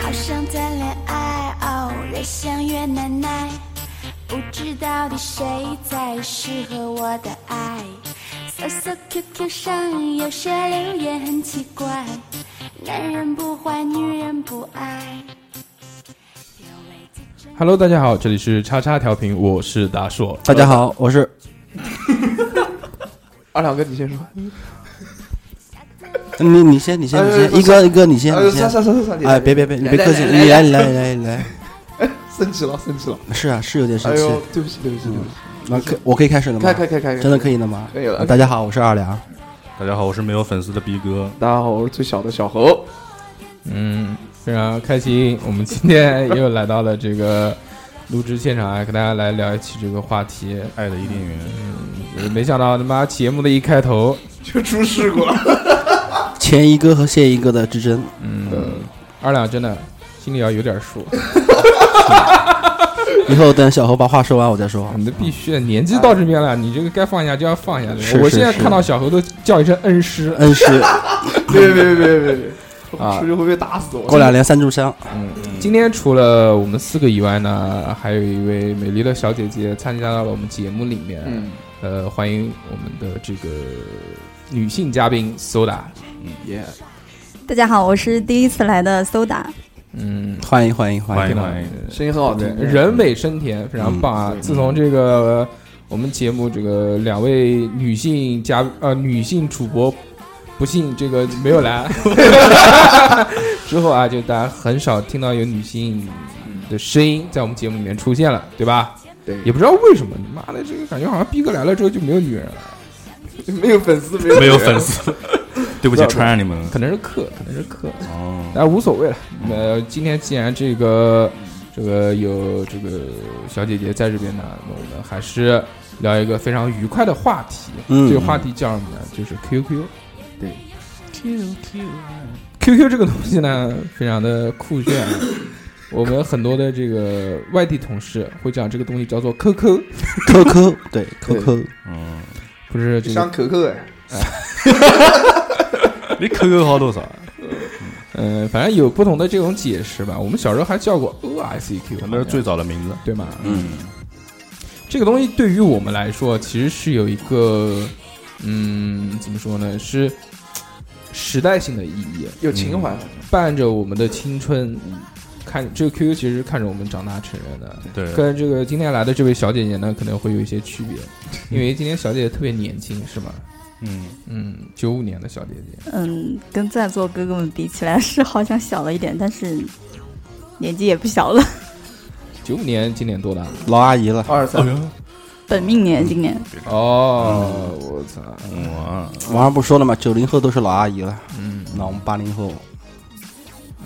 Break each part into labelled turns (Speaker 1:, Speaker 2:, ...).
Speaker 1: 好想谈恋爱哦，越想越难耐，不知到底谁才适合我的爱。搜索 QQ 上有些留言很奇怪，男人不坏，女人不爱。
Speaker 2: Hello，大家好，这里是叉叉调频，我是大硕。
Speaker 3: 大家好，我是
Speaker 4: 二两哥你先说，
Speaker 3: 你，你先，你先，你
Speaker 4: 哎
Speaker 3: 先，一哥，一哥，你先，
Speaker 4: 哎
Speaker 3: 你
Speaker 4: 算
Speaker 3: 先，
Speaker 4: 算算算算，你来
Speaker 3: 哎，别别别，你别
Speaker 4: 来
Speaker 3: 客气，
Speaker 4: 来
Speaker 3: 你来，你来，你来，你来，
Speaker 4: 生气了生气了，
Speaker 3: 是啊，是有点生
Speaker 4: 哎
Speaker 3: 气。
Speaker 4: 呦，对不起对不起对不起，
Speaker 3: 那可我可以开始了吗
Speaker 4: 开？开开开，
Speaker 3: 真的可以了吗？
Speaker 4: 可以了
Speaker 3: 大家好，我是二两。
Speaker 5: 大家好，我是没有粉丝的逼哥。
Speaker 4: 大家好，我是最小的小 猴，
Speaker 2: 嗯，非常开心，我们今天又来到了这个录制现场啊，跟大家来聊一期这个话题。
Speaker 5: 爱的伊甸园，
Speaker 3: 嗯
Speaker 2: 没想到他妈节目的一开头，
Speaker 4: 就出事故了，
Speaker 3: 前一哥和现一哥的之争，
Speaker 2: 二两真的心里要有点数，
Speaker 3: 以后等小猴把话说完，我再 说。
Speaker 2: 你这必须的，年纪到这边了，你这个该放下就要放下。
Speaker 3: 是
Speaker 2: 我
Speaker 3: 是
Speaker 2: 现在
Speaker 3: 是
Speaker 2: 看到小猴都叫一声恩师，
Speaker 3: 恩师，
Speaker 4: 别别别别别别，
Speaker 2: 啊
Speaker 4: 我出去会被打死我，
Speaker 3: 过两年三炷香。
Speaker 2: 今天除了我们四个以外呢，还有一位美丽的小姐姐参加到了我们节目里面。
Speaker 4: 嗯，
Speaker 2: 呃，欢迎我们的这个女性嘉宾 Soda。
Speaker 4: 耶，
Speaker 6: 大家好，我是第一次来的 Soda。
Speaker 2: 嗯，
Speaker 3: 欢迎欢迎欢
Speaker 5: 欢
Speaker 3: 迎！
Speaker 5: 迎欢迎。
Speaker 4: 声音很好听，
Speaker 2: 人美声甜，非常棒啊！自从这个我们节目这个两位女性嘉呃女性主播不幸这个没有来 之后啊，就大家很少听到有女性的声音在我们节目里面出现了，对吧？
Speaker 4: 对
Speaker 2: 也不知道为什么，你妈的，这个感觉好像逼哥来了之后就没有女人了，
Speaker 4: 没有粉丝没有
Speaker 5: 没有粉 丝，对不起，传染你们了。
Speaker 2: 可能是课，可能是课。
Speaker 5: 哦，
Speaker 2: 哎，无所谓了。呃，今天既然这个这个有这个小姐姐在这边呢，那我们还是聊一个非常愉快的话题。
Speaker 3: 嗯
Speaker 2: 这个话题叫什么呢？就是 QQ。对，QQ 这个东西呢，非常的酷炫啊。我们很多的这个外地同事会讲这个东西叫做 QQ，
Speaker 3: 扣扣，对扣扣，
Speaker 5: 嗯，
Speaker 2: 不是这个
Speaker 4: 像可可哎，
Speaker 5: 你 QQ 号多少？啊
Speaker 2: 呃，反正有不同的这种解释吧。我们小时候还叫过 OICQ，
Speaker 5: 那是最早的名字。
Speaker 2: 对吗？
Speaker 5: 嗯，
Speaker 2: 这个东西对于我们来说，其实是有一个，嗯，怎么说呢？是时代性的意义，嗯
Speaker 4: 有情怀，
Speaker 2: 伴着我们的青春。看这个 QQ 其实是看着我们长大成人的，
Speaker 5: 对，
Speaker 2: 跟这个今天来的这位小姐姐呢，可能会有一些区 别，因为今天小姐姐特别年轻，是吗？
Speaker 5: 嗯，
Speaker 2: 嗯，九五年的小姐姐，
Speaker 6: 嗯，跟在座哥哥们比起来是好像小了一点，但是年纪也不小了，
Speaker 2: 九五年今年多大？
Speaker 3: 老阿姨了，
Speaker 4: 二十三，
Speaker 6: 本命年今年。
Speaker 2: 哦，
Speaker 4: 嗯
Speaker 2: 我操，
Speaker 5: 嗯哇，
Speaker 3: 网上不说了吗？九零后都是老阿姨了。嗯，那我们八零后，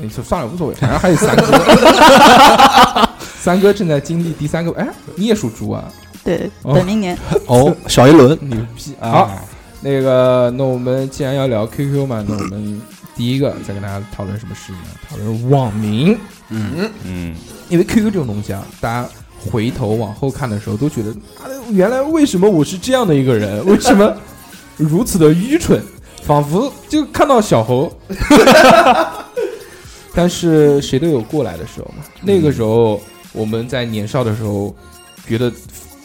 Speaker 2: 哎算了，无所谓，反正还有三哥，三哥正在经历第三个，哎，你也属猪啊？
Speaker 6: 对，
Speaker 2: 哦
Speaker 6: 本命年。
Speaker 3: 哦，小一轮，
Speaker 2: 牛逼！
Speaker 3: 啊
Speaker 2: 好，那个，那我们既然要聊 QQ 嘛，那我们第一个再跟大家讨论什么事情呢？讨论网名，
Speaker 5: 嗯，
Speaker 2: 因为 QQ 这种东西啊，大家回头往后看的时候都觉得，妈的，原来为什么我是这样的一个人？为什么如此的愚蠢？仿佛就看到小猴。 但是谁都有过来的时候嘛。那个时候我们在年少的时候，觉得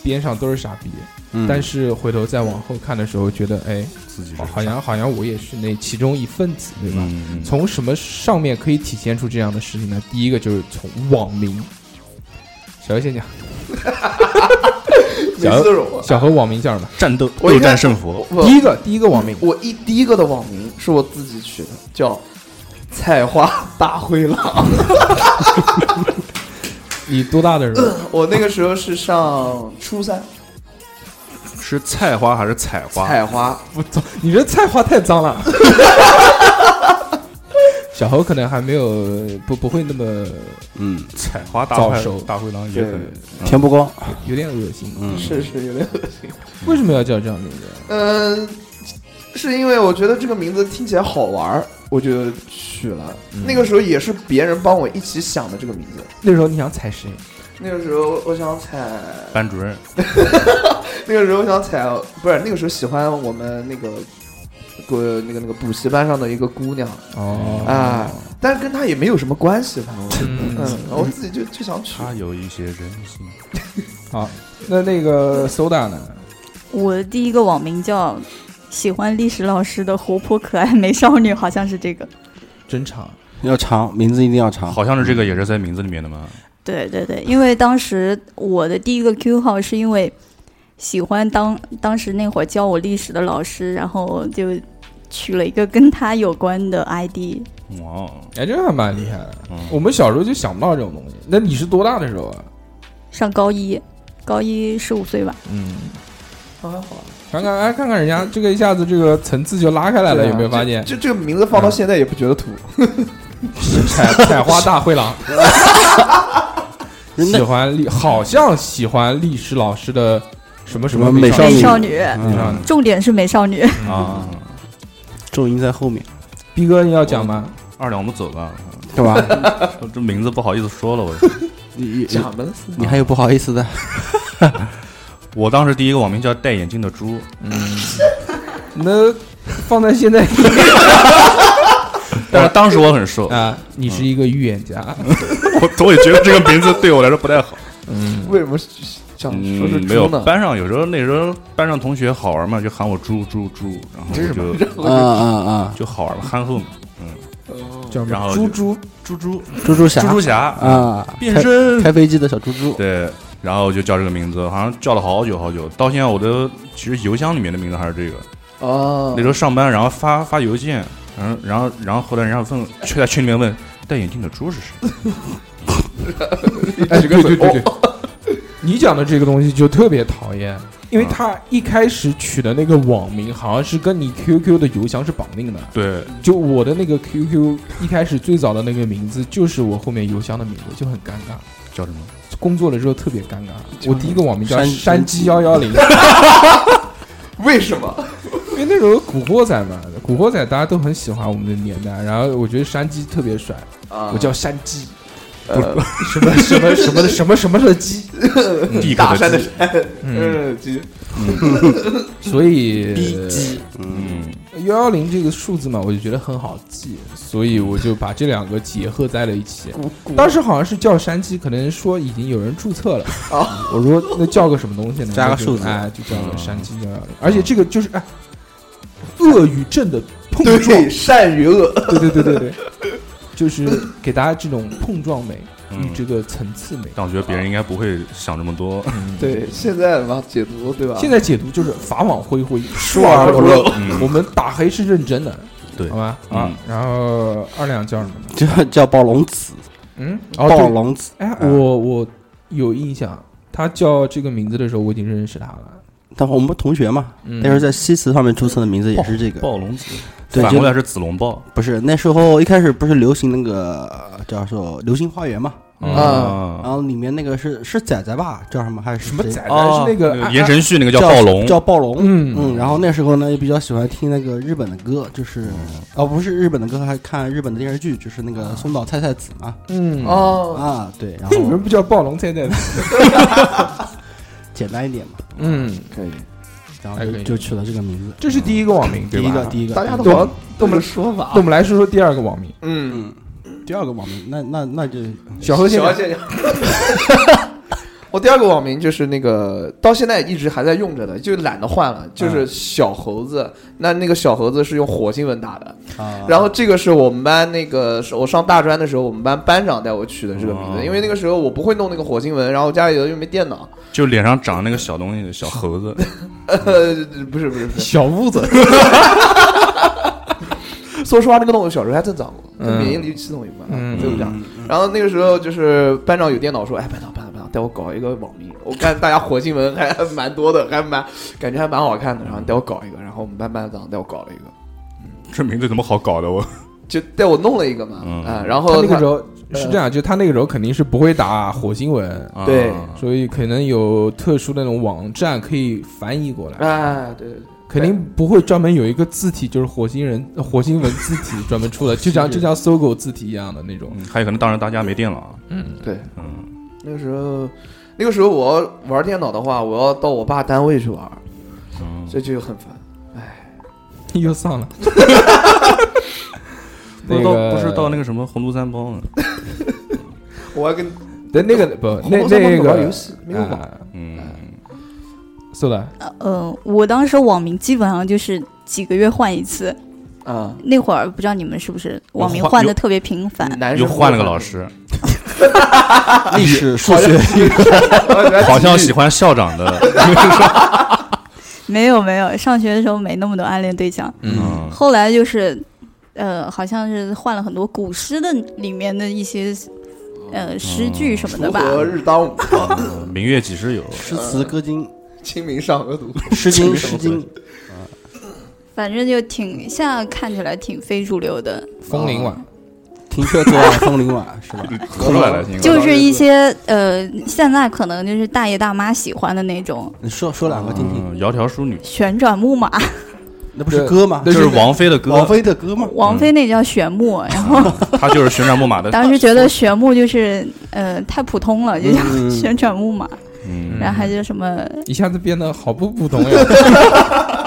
Speaker 2: 边上都是傻逼，
Speaker 3: 嗯
Speaker 2: 但是回头再往后看的时候，觉得哎，
Speaker 5: 自己
Speaker 2: 好好像好像我也是那其中一份子，对吧？
Speaker 5: 嗯，
Speaker 2: 从什么上面可以体现出这样的事情呢？第一个就是从网名，小何先讲，
Speaker 4: 每次都是我，
Speaker 2: 小何网名叫什么？
Speaker 5: 战斗
Speaker 4: 我
Speaker 5: 斗战胜佛，
Speaker 4: 我
Speaker 2: 第一个第一个网名，
Speaker 4: 我一第一个的网名是我自己取的，叫“菜花大灰狼
Speaker 2: 你多大的人？
Speaker 4: 呃”。我那个时候是上初三，
Speaker 5: 是菜花还是采花？
Speaker 4: 菜花，
Speaker 2: 不脏，你这菜花太脏了。 小猴可能还没有不不会那么
Speaker 3: 嗯，
Speaker 5: 采花大
Speaker 2: 早
Speaker 5: 灰
Speaker 2: 熟
Speaker 5: 大灰狼也
Speaker 4: 对
Speaker 5: 可以。
Speaker 3: 田不高，
Speaker 2: 有点恶心，
Speaker 3: 嗯，
Speaker 4: 是是有点恶心。
Speaker 2: 为什么要叫这样名字？
Speaker 4: 嗯，是因为我觉得这个名字听起来好玩儿，我就取了。
Speaker 2: 嗯
Speaker 4: 那个时候也是别人帮我一起想的这个名字。
Speaker 2: 那时候你想踩谁？
Speaker 4: 那个时候我想踩，
Speaker 5: 班主任，
Speaker 4: 那个时候我想踩，不是那个时候喜欢我们那个个那个那个补习班上的一个姑娘
Speaker 2: 哦
Speaker 4: 啊，但是跟她也没有什么关系吧。我
Speaker 2: 嗯，
Speaker 4: 嗯，我自己就就想取。
Speaker 5: 他有一些人性。
Speaker 2: 好，那那个 Soda 呢？
Speaker 6: 我的第一个网名叫“喜欢历史老师的活泼可爱美少女”，好像是这个。
Speaker 2: 真长，
Speaker 3: 要长，名字一定要长。
Speaker 5: 好像是这个也是在名字里面的嘛。
Speaker 6: 对对对，因为当时我的第一个 Q 号是因为喜欢当当时那会儿教我历史的老师，然后就取了一个跟他有关的 ID。
Speaker 5: 哇，哦
Speaker 2: 哎，这还蛮厉害的。
Speaker 5: 嗯
Speaker 2: 我们小时候就想不到这种东西。那你是多大的时候啊？
Speaker 6: 上高一，高一十五岁吧。
Speaker 2: 嗯，
Speaker 4: 还好，
Speaker 2: 看看哎，看看人家这个一下子这个层次就拉开来了，有没有
Speaker 5: 啊
Speaker 2: 发现？嗯
Speaker 4: 就这个名字放到现在也不觉得土。
Speaker 2: 采采花大灰狼，喜欢历，好像喜欢历史老师的什么什么
Speaker 3: 什么美
Speaker 2: 少
Speaker 3: 少
Speaker 6: 美
Speaker 3: 女
Speaker 6: 少女，
Speaker 2: 美少女
Speaker 3: 嗯，
Speaker 6: 重点是美少女。
Speaker 5: 啊！
Speaker 3: 重音在后面，
Speaker 2: 逼哥，你要讲吗？
Speaker 5: 二两，我们走吧。
Speaker 3: 是吧？
Speaker 5: 我这名字不好意思说了，我
Speaker 3: 你你
Speaker 4: 讲的是
Speaker 3: 你还有不好意思的？
Speaker 5: 我当时第一个网名叫戴眼镜的猪，
Speaker 2: 那放在现在
Speaker 5: 但是当时我很瘦，
Speaker 2: 啊，你是一个预言家，
Speaker 5: 我我也觉得这个名字对我来说不太好。
Speaker 2: 嗯
Speaker 4: 为什么想说是
Speaker 5: 嗯，没有
Speaker 4: 猪，呢？
Speaker 5: 班上有时候那时候班上同学好玩嘛，就喊我猪猪猪，然后我 就
Speaker 3: 嗯嗯嗯，
Speaker 5: 就好玩嘛，憨厚嘛，
Speaker 2: 叫什
Speaker 5: 然
Speaker 2: 么
Speaker 5: 后
Speaker 2: 猪猪
Speaker 5: 猪猪
Speaker 3: 猪猪侠
Speaker 5: 猪猪侠，嗯
Speaker 3: 啊，
Speaker 5: 变
Speaker 3: 开
Speaker 5: 身
Speaker 3: 开飞机的小猪猪，
Speaker 5: 对，然后就叫这个名字，好像叫了好久好久，到现在我的其实邮箱里面的名字还是这个。
Speaker 4: 哦
Speaker 5: 那时，候上班，然后发发邮件，嗯，然后然后后来人家问，却在群里面问戴眼镜的猪是谁？
Speaker 2: 哎，对对对对， 你讲的这个东西就特别讨厌，因为他一开始取的那个网名好像是跟你 QQ 的邮箱是绑定的，
Speaker 5: 对，
Speaker 2: 就我的那个 QQ 一开始最早的那个名字就是我后面邮箱的名字，就很尴尬。
Speaker 5: 叫 什么？
Speaker 2: 工作了之后特别尴尬，我第一个网名叫
Speaker 3: 山
Speaker 2: 山鸡幺幺零，
Speaker 4: 为什么？
Speaker 2: 因为那时候古惑仔嘛，古惑仔大家都很喜欢我们的年代，然后我觉得山鸡特别帅，
Speaker 4: 啊
Speaker 2: 我叫山鸡，
Speaker 4: 呃
Speaker 2: 什么什么什么的什么什么的鸡，
Speaker 5: 地
Speaker 4: 嗯大
Speaker 5: 可
Speaker 4: 山
Speaker 5: 的
Speaker 4: 的
Speaker 5: 鸡，
Speaker 4: 山，
Speaker 2: 嗯，
Speaker 4: 嗯，鸡
Speaker 2: 所以
Speaker 5: 嗯，
Speaker 2: 幺幺零这个数字嘛，我就觉得很好记，所以我就把这两个结合在了一起。
Speaker 4: 咕咕。
Speaker 2: 当时好像是叫山鸡，可能说已经有人注册了。
Speaker 4: 哦
Speaker 2: 我说那叫个什么东西呢？
Speaker 3: 加个
Speaker 2: 那就
Speaker 3: 数字
Speaker 2: 哎，就叫个山鸡幺幺零。而且这个就是哎，恶与正的碰撞，
Speaker 4: 对，善与恶，
Speaker 2: 对 对对对对，就是给大家这种碰撞美与
Speaker 5: 嗯
Speaker 2: 这个层次美。
Speaker 5: 但我觉得别人应该不会想这么多。
Speaker 4: 对，现在嘛，解读对吧？
Speaker 2: 现在解读就是法网恢恢，疏
Speaker 4: 而
Speaker 2: 而
Speaker 4: 不
Speaker 2: 不
Speaker 4: 漏
Speaker 2: 漏。我们打黑是认真的，
Speaker 5: 嗯对
Speaker 2: 好吧啊
Speaker 5: 嗯。
Speaker 2: 然后二两叫什么呢？
Speaker 3: 叫叫暴龙子，
Speaker 2: 嗯，哦
Speaker 3: 暴
Speaker 2: 对，
Speaker 3: 龙子，
Speaker 2: 哎，
Speaker 3: 嗯
Speaker 2: 我我有印象，他叫这个名字的时候，我已经认识他了。
Speaker 3: 但我们同学嘛，
Speaker 2: 嗯
Speaker 3: 那时候在西祠上面注册的名字也是这个，
Speaker 5: 暴龙子，
Speaker 3: 对，
Speaker 5: 反
Speaker 3: 就
Speaker 5: 过来是子龙豹
Speaker 3: 不是那时候一开始不是流行那个呃叫什么《流星花园》嘛，
Speaker 2: 嗯
Speaker 3: 然
Speaker 5: 啊。
Speaker 3: 后里面那个是是仔仔吧，叫什么还是
Speaker 2: 什么
Speaker 3: 谁
Speaker 2: 仔仔
Speaker 3: 哦
Speaker 2: 是那
Speaker 5: 那
Speaker 2: 个
Speaker 5: 个
Speaker 2: 啊
Speaker 5: 言承旭那个
Speaker 3: 叫
Speaker 5: 暴龙，
Speaker 3: 叫暴龙。
Speaker 2: 嗯
Speaker 3: 嗯，然后那时候呢，也比较喜欢听那个日本的歌，就是
Speaker 5: 嗯
Speaker 3: 哦，不是日本的歌，还看日本的电视剧，就是那个松岛菜菜子嘛。
Speaker 2: 嗯，
Speaker 4: 哦，
Speaker 3: 啊，对，然
Speaker 2: 那你
Speaker 3: 后
Speaker 2: 们不叫暴龙菜菜吗？
Speaker 3: 简单一点嘛，
Speaker 2: 嗯，
Speaker 4: 可以，
Speaker 3: 然
Speaker 2: 还
Speaker 3: 后
Speaker 2: 可
Speaker 3: 就
Speaker 2: 以
Speaker 3: 就取了这个名字。
Speaker 2: 这是第一个网名，
Speaker 3: 第
Speaker 2: 对
Speaker 3: 一
Speaker 2: 吧？
Speaker 3: 个，第一个，
Speaker 4: 大家都
Speaker 3: 第一个
Speaker 4: 好这么说法
Speaker 2: 那我，们来说说第二个网名，
Speaker 4: 嗯，
Speaker 3: 第二个网名，那那那就
Speaker 2: 小何先
Speaker 4: 小
Speaker 2: 生
Speaker 4: 王先生。 我第二个网名就是那个，到现在一直还在用着的，就懒得换了，
Speaker 2: 嗯
Speaker 4: 就是小猴子。那那个小猴子是用火星文打的，
Speaker 3: 啊，
Speaker 4: 然后这个是我们班那个，是我上大专的时候，我们班班长带我取的这个名字，
Speaker 5: 哦
Speaker 4: 因为那个时候我不会弄那个火星文，然后家里头又没电脑，
Speaker 5: 就脸上长那个小东西，小猴子，
Speaker 4: 呃， 不是不是不是，
Speaker 2: 小屋子，
Speaker 4: 说实话，这个东西小时候还真长过，
Speaker 2: 嗯
Speaker 4: 跟免疫力系统有关，啊
Speaker 2: 嗯
Speaker 4: 对不对？然后那个时候就是班长有电脑说，哎，班长班长班长，带我搞一个网名，我看大家火星文还还蛮多的，还蛮感觉还蛮好看的，然后带我搞一个，然后我们班班长带我搞了一个，
Speaker 5: 这名字怎么好搞的？我
Speaker 4: 就带我弄了一个嘛，
Speaker 5: 嗯
Speaker 4: 啊，然
Speaker 2: 他
Speaker 4: 后
Speaker 2: 那个
Speaker 4: 他
Speaker 2: 时候是这样，就他那个时候肯定是不会打火星文，
Speaker 5: 啊
Speaker 4: 对
Speaker 2: 所以可能有特殊的那种网站可以翻译过来，
Speaker 4: 啊，对对对，
Speaker 2: 肯定不会专门有一个字体，就是火星人、 火星文字体专门出来，就像就像搜狗字体一样的那种。
Speaker 5: 嗯还有可能当时大家没电了啊，
Speaker 2: 嗯，
Speaker 4: 对，
Speaker 5: 嗯，
Speaker 4: 那个时候，那个时候我要玩电脑的话，我要到我爸单位去玩，
Speaker 5: 嗯
Speaker 4: 这就很烦。
Speaker 2: 又丧了。
Speaker 5: 不是
Speaker 2: 那
Speaker 5: 到
Speaker 2: 个
Speaker 5: 不是到那个什么红都三包呢？
Speaker 4: 我还跟
Speaker 2: 对那个不那
Speaker 4: 红楼梦
Speaker 2: 那
Speaker 4: 里
Speaker 2: 个
Speaker 4: 玩游戏没有网
Speaker 2: 啊
Speaker 5: 嗯，
Speaker 2: 是的，
Speaker 6: 嗯，我当时网名基本上就是几个月换一次，
Speaker 4: 啊，
Speaker 6: 那会儿不知道你们是不是网名
Speaker 5: 换
Speaker 6: 换
Speaker 5: 有
Speaker 6: 的特别频繁，
Speaker 4: 男
Speaker 5: 又
Speaker 4: 生
Speaker 5: 换了个老师，
Speaker 3: 历史、数学，
Speaker 5: 好像喜欢校长的，
Speaker 6: 没有没有，上学的时候没那么多暗恋对象，
Speaker 5: 嗯，
Speaker 6: 后来就是，呃，好像是换了很多古诗的里面的一些，呃，诗句什么的
Speaker 4: 锄
Speaker 6: 吧。
Speaker 4: 禾日当午，
Speaker 5: 嗯明月几时有？
Speaker 3: 诗词歌经、
Speaker 4: 清明上河图。
Speaker 3: 诗经、诗经，
Speaker 6: 反正就挺现在看起来挺非主流的，
Speaker 2: 风铃晚
Speaker 3: 停车昨晚风铃晚 是吧？
Speaker 5: 出来了，应该
Speaker 6: 就是一些呃，现在可能就是大爷大妈喜欢的那种
Speaker 3: 你说说两个听听，
Speaker 5: 嗯，窈窕淑女，
Speaker 6: 旋转木马。
Speaker 3: 那不是歌吗？
Speaker 5: 这是王菲的歌
Speaker 3: 王，菲的歌吗？
Speaker 6: 王菲那叫旋木，然后
Speaker 5: 她就是旋转木马的，
Speaker 6: 当时觉得旋木就是呃太普通了，就叫
Speaker 3: 嗯
Speaker 6: 旋转木马，
Speaker 5: 嗯，
Speaker 6: 然后还有什么，
Speaker 2: 一下子变得好不普通呀。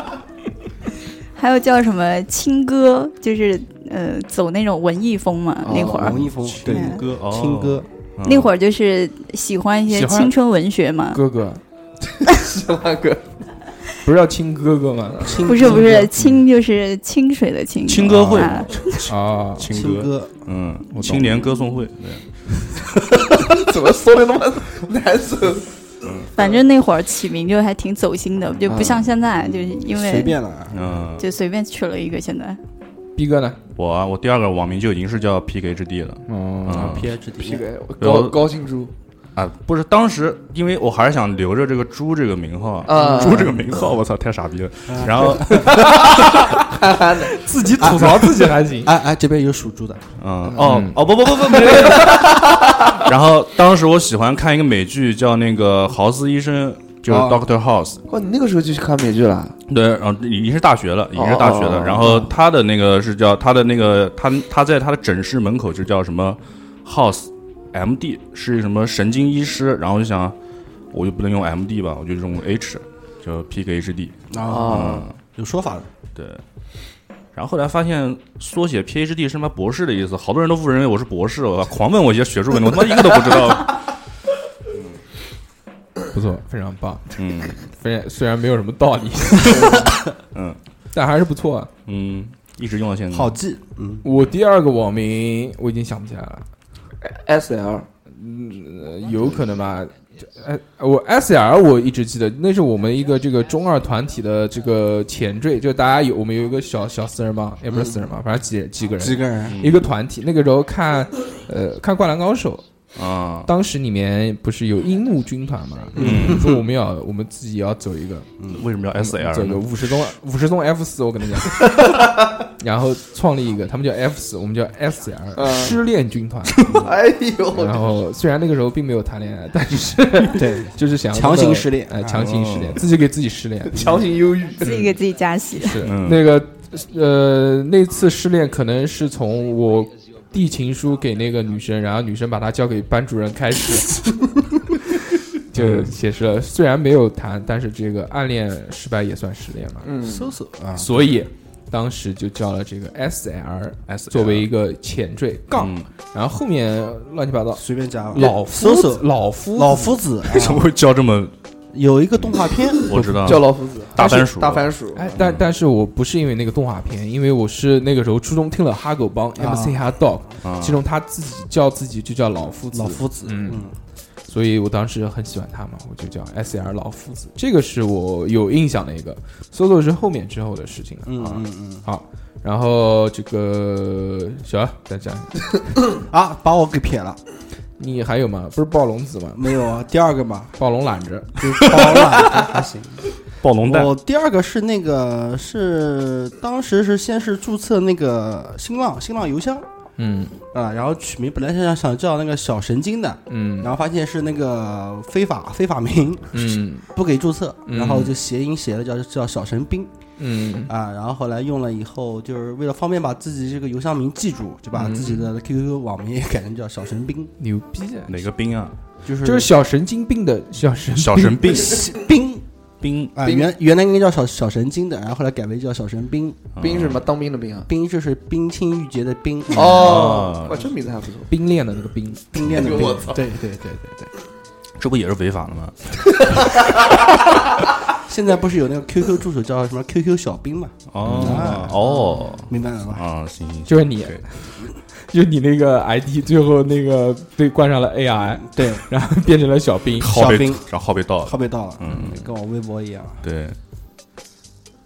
Speaker 6: 还有叫什么青歌，就是呃走那种文艺风嘛，那会儿。
Speaker 3: 哦王一峰对
Speaker 6: 嗯
Speaker 5: 歌，哦
Speaker 3: 青歌，
Speaker 6: 那会儿就是喜欢一些
Speaker 2: 喜欢
Speaker 6: 青春文学嘛，
Speaker 2: 哥 哥，
Speaker 4: 那个
Speaker 2: 不是要亲哥哥 吗？
Speaker 3: 青
Speaker 6: 不是不是清就是清水的清，
Speaker 5: 青歌会
Speaker 6: 啊
Speaker 2: 啊，
Speaker 5: 青
Speaker 3: 青
Speaker 5: 歌，
Speaker 3: 歌，
Speaker 5: 嗯，
Speaker 2: 懂
Speaker 5: 青年歌颂会，对，
Speaker 4: 怎么说的那么难受？
Speaker 6: 反正那会儿起名就还挺走心的，就不像现在，就是因为
Speaker 3: 随便了啊，
Speaker 5: 嗯，
Speaker 6: 就随便取了一个现在。
Speaker 2: 逼哥呢？
Speaker 5: 我啊，我第二个网名就已经是叫 PK 之地了，
Speaker 2: 嗯，
Speaker 5: 嗯
Speaker 3: PhD
Speaker 4: 个
Speaker 5: 然
Speaker 4: 高
Speaker 5: 后
Speaker 4: 高庆珠
Speaker 5: 啊，不是，当时因为我还是想留着这个猪这个名号，
Speaker 4: 啊
Speaker 5: 猪这个名号，我操，太傻逼了。然后，
Speaker 2: 自己吐槽自己还行。
Speaker 3: 哎哎，这边有属猪的，
Speaker 5: 嗯，哦哦，不不不不不。 然后当时我喜欢看一个美剧，叫那个《豪斯医生》，就是
Speaker 3: 哦
Speaker 5: Doctor House。
Speaker 4: 哇，你那个时候就去看美剧了？
Speaker 5: 对，然后已经是大学了，已经是大学
Speaker 4: 哦哦
Speaker 5: 了。
Speaker 4: 哦
Speaker 5: 然后他的那个是叫他的那个他他在他的诊室门口就叫什么 House MD，是什么神经医师。然后我就想，我就不能用 MD 吧，我就用 H，就 PKHD。
Speaker 3: 啊，
Speaker 5: 嗯
Speaker 3: 有说法的，
Speaker 5: 对。然后后来发现缩写 PhD 是他妈博士的意思，好多人都误认为我是博士，我狂问我一些学术问题，我他妈一个都不知 道。
Speaker 2: 不错，非常棒。
Speaker 5: 嗯
Speaker 2: 虽然虽然没有什么道 理，
Speaker 5: 嗯，
Speaker 2: 但还是不错啊。
Speaker 5: 嗯，一直用到现在。
Speaker 3: 好记，嗯，
Speaker 2: 我第二个网名我已经想不起来了，
Speaker 4: S L
Speaker 2: 呃有可能吧。哎，我 S L 我一直记得，那是我们一个这个中二团体的这个前缀，就大家有我们有一个小小四人帮，也不是四人帮，反正几几个人，
Speaker 3: 几个人，
Speaker 2: 一个团体。那个时候看，呃，看《灌篮高手》，
Speaker 5: 啊，
Speaker 2: 当时里面不是有樱木军团嘛？
Speaker 5: 嗯，
Speaker 2: 说我们要我们自己要走一个，
Speaker 5: 为什么叫 S
Speaker 2: 走
Speaker 5: L
Speaker 2: 一个
Speaker 5: 呢？
Speaker 2: 五十中五十中 F 四，我跟你讲，然后创立一个，他们叫 F 四，我们叫 S L
Speaker 4: 嗯
Speaker 2: 失恋军团。
Speaker 4: 哎 呦，
Speaker 2: 然后虽然那个时候并没有谈恋爱，但是
Speaker 3: 对，
Speaker 2: 就是想要
Speaker 3: 强行失恋
Speaker 2: 哎，强行失恋
Speaker 5: 哦，
Speaker 2: 自己给自己失恋，
Speaker 4: 强行忧郁，
Speaker 6: 自己给自己加戏，
Speaker 2: 是
Speaker 5: 嗯
Speaker 2: 那个呃，那次失恋可能是从我递情书给那个女生，然后女生把她交给班主任开始， 就解释了。虽然没有谈，但是这个暗恋失败也算失恋嘛，
Speaker 4: 嗯，
Speaker 3: 搜索啊，
Speaker 2: 所以当时就叫了这个 S L
Speaker 5: S
Speaker 2: 作为一个前缀杠，然后后面乱七八糟。
Speaker 3: 随便加吧
Speaker 2: 老夫
Speaker 3: 搜
Speaker 2: 子
Speaker 3: 索
Speaker 2: 老夫
Speaker 3: 老
Speaker 2: 子
Speaker 3: 夫子啊
Speaker 5: 为什么会叫这么？
Speaker 3: 有一个动画片，
Speaker 5: 我知道
Speaker 4: 叫老夫子，
Speaker 5: 嗯大番薯，
Speaker 4: 大番薯，
Speaker 2: 哎，但但是我不是因为那个动画片，因为我是那个时候初中听了哈狗帮 MC 哈 dog，、
Speaker 5: 啊
Speaker 2: 其中他自己叫自己就叫老夫子，
Speaker 3: 老夫子，
Speaker 2: 嗯
Speaker 3: 嗯，
Speaker 2: 所以我当时很喜欢他嘛，我就叫 S L 老夫子，这个是我有印象的一个。搜索是后面之后的事情了、
Speaker 3: 嗯
Speaker 2: 啊。
Speaker 3: 嗯
Speaker 2: 好，然后这个小杨再讲，
Speaker 3: 嗯啊，把我给撇了，
Speaker 2: 你还有吗？不是暴龙子吗？
Speaker 3: 没有啊，第二个 嘛，
Speaker 2: 暴龙懒着，
Speaker 3: 就是包揽还行。
Speaker 5: 暴龙蛋
Speaker 3: 我第二个是那个是当时是先是注册那个新浪新浪邮箱
Speaker 2: 嗯
Speaker 3: 啊，然后取名本来是想想叫那个小神经的，
Speaker 2: 嗯
Speaker 3: 然后发现是那个非法非法名，
Speaker 2: 嗯
Speaker 3: 不给注册，
Speaker 2: 嗯
Speaker 3: 然后就谐音写了叫叫小神兵
Speaker 2: 嗯
Speaker 3: 啊，然后后来用了以后，就是为了方便把自己这个邮箱名记住，就把
Speaker 2: 嗯
Speaker 3: 自己的 QQ 网名也改成叫小神兵，
Speaker 2: 牛逼啊！
Speaker 5: 哪个兵啊？
Speaker 3: 就是
Speaker 2: 就是小神经病的小神
Speaker 5: 小神兵
Speaker 3: 兵
Speaker 5: 兵
Speaker 3: 啊，
Speaker 4: 兵
Speaker 3: 原原来应该叫小小神经的，然后后来改为叫小神兵，
Speaker 4: 兵是什么？当兵的兵啊？
Speaker 3: 冰就是冰清玉洁的冰，
Speaker 4: 哦
Speaker 5: 哦，
Speaker 4: 哇，这名字还不错。
Speaker 2: 冰恋的那个冰，
Speaker 3: 冰恋的冰，
Speaker 4: 我操
Speaker 3: 对对对对对。
Speaker 5: 这不也是违法的吗？
Speaker 3: 现在不是有那个 QQ 助手叫什么 QQ 小兵嘛？
Speaker 5: 哦哦
Speaker 3: 明白了吧？
Speaker 5: 啊，行行，
Speaker 2: 就是你
Speaker 5: 对，
Speaker 2: 就是你那个 ID 最后那个被冠上了 AI，
Speaker 3: 对，
Speaker 2: 然后变成了小兵。
Speaker 5: 号被
Speaker 3: 小兵
Speaker 5: 然后号被盗了。
Speaker 3: 号被盗了，
Speaker 5: 嗯，
Speaker 3: 跟我微博一样。
Speaker 5: 对，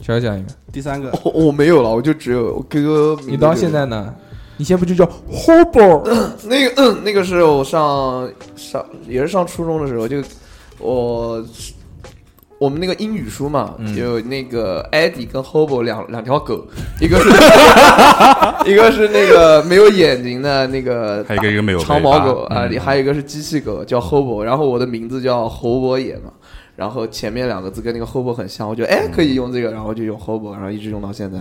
Speaker 2: 小讲一个，
Speaker 3: 第三个，
Speaker 4: 我我没有了，我就只有我哥哥。
Speaker 2: 你到现在呢？你现在不就叫 Hobo？
Speaker 4: 那个、嗯、那个是我上上也是上初中的时候，就我我们那个英语书嘛，
Speaker 5: 嗯
Speaker 4: 有那个 Eddie 跟 Hobo 两两条狗，一个是一个是那个没有眼睛的那个
Speaker 5: 还有一个一个没有尾巴
Speaker 4: 长毛狗啊，
Speaker 5: 嗯
Speaker 4: 还有一个是机器狗叫 Hobo，然后我的名字叫侯伯野嘛。然后前面两个字跟那个 Hobo 很像，我觉得哎可以用这个，然后就用 Hobo，然后一直用到现在，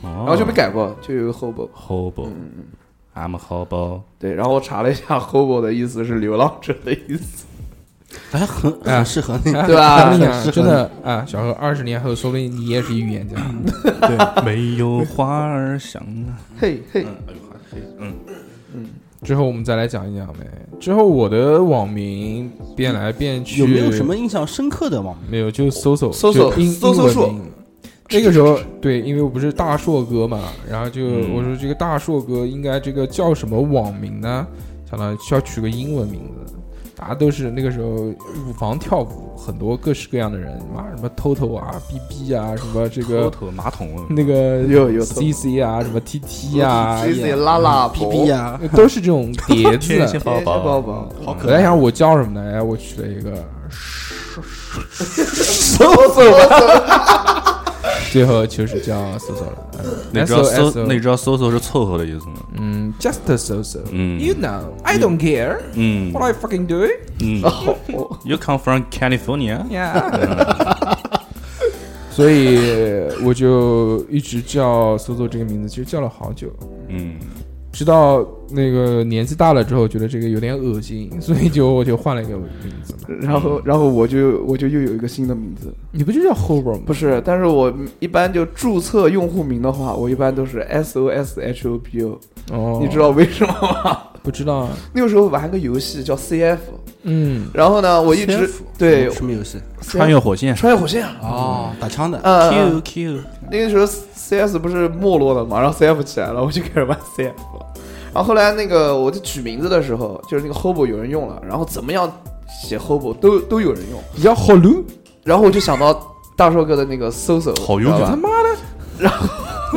Speaker 4: 然
Speaker 5: 然
Speaker 4: 后就被改过，就有个 Hobo。
Speaker 5: hobo，I'm a hobo，
Speaker 4: 对，然后我查了一下 “hobo” 的意思是流浪者的意思，
Speaker 3: 哎， 很
Speaker 2: 啊
Speaker 3: 很适合那个，
Speaker 4: 对吧
Speaker 2: 我跟你讲
Speaker 3: 是
Speaker 2: 真的啊，小何，二十年后说不定你也是预言家。
Speaker 5: 没有花儿香啊。
Speaker 4: 嘿嘿，
Speaker 3: 嗯
Speaker 2: 之后我们再来讲一讲呗。之后我的网名变来变去，
Speaker 3: 有没有什么印象深刻的网名？
Speaker 2: 没有，就搜搜
Speaker 4: 搜
Speaker 2: 就
Speaker 4: 搜
Speaker 2: 英
Speaker 4: 搜搜
Speaker 2: 英文名那个时候，对，因为我不是大硕哥嘛，然后就、
Speaker 5: 嗯
Speaker 2: 我说这个大硕哥应该这个叫什么网名呢？想到需要取个英文名字，大家都是那个时候舞房跳舞，很多各式各样的人，妈什么 Toto 啊、BB 啊，什么这
Speaker 5: 个
Speaker 2: 个
Speaker 5: 头马桶啊
Speaker 2: 那个
Speaker 4: 有有
Speaker 2: CC 啊，什么 TT 啊，
Speaker 4: 谢
Speaker 3: 哎
Speaker 4: 谢拉拉
Speaker 3: ，B B 呀，
Speaker 2: 都是这种叠
Speaker 5: 天
Speaker 2: 字
Speaker 5: 线。宝
Speaker 4: 宝
Speaker 5: 宝，
Speaker 4: 宝宝，
Speaker 3: 好
Speaker 2: 我
Speaker 3: 可
Speaker 2: 在
Speaker 3: 爱。
Speaker 2: 想我叫什么呢？哎，我取了一个，
Speaker 4: 搜搜吧，
Speaker 2: 最后就是叫搜索了。嗯
Speaker 5: 那知道
Speaker 2: SO
Speaker 5: 搜，那知道搜搜是凑合的意思吗？
Speaker 2: 嗯，just so so。
Speaker 5: 嗯
Speaker 2: You know, I don't care
Speaker 5: 嗯
Speaker 2: what I fucking do.
Speaker 5: 嗯，You
Speaker 4: 哦
Speaker 5: come from California？
Speaker 2: Yeah. 所以我就一直叫搜搜这个名字，其实叫了好久，
Speaker 5: 嗯，
Speaker 2: 直到那个年纪大了之后，觉得这个有点恶心，所以就我就换了一个名字嘛。
Speaker 4: 然后然后我就我就又有一个新的名字，
Speaker 2: 你不就叫 Hobo 吗？
Speaker 4: 不是，但是我一般就注册用户名的话，我一般都是 S O S H O B O，
Speaker 2: 哦，
Speaker 4: 你知道为什么吗？
Speaker 2: 不知道啊？
Speaker 4: 那个时候玩个游戏叫 C F，
Speaker 2: 嗯，
Speaker 4: 然后呢，我一直对
Speaker 3: 什么游戏？
Speaker 5: 穿越火线。
Speaker 4: 穿越火线啊，
Speaker 3: 哦，打枪的。
Speaker 4: 呃
Speaker 5: Q Q，
Speaker 4: 那个时候 CS 不是没落了嘛，然后 CF 起来了，我就开始玩 CF。然后后来那个我在取名字的时候，就是那个 Hobo 有人用了，然后怎么样写 Hobo 都都有人用，
Speaker 2: 你叫 Holu，
Speaker 4: 然后我就想到大硕哥的那个 Soso，
Speaker 5: 好用
Speaker 4: 知道
Speaker 2: 他
Speaker 4: 吧？
Speaker 2: 妈的！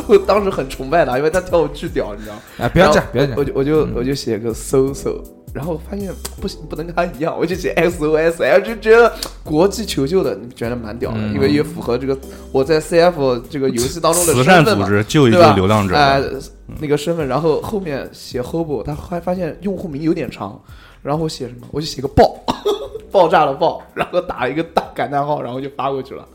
Speaker 4: 我当时很崇拜他，因为他跳舞巨屌，你知道吗？
Speaker 2: 哎，不要讲，不要
Speaker 4: 然后
Speaker 2: 讲
Speaker 4: 我。就我就我就写个 Soso，然后发现不行，不能跟他一样，我就写 SOS，然后哎就觉得国际求救的觉得蛮屌的，
Speaker 2: 嗯
Speaker 4: 因为也符合这个我在 CF 这个游戏当中的
Speaker 5: 慈
Speaker 4: 身
Speaker 5: 善
Speaker 4: 份
Speaker 5: 组
Speaker 4: 嘛。
Speaker 5: 织救一
Speaker 4: 对
Speaker 5: 救
Speaker 4: 吧？
Speaker 5: 流浪者。
Speaker 4: 哎那个身份，然后后面写 hobo，他还发现用户名有点长，然后我写什么？我就写个爆， 爆炸的爆，然后打一个大感叹号，然后就发过去了。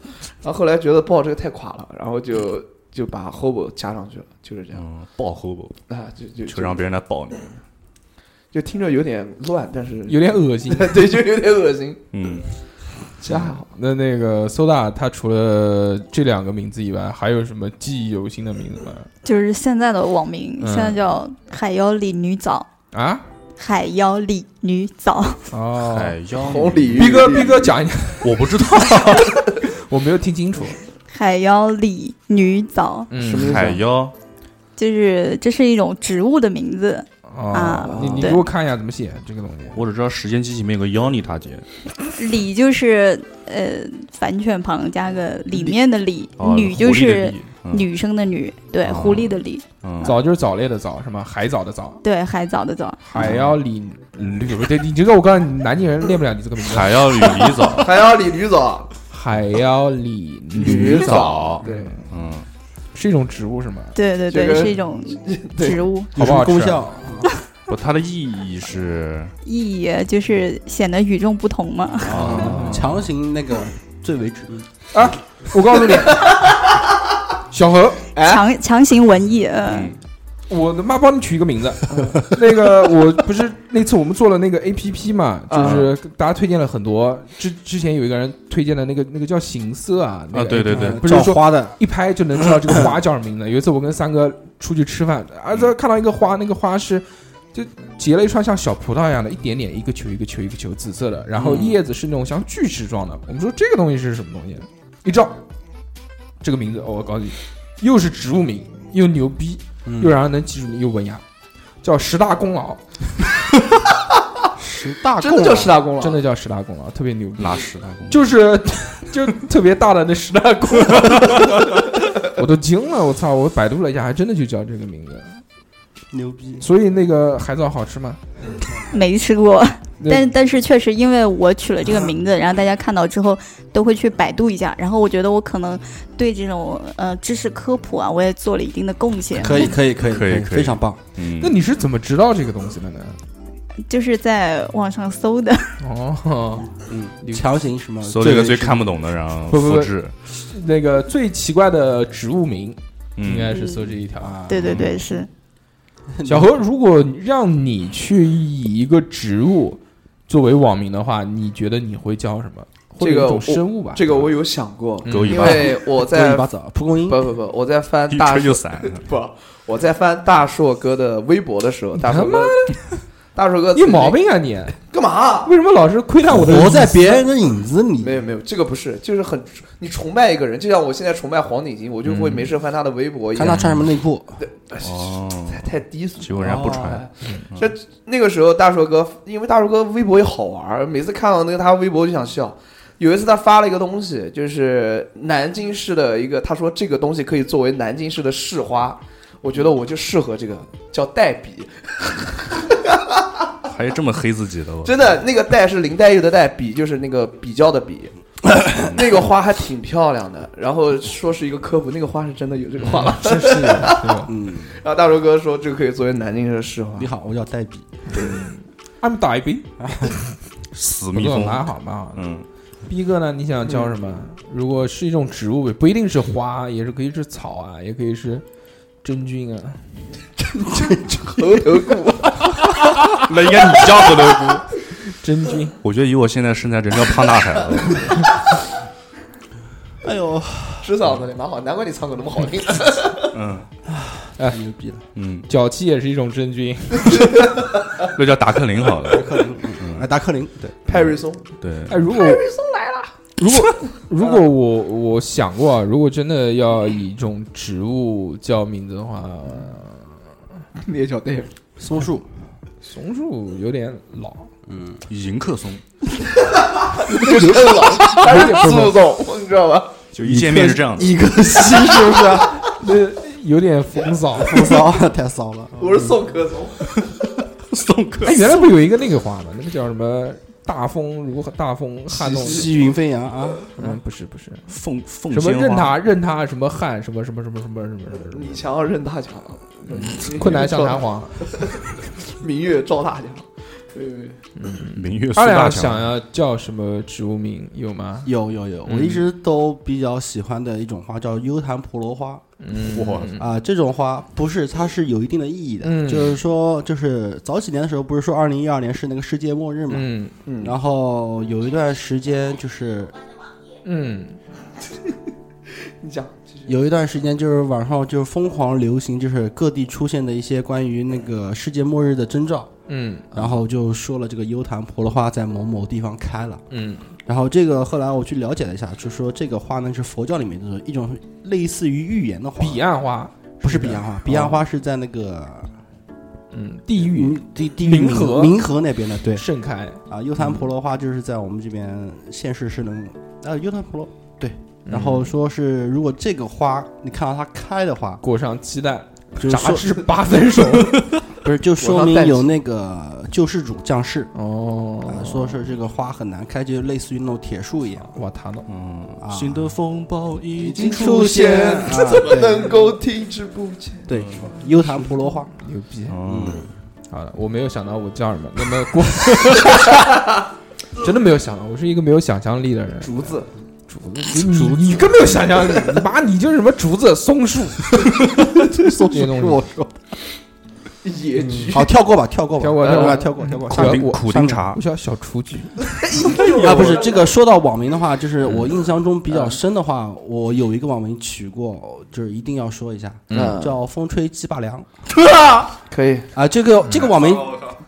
Speaker 4: 然后后来觉得爆这个太垮了，然后就就把 hobo 加上去了，就是这样
Speaker 5: 嗯，爆 hobo，
Speaker 4: 啊，就就
Speaker 5: 就让别人来爆你。
Speaker 4: 就听着有点乱，但是
Speaker 2: 有点恶心。
Speaker 4: 对，就有点恶心。
Speaker 5: 嗯，
Speaker 4: 其实还好，
Speaker 2: 那那个 Soda，他除了这两个名字以外，还有什么记忆犹新的名字吗？
Speaker 6: 就是现在的网名，
Speaker 2: 嗯
Speaker 6: 现在叫海妖里女枣，
Speaker 2: 啊？
Speaker 6: 海妖里女枣。
Speaker 2: 哦，
Speaker 5: 哎呀，
Speaker 4: 红鲤鱼
Speaker 2: 逼哥，逼哥讲一讲，
Speaker 5: 我不 知道。
Speaker 2: 我没有听清楚。
Speaker 6: 海妖里女枣，
Speaker 2: 嗯
Speaker 4: 什么意思
Speaker 5: 海妖
Speaker 6: 就是这是一种植物的名字，啊
Speaker 2: 哦你你
Speaker 6: 对
Speaker 2: 给我看一下怎么写这个东西。
Speaker 5: 我只知道《时间机器》里面有个妖孽大姐，
Speaker 6: 李就是呃反犬旁加个里面的里，
Speaker 2: 嗯
Speaker 5: 哦
Speaker 6: 女就
Speaker 5: 狐狸的
Speaker 6: 是
Speaker 5: 狸嗯
Speaker 6: 女生的女，对，
Speaker 5: 哦
Speaker 6: 狐狸的狸，
Speaker 5: 嗯，
Speaker 2: 早就是早类的早，什么海藻的藻，
Speaker 6: 对，海藻的藻，
Speaker 2: 海要理理不对，你这个我告诉你，南京人练不了你这个名字。
Speaker 5: 还要与狸 藻，
Speaker 4: 还要理驴藻，
Speaker 2: 海妖里
Speaker 4: 驴
Speaker 5: 藻
Speaker 2: 对，
Speaker 5: 嗯，
Speaker 2: 是一种植物是吗？
Speaker 6: 对对对，
Speaker 4: 这个
Speaker 6: 是一种植物，
Speaker 2: 好不好
Speaker 3: 有什么功
Speaker 2: 吃
Speaker 3: 效？
Speaker 5: 不，它的意义是
Speaker 6: 意义就是显得与众不同嘛。
Speaker 5: 啊，
Speaker 3: 强行那个最为止，
Speaker 2: 我告诉你，小何，
Speaker 4: 哎
Speaker 6: 强强行文艺，嗯，
Speaker 2: 我他妈帮你取一个名字。 那个我不是那次我们做了那个 A P P 嘛，
Speaker 5: 啊
Speaker 2: 就是大家推荐了很多，之之前有一个人推荐的那个那个叫行色啊，那
Speaker 5: 啊，
Speaker 2: 个
Speaker 5: 对对对，
Speaker 3: 嗯
Speaker 2: 不是
Speaker 3: 照
Speaker 2: 说
Speaker 3: 花的，
Speaker 2: 一拍就能知道这个花叫什么名字。有一次我跟三哥出去吃 饭，啊，这看到一个花，那个花是就结了一串像小葡萄一样的，一点点一个球一个球一个球紫色的，然后叶子是那种像锯齿状的。我们说这个东西是什么东西？一照这个名字，哦，我告诉你，又是植物名，又牛逼，
Speaker 3: 嗯
Speaker 2: 又让人能记住你，又文雅，叫十大功劳，
Speaker 3: 十大
Speaker 4: 真的
Speaker 3: 贡
Speaker 4: 叫
Speaker 3: 啊
Speaker 4: 十大功劳，
Speaker 2: 真的叫十大功劳，特别牛逼。
Speaker 5: 拉屎大公，
Speaker 2: 就是 就特别大的那十大功劳， 我都惊了，我操！我百度了一下，还真的就叫这个名字。
Speaker 3: 牛逼，
Speaker 2: 所以那个海藻好吃吗？
Speaker 6: 没吃过，
Speaker 2: 那
Speaker 6: 但但是确实因为我取了这个名字，然后大家看到之后都会去百度一下，然后我觉得我可能对这种呃知识科普啊，我也做了一定的贡献，
Speaker 3: 可以可以可以
Speaker 5: 可以
Speaker 3: 以，
Speaker 5: 可以
Speaker 3: 非常棒。
Speaker 5: 嗯
Speaker 2: 那，你是怎么知道这个东西的呢？
Speaker 6: 就是在网上搜的，
Speaker 2: 哦，
Speaker 3: 嗯，强行什么
Speaker 5: 搜这个
Speaker 3: 最
Speaker 5: 最看不懂的，然后
Speaker 2: 不不不
Speaker 5: 复制，
Speaker 2: 那个最奇怪的植物名应
Speaker 5: 嗯，
Speaker 2: 该是搜这一条啊。
Speaker 6: 对对对，是
Speaker 2: 小何，如果让你去以一个植物作为网名的话，你觉得你会叫什么？或者
Speaker 4: 这个
Speaker 2: 一种
Speaker 4: 我
Speaker 2: 生物吧？
Speaker 4: 这个我有想过，
Speaker 2: 嗯
Speaker 5: 狗尾
Speaker 4: 因
Speaker 5: 巴，
Speaker 4: 为我
Speaker 3: 在
Speaker 4: 在
Speaker 3: 一把枣，蒲公英，
Speaker 4: 不不不，我在翻
Speaker 5: 一
Speaker 4: 大
Speaker 5: 吹就散，
Speaker 4: 不， 我在翻大硕哥的微博的时候，大
Speaker 2: 他
Speaker 4: 硕哥， 大硕哥
Speaker 2: 你有毛病啊你！
Speaker 4: 干嘛？
Speaker 2: 为什么老是窥探我的隐私？
Speaker 3: 活在别人的影子里
Speaker 4: 没，有没有，这个不是，就是很你崇拜一个人，就像我现在崇拜黄景行，我就会没
Speaker 5: 嗯
Speaker 4: 事翻他的微博一
Speaker 3: 看他
Speaker 4: 样。
Speaker 3: 穿什么内裤，
Speaker 5: 哦，
Speaker 4: 太太低俗了，
Speaker 5: 结果人家不传，
Speaker 4: 这那个时候，大硕哥，因为大硕哥微博也好玩儿，每次看到那个他微博就想笑。有一次他发了一个东西，就是南京市的一个，他说这个东西可以作为南京市的市花，我觉得我就适合这个，叫黛笔，
Speaker 2: 哦
Speaker 5: 还有这么黑自己的，我
Speaker 4: 真的那个黛是林黛玉的黛，笔就是那个比较的比。那个花还挺漂亮的，然后说是一个科普，那个花是真的有这个花了。
Speaker 2: 是是的，对吧？
Speaker 3: 嗯，
Speaker 4: 然后大周哥说这个可以作为南京市的市花
Speaker 3: 你，好，我叫黛比，
Speaker 2: I'm 大一兵，
Speaker 5: 死
Speaker 2: 不
Speaker 5: 蜜
Speaker 2: 错，
Speaker 5: 蜂，
Speaker 2: 蛮好蛮好。
Speaker 5: 嗯，
Speaker 2: 逼哥呢？你想叫什么？如果是一种植物，不一定是花，也是可以是草啊，也可以是真菌啊。
Speaker 4: 猴头菇。
Speaker 5: 那应该你叫猴头菇，
Speaker 2: 真菌，
Speaker 5: 我觉得以我现在身材，人叫胖大海了，
Speaker 3: 哎呦，
Speaker 4: 吃嗓子的蛮好，难怪你唱歌那么好听。
Speaker 5: 嗯
Speaker 3: 太牛逼了，
Speaker 5: 嗯，
Speaker 2: 脚哎气也是一种真菌。
Speaker 5: 那叫达克林好了，
Speaker 3: 克林，嗯哎，达克林，对，
Speaker 4: 派瑞松，
Speaker 5: 对，
Speaker 2: 哎，如果 如果如果我我想过啊，如果真的要以一种植物叫名字的话，
Speaker 4: 你也叫黛比。
Speaker 3: 松树，
Speaker 2: 松树有点老，
Speaker 3: 嗯，
Speaker 5: 迎客松，
Speaker 4: 就是老，但是速冻，你知道吧？
Speaker 5: 就一见面是这样的，
Speaker 3: 一个西是不是？
Speaker 2: 那有点风骚。
Speaker 3: 风骚，太骚 了，
Speaker 4: 我是宋柯总，
Speaker 5: 送客
Speaker 2: 哎，原来不有一个那个花吗？那个叫什么？大风如何？大风撼动。
Speaker 3: 西云飞扬啊，
Speaker 2: 嗯，不是不是，
Speaker 5: 凤凤
Speaker 2: 什么
Speaker 5: 仙
Speaker 2: 任
Speaker 5: 花，
Speaker 2: 他任他什么汉什么什么什么什么什么什么什
Speaker 4: 李
Speaker 2: 么，
Speaker 4: 强任大强，
Speaker 2: 困难像弹簧。
Speaker 4: 明月照大江。对对，
Speaker 5: 嗯明月苏
Speaker 2: 他
Speaker 5: 大
Speaker 2: 俩
Speaker 5: 强
Speaker 2: 想，要叫什么植物名有吗？
Speaker 3: 有有有，我
Speaker 2: 嗯
Speaker 3: 一直都比较喜欢的一种花叫幽昙婆罗花
Speaker 2: 嗯，
Speaker 5: 哇
Speaker 3: 啊，这种花不是它是有一定的意义的，
Speaker 2: 嗯
Speaker 3: 就是说就是早几年的时候不是说二零一二年是那个世界末日嘛，
Speaker 2: 嗯
Speaker 4: 嗯
Speaker 3: 然后有一段时间就是
Speaker 2: 嗯，
Speaker 4: 你讲，继续
Speaker 3: 有一段时间就是网上就是疯狂流行，就是各地出现的一些关于那个世界末日的征兆，
Speaker 2: 嗯
Speaker 3: 然后就说了这个幽昙婆罗花在某某地方开了。
Speaker 2: 嗯
Speaker 3: 然后这个后来我去了解了一下，就说这个花呢是佛教里面的一种类似于预言的花，
Speaker 2: 彼岸花哦
Speaker 3: 不是彼岸花，彼岸
Speaker 2: 花，
Speaker 3: 花是在那个
Speaker 2: 嗯，地狱
Speaker 3: 嗯地地域
Speaker 2: 冥河嗯
Speaker 3: 冥河那边的，对
Speaker 2: 盛开，
Speaker 3: 啊，优昙婆罗花就是在我们这边县市是能啊优昙婆罗，
Speaker 2: 嗯
Speaker 3: 然后说是如果这个花你看到它开的话，
Speaker 2: 裹上鸡蛋，
Speaker 3: 就是
Speaker 2: 炸
Speaker 3: 说
Speaker 2: 制八分熟。
Speaker 3: 不是就
Speaker 4: 我
Speaker 3: 说
Speaker 4: 上
Speaker 3: 明
Speaker 4: 代
Speaker 3: 有那个救世主降世
Speaker 2: 哦
Speaker 3: 啊，说是这个花很难开，就类似于那种铁树一样。
Speaker 2: 瓦塔诺，
Speaker 3: 啊
Speaker 5: 嗯，新的风暴已经
Speaker 3: 经
Speaker 5: 出现。
Speaker 3: 啊
Speaker 4: 怎么
Speaker 3: 对
Speaker 4: 能够停止不前？
Speaker 3: 对，优昙婆罗花，
Speaker 2: 牛逼！
Speaker 5: 嗯，
Speaker 2: 好了，我没有想到我叫什么，那么 过，真的没有想到，我是一个没有想象力的人。
Speaker 4: 竹子，
Speaker 2: 竹子，你你更没有想象力，你妈你就是什么竹子、松树， 松这些东西。
Speaker 3: 我说
Speaker 4: 野菊，
Speaker 3: 好跳过吧，跳过吧，
Speaker 2: 跳过
Speaker 3: 跳
Speaker 2: 跳过
Speaker 3: 跳过跳过。
Speaker 2: 苦
Speaker 3: 下
Speaker 2: 丁
Speaker 3: 面
Speaker 5: 苦丁茶
Speaker 2: 我叫小雏菊，
Speaker 3: 啊，不是这个说到网名的话，就是我印象中比较深的话，我有一个网名取过，就是一定要说一下，
Speaker 4: 嗯
Speaker 3: 叫风吹鸡巴凉
Speaker 4: 可以，
Speaker 3: 啊。这个这个网名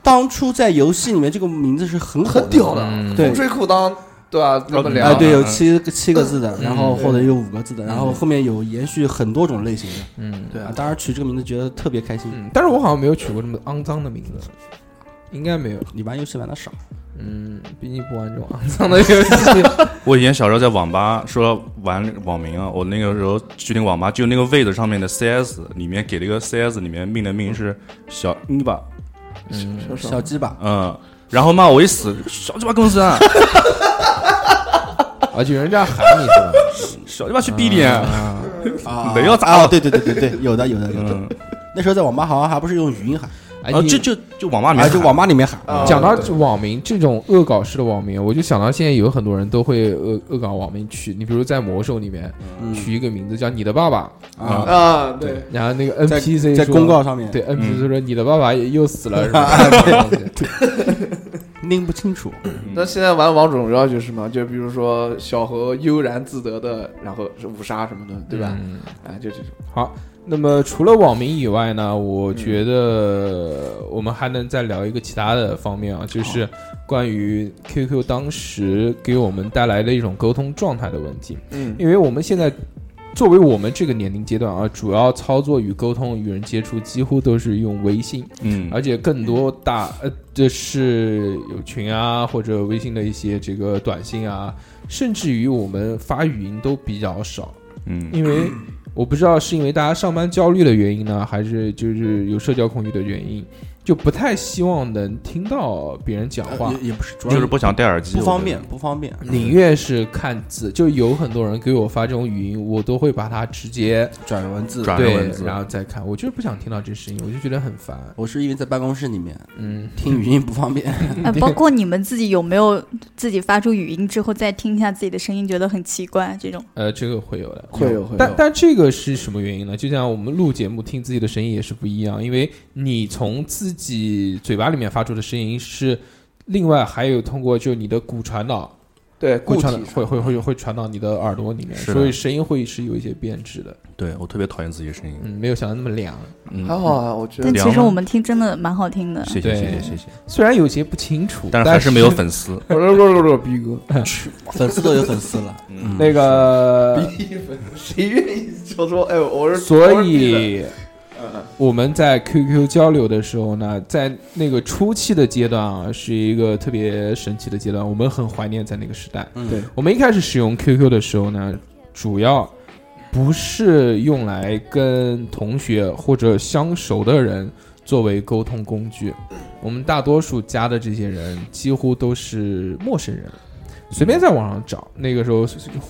Speaker 3: 当初在游戏里面这个名字是很火
Speaker 4: 很屌的，
Speaker 2: 嗯啊
Speaker 3: 对
Speaker 4: 风吹裤裆，对吧？那么
Speaker 3: 啊，
Speaker 4: 凉，
Speaker 3: 对，有七七个字的，然后或者有五个字的，然后后面有延续很多种类型的。
Speaker 2: 嗯
Speaker 3: 对啊，当时取这个名字觉得特别开心。
Speaker 2: 嗯，但是我好像没有取过这么肮脏的名字，应该没有。
Speaker 3: 你玩游戏玩的少，
Speaker 2: 嗯，毕竟不玩这种肮脏的游戏。
Speaker 5: 我以前小时候在网吧，说到玩网名啊，我那个时候去那个网吧，就那个位置上面的 CS 里面给了一个 CS 里面命的命是小泥巴，
Speaker 4: 小手
Speaker 3: 小鸡巴，
Speaker 5: 嗯，然后骂我一死，小鸡巴公司啊，
Speaker 2: 啊，就有人这样喊你是
Speaker 5: 小鸡巴去闭脸，
Speaker 3: 啊
Speaker 5: 没有砸
Speaker 3: 啊！对对对对对，有的有的有的。
Speaker 5: 嗯，
Speaker 3: 那时候在网吧好像还不是用语音喊，
Speaker 2: 吧？哎，
Speaker 5: 然后
Speaker 2: 你
Speaker 5: 呃就就就网吧里
Speaker 3: 啊，
Speaker 5: 面
Speaker 3: 就
Speaker 5: 喊嗯
Speaker 3: 网吧里面喊。
Speaker 4: 啊
Speaker 2: 讲到网名这种恶搞式的网名，我就想到现在有很多人都会恶恶搞网名取，你比如在魔兽里面
Speaker 3: 嗯
Speaker 2: 取一个名字叫你的爸爸，
Speaker 3: 啊，
Speaker 5: 嗯
Speaker 4: 啊，对，
Speaker 2: 然后那个
Speaker 3: 在
Speaker 2: NPC
Speaker 3: 在
Speaker 2: 说
Speaker 3: 公告上嗯面
Speaker 2: 对 NPC 说你的爸爸又死了是吧？
Speaker 3: 拎不清楚，
Speaker 4: 那现在玩王者荣耀就是什么？就比如说小何悠然自得的，然后是五杀什么的，对吧？
Speaker 2: 嗯
Speaker 4: 哎，就这种，
Speaker 2: 好，那么除了网名以外呢，我觉得我们还能再聊一个其他的方面啊，就是关于 QQ 当时给我们带来的一种沟通状态的问题。
Speaker 4: 嗯
Speaker 2: 因为我们现在作为我们这个年龄阶段啊，主要操作与沟通、与人接触几乎都是用微信，
Speaker 5: 嗯
Speaker 2: 而且更多大呃，这是有群啊，或者微信的一些这个短信啊，甚至于我们发语音都比较少，
Speaker 5: 嗯
Speaker 2: 因为我不知道是因为大家上班焦虑的原因呢，还是就是有社交恐惧的原因，就不太希望能听到别人讲话。
Speaker 3: 呃也也不是，主要
Speaker 5: 就是不想戴耳机，
Speaker 3: 不方便
Speaker 5: 我觉，
Speaker 3: 不方便。
Speaker 2: 宁愿是看字，就有很多人给我发这种语音，我都会把它直接
Speaker 3: 转文字
Speaker 5: 转发
Speaker 2: 对
Speaker 5: 文，字
Speaker 2: 然后再看。我就是不想听到这声音，我就觉得很烦。
Speaker 3: 我是因为在办公室里面
Speaker 2: 嗯，
Speaker 3: 听语音不方便，
Speaker 6: 哎，包括你们自己有没有自己发出语音之后再听一下自己的声音，觉得很奇怪这种？
Speaker 2: 呃，这个会有的。
Speaker 4: 会有会
Speaker 2: 但
Speaker 4: 有，
Speaker 2: 但这个是什么原因呢？就像我们录节目听自己的声音也是不一样，因为你从自己嘴巴里面发出的声音是，另外还有通过就你的骨传导
Speaker 4: 对
Speaker 2: 会
Speaker 4: 固
Speaker 2: 传
Speaker 4: 体
Speaker 2: 会会会会传到你的耳朵里面，
Speaker 5: 是的
Speaker 2: 所以声音会是有一些变质的。
Speaker 5: 对我特别讨厌自己的声音，
Speaker 2: 嗯，没有想到那么凉。
Speaker 5: 嗯
Speaker 4: 还好啊，我觉得
Speaker 6: 但其
Speaker 5: 凉
Speaker 6: 实
Speaker 5: 吗
Speaker 6: 我们听真的蛮好听的。
Speaker 5: 谢谢
Speaker 2: 对
Speaker 5: 谢谢谢谢，
Speaker 2: 虽然有些不清楚，
Speaker 5: 但
Speaker 2: 但
Speaker 5: 是还是没有粉丝，
Speaker 4: 我说说说说逼哥，
Speaker 3: 粉丝都有粉丝了。
Speaker 5: 嗯，
Speaker 2: 那个，
Speaker 4: 逼粉，谁愿意就说哎，我是
Speaker 2: 所
Speaker 4: 我是逼的
Speaker 2: 以
Speaker 5: 嗯
Speaker 2: 我们在 QQ 交流的时候呢，在那个初期的阶段啊，是一个特别神奇的阶段，我们很怀念在那个时代。
Speaker 3: 嗯
Speaker 4: 对
Speaker 2: 我们一开始使用 QQ 的时候呢，主要不是用来跟同学或者相熟的人作为沟通工具，我们大多数加的这些人几乎都是陌生人。随便在网上找，那个时候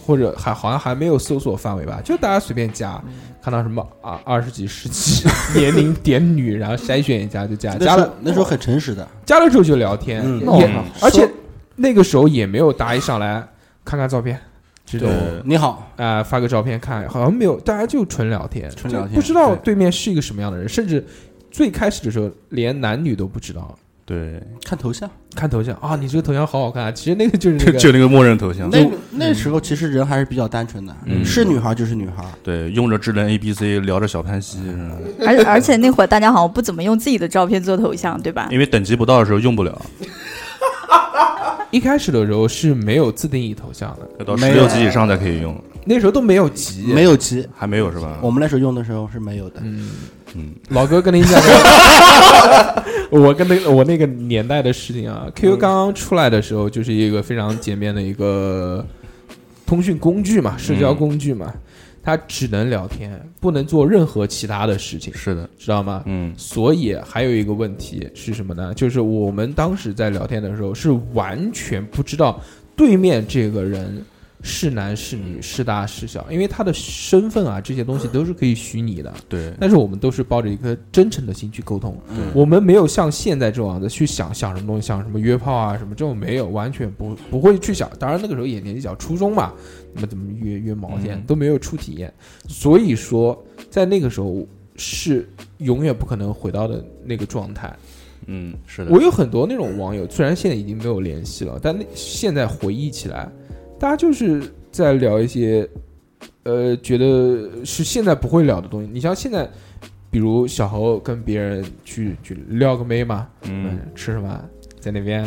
Speaker 2: 或者还好像还没有搜索范围吧，就大家随便加，看到什么啊二十几、十几年龄点女，然后筛选一下就加，
Speaker 3: 那
Speaker 2: 加
Speaker 3: 时
Speaker 2: 了
Speaker 3: 候那时候很诚实的，
Speaker 2: 加了之后就聊天，
Speaker 3: 嗯
Speaker 4: 那我
Speaker 2: 也
Speaker 4: 靠
Speaker 2: 而且
Speaker 3: 说
Speaker 2: 那个时候也没有答一上来看看照片这种
Speaker 5: 对
Speaker 3: 你好，
Speaker 2: 啊、呃发个照片看，好像没有，大家就纯聊天，
Speaker 3: 纯聊天
Speaker 2: 就不知道
Speaker 3: 对
Speaker 2: 对面是一个什么样的人，甚至最开始的时候连男女都不知道，
Speaker 5: 对，
Speaker 3: 看头像。
Speaker 2: 看头像啊，你这个头像好好看啊，其实那 个就是那
Speaker 5: 就
Speaker 2: 个
Speaker 5: 就那个默认头像，
Speaker 3: 那那时候其实人还是比较单纯的，
Speaker 5: 嗯
Speaker 3: 是女孩就是女孩。
Speaker 5: 对，用着智能 APC 聊着小潘西，
Speaker 6: 而 而且那会儿大家好像不怎么用自己的照片做头像，对吧？
Speaker 5: 因为等级不到的时候用不了，
Speaker 2: 一开始的时候是没有自定义头像的，
Speaker 5: 要到
Speaker 3: 没有
Speaker 5: 十六级以上才可以用。
Speaker 2: 那时候都没有急，
Speaker 3: 没有急，
Speaker 5: 还没有是吧？
Speaker 3: 我们那时候用的时候是没有的。
Speaker 2: 嗯
Speaker 5: 嗯，
Speaker 2: 老哥跟你讲， 我跟那个我那个年代的事情啊，QQ 刚刚出来的时候，就是一个非常简便的一个通讯工具嘛，社交工具嘛，它只能聊天，不能做任何其他的事情，
Speaker 5: 是的，
Speaker 2: 知道吗？
Speaker 5: 嗯，
Speaker 2: 所以还有一个问题是什么呢？就是我们当时在聊天的时候，是完全不知道对面这个人是男是女、是大是小，因为他的身份啊这些东西都是可以虚拟的。
Speaker 5: 对，
Speaker 2: 但是我们都是抱着一颗真诚的心去沟通，我们没有像现在这样的去想想什么东西，想什么约炮啊什么这种没有，完全不不会去想。当然那个时候也年纪小，初中嘛，那么怎么约约毛线
Speaker 5: 嗯
Speaker 2: 都没有初体验，所以说在那个时候是永远不可能回到的那个状态。
Speaker 5: 嗯，是的，
Speaker 2: 我有很多那种网友，虽然现在已经没有联系了，但那现在回忆起来，大家就是在聊一些，呃，觉得是现在不会聊的东西。你像现在，比如小侯跟别人去去撩个妹嘛，
Speaker 5: 嗯，
Speaker 2: 吃什么，在那边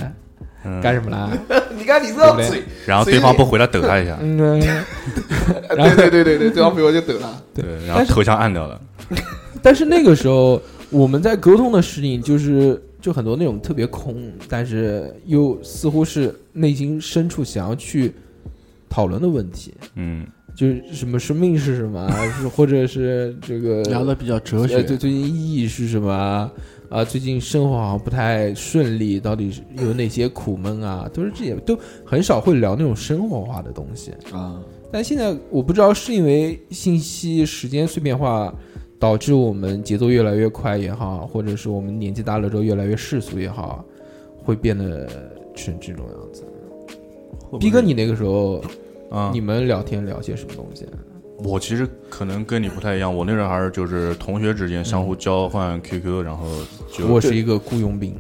Speaker 5: 嗯
Speaker 2: 干什么啦？
Speaker 4: 你看你这张
Speaker 2: 对不
Speaker 4: 嘴，
Speaker 5: 然后对方不回来抖他一下，
Speaker 2: 嗯，
Speaker 4: 哎对对对对对，对方陪我就得了。
Speaker 5: 对，然后
Speaker 2: 但是
Speaker 5: 头像按掉了，
Speaker 2: 但是那个时候我们在沟通的事情就是。就很多那种特别空，但是又似乎是内心深处想要去讨论的问题。
Speaker 5: 嗯，
Speaker 2: 就是什么生命是什 么啊，是或者是这个
Speaker 3: 聊的比较哲
Speaker 2: 呃
Speaker 3: 学，
Speaker 2: 对最近意义是什么啊？啊，最近生活好像不太顺利，到底是有哪些苦闷啊？都是这些，都很少会聊那种生活化的东西
Speaker 4: 啊。
Speaker 2: 但现在我不知道是因为信息时间碎片化导致我们节奏越来越快也好，或者是我们年纪大了之后越来越世俗也好，会变得成这种样子。逼哥，你那个时候
Speaker 5: 啊
Speaker 2: 你，们聊天聊些什么东西？啊
Speaker 5: 我其实可能跟你不太一样，我那时候还是就是同学之间相互交换 QQ，然后就
Speaker 2: 我是一个雇佣兵。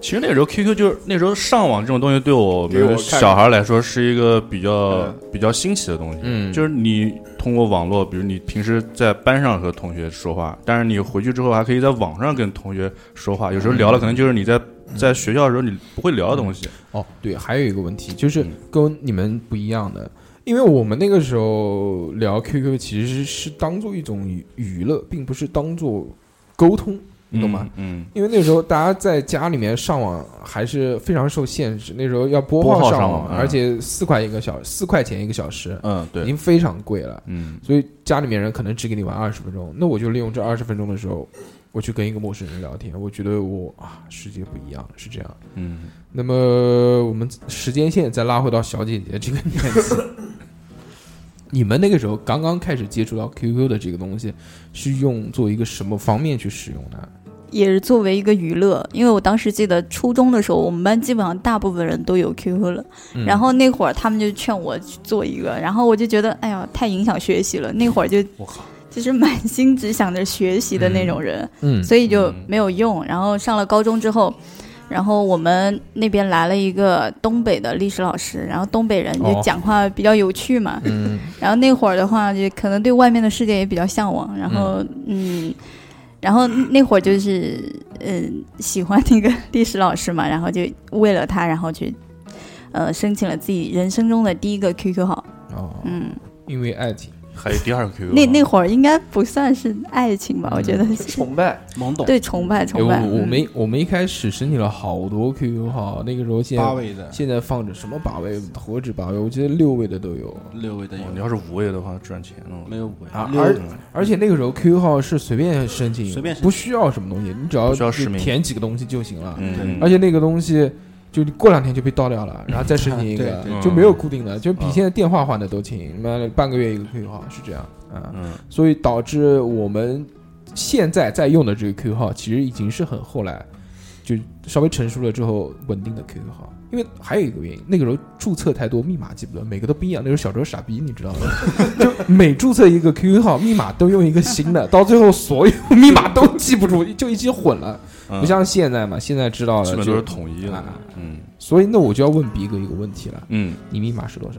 Speaker 5: 其实那时候 QQ 就是那时候上网这种东西对我
Speaker 4: 给我
Speaker 5: 们
Speaker 4: 看
Speaker 5: 小孩来说是一个比较
Speaker 4: 嗯
Speaker 5: 比较新奇的东西，
Speaker 2: 嗯
Speaker 5: 就是你通过网络，比如你平时在班上和同学说话，但是你回去之后还可以在网上跟同学说话，有时候聊的可能就是你在
Speaker 2: 嗯
Speaker 5: 在学校的时候你不会聊的东西，
Speaker 2: 哦，对，还有一个问题就是
Speaker 5: 嗯
Speaker 2: 跟你们不一样的，因为我们那个时候聊 QQ 其实是当做一种娱娱乐，并不是当做沟通，你懂吗？？
Speaker 5: 嗯，
Speaker 2: 因为那时候大家在家里面上网还是非常受限制，那时候要拨
Speaker 5: 拨号
Speaker 2: 号
Speaker 5: 上
Speaker 2: 网，
Speaker 5: 网嗯
Speaker 2: 而且四块一个小四块钱一个小时，
Speaker 5: 嗯，
Speaker 2: 已
Speaker 5: 对，
Speaker 2: 经非常贵了。
Speaker 5: 嗯
Speaker 2: 所以家里面人可能只给你玩二十分钟，那我就利用这二十分钟的时候，我去跟一个陌生人聊天，我觉得我啊世界不一样，是这样。
Speaker 5: 嗯，
Speaker 2: 那么我们时间线再拉回到小姐姐这个年纪，你们那个时候刚刚开始接触到 QQ 的这个东西，是用作为一个什么方面去使用呢？
Speaker 6: 也是作为一个娱乐，因为我当时记得初中的时候，我们班基本上大部分人都有 QQ 了，
Speaker 2: 嗯
Speaker 6: 然后那会儿他们就劝我去做一个，然后我就觉得，哎呀，太影响学习了。那会儿就
Speaker 5: 我靠，
Speaker 6: 就是满心只想着学习的那种人，
Speaker 2: 嗯
Speaker 6: 所以就
Speaker 5: 嗯
Speaker 6: 没有用。然后上了高中之后，然后我们那边来了一个东北的历史老师，然后东北人
Speaker 2: 哦
Speaker 6: 就讲话比较有趣嘛，
Speaker 2: 嗯
Speaker 6: 然后那会儿的话，就可能对外面的世界也比较向往，然后嗯然后那会儿就是嗯、喜欢那个历史老师嘛，然后就为了他，然后去呃申请了自己人生中的第一个 QQ 号，
Speaker 2: 哦，
Speaker 6: 嗯，
Speaker 2: 因为爱情，
Speaker 5: 还有第二个啊 QQ，
Speaker 6: 那那
Speaker 5: 号
Speaker 6: 会儿应该不算是爱情吧，
Speaker 2: 嗯
Speaker 6: 我觉得
Speaker 4: 是
Speaker 6: 是
Speaker 4: 崇拜，
Speaker 3: 懵懂
Speaker 6: 对崇拜
Speaker 2: 哎，
Speaker 6: 崇
Speaker 2: 我
Speaker 6: 拜，
Speaker 2: 我
Speaker 6: 嗯
Speaker 2: 们我们一开始申请了好多 QQ 号，那个时候现
Speaker 3: 八
Speaker 2: 在
Speaker 3: 位的、
Speaker 2: 现在放着什么八位，何止八位，我记得六位的都有。
Speaker 3: 六位的有
Speaker 5: 哦你，要是五位的话赚钱哦了，
Speaker 3: 哦没有五位
Speaker 2: 啊，
Speaker 3: 六
Speaker 2: 而
Speaker 3: 位
Speaker 2: 而且那个时候 QQ 号是随便申请，
Speaker 3: 随便申请
Speaker 2: 不需要什么东西，你只
Speaker 5: 不需要
Speaker 2: 要
Speaker 5: 实名
Speaker 2: 填几个东西就行了。
Speaker 5: 嗯，
Speaker 2: 而且那个东西就你过两天就被盗掉了，然后再申请一
Speaker 3: 对
Speaker 2: 个
Speaker 5: 对，
Speaker 2: 就没有固定的，就比
Speaker 5: 嗯
Speaker 2: 现在电话换的都勤。妈的，半个月一个 QQ 号是这样啊，
Speaker 5: 嗯
Speaker 2: 所以导致我们现在在用的这个 QQ 号其实已经是很后来就稍微成熟了之后稳定的 QQ 号。因为还有一个原因，那个时候注册太多，密码记不得，每个都不一样。那时候小时候傻逼，你知道吗？ 就每注册一个 QQ 号，密码都用一个新的，到最后所有密码都记不住，就一起混了。
Speaker 5: 嗯，
Speaker 2: 不像现在嘛，现在知道了
Speaker 5: 基
Speaker 2: 就
Speaker 5: 本都是统一的
Speaker 2: 啊，
Speaker 5: 嗯
Speaker 2: 所以那我就要问逼哥一个问题了，
Speaker 5: 嗯。
Speaker 2: 你密码是多少？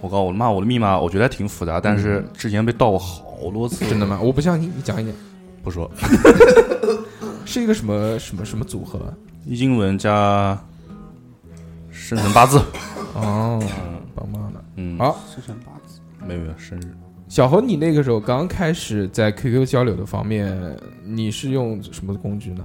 Speaker 5: 我告诉我妈，我的密码我觉得还挺复杂，但是之前被盗过好多次。
Speaker 2: 嗯真的？吗？我不相信，你讲一讲，
Speaker 5: 不说，
Speaker 2: 是一个什么什么什么组合？
Speaker 5: 英文加生辰八字，
Speaker 2: 哦，
Speaker 5: 嗯，嗯，
Speaker 2: 好，
Speaker 3: 生辰八字，
Speaker 5: 没有没有生日，
Speaker 2: 小侯，你那个时候刚开始在 QQ 交流的方面，你是用什么工具呢？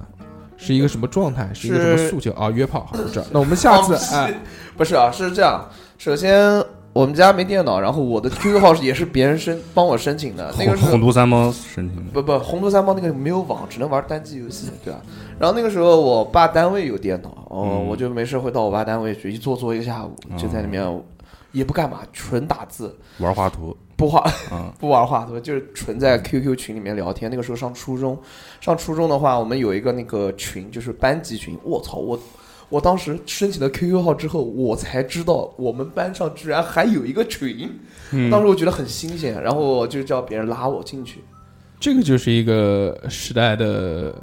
Speaker 2: 是一个什么状态？是一个什么
Speaker 4: 是
Speaker 2: 诉求啊？约炮，好，我知道。那我们下次哎，
Speaker 4: 不是啊，是这样。首先，我们家没电脑，然后我的 QQ 号是也是别人申帮我申请
Speaker 2: 啊
Speaker 4: 的，那
Speaker 5: 红
Speaker 4: 个是
Speaker 5: 红都三猫申请的，
Speaker 4: 不不红头三猫那个没有网，只能玩单机游戏，对吧、啊然后那个时候我爸单位有电脑，哦，
Speaker 5: 嗯
Speaker 4: 我就没事会到我爸单位去一坐坐一个下午，就在里面、也不干嘛，纯打字，
Speaker 5: 玩画图
Speaker 4: 不画
Speaker 5: 啊，
Speaker 4: 不玩话，对吧？就是纯在 QQ 群里面聊天。那个时候上初中，上初中的话，我们有一个那个群，就是班级群。我操，我我当时申请了 QQ 号之后，我才知道我们班上居然还有一个群。当时我觉得很新鲜，然后我就叫别人拉我进去。
Speaker 2: 这个就是一个时代的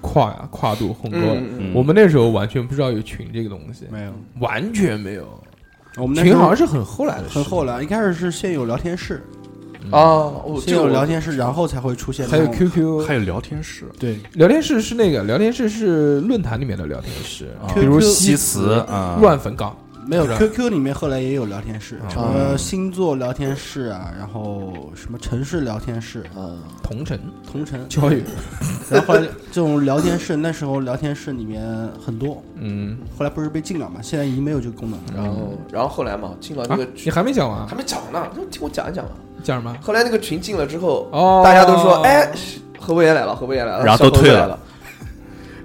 Speaker 2: 跨跨度鸿沟了。
Speaker 4: 嗯，
Speaker 2: 我们那时候完全不知道有群这个东西，
Speaker 3: 没有，
Speaker 2: 完全没有。
Speaker 3: 我们那时
Speaker 2: 群好
Speaker 3: 候
Speaker 2: 像是很后来的事，
Speaker 3: 很后来，一开始是先有聊天室，
Speaker 4: 啊，我
Speaker 3: 先
Speaker 4: 这
Speaker 3: 有
Speaker 4: 个
Speaker 3: 聊天室，然后才会出现
Speaker 2: 还有
Speaker 3: 那种
Speaker 2: QQ，
Speaker 5: 还有聊天
Speaker 2: 啊
Speaker 5: 室，
Speaker 3: 对
Speaker 2: 聊天室是那个聊天室是论坛里面的聊天室，
Speaker 5: 啊
Speaker 2: 比如
Speaker 3: QQ
Speaker 2: 西
Speaker 5: 西祠啊，
Speaker 2: 乱坟岗。
Speaker 3: 没有哦
Speaker 2: 是
Speaker 3: QQ 里面后来也有聊天室，什么星座聊天室啊，然后什么城市聊天室、啊
Speaker 2: 啊
Speaker 4: 嗯，
Speaker 2: 同城
Speaker 3: 同城，
Speaker 2: 交友，
Speaker 3: 然后后来这种聊天室，那时候聊天室里面很多，
Speaker 2: 嗯，
Speaker 3: 后来不是被禁了嘛，现在已经没有这个功能了。
Speaker 4: 然后然后后来嘛，进了
Speaker 2: 啊
Speaker 4: 那个，
Speaker 2: 你
Speaker 4: 群，
Speaker 2: 还没讲完啊
Speaker 4: 还？没讲呢，你听我讲一讲嘛。
Speaker 2: 讲什么？
Speaker 4: 后来那个群进了之后，
Speaker 2: 哦，
Speaker 4: 大家都说，哎，何伟也来了，何伟也来了，
Speaker 5: 然后都
Speaker 4: 小何
Speaker 5: 退
Speaker 4: 也来
Speaker 5: 了
Speaker 4: 了，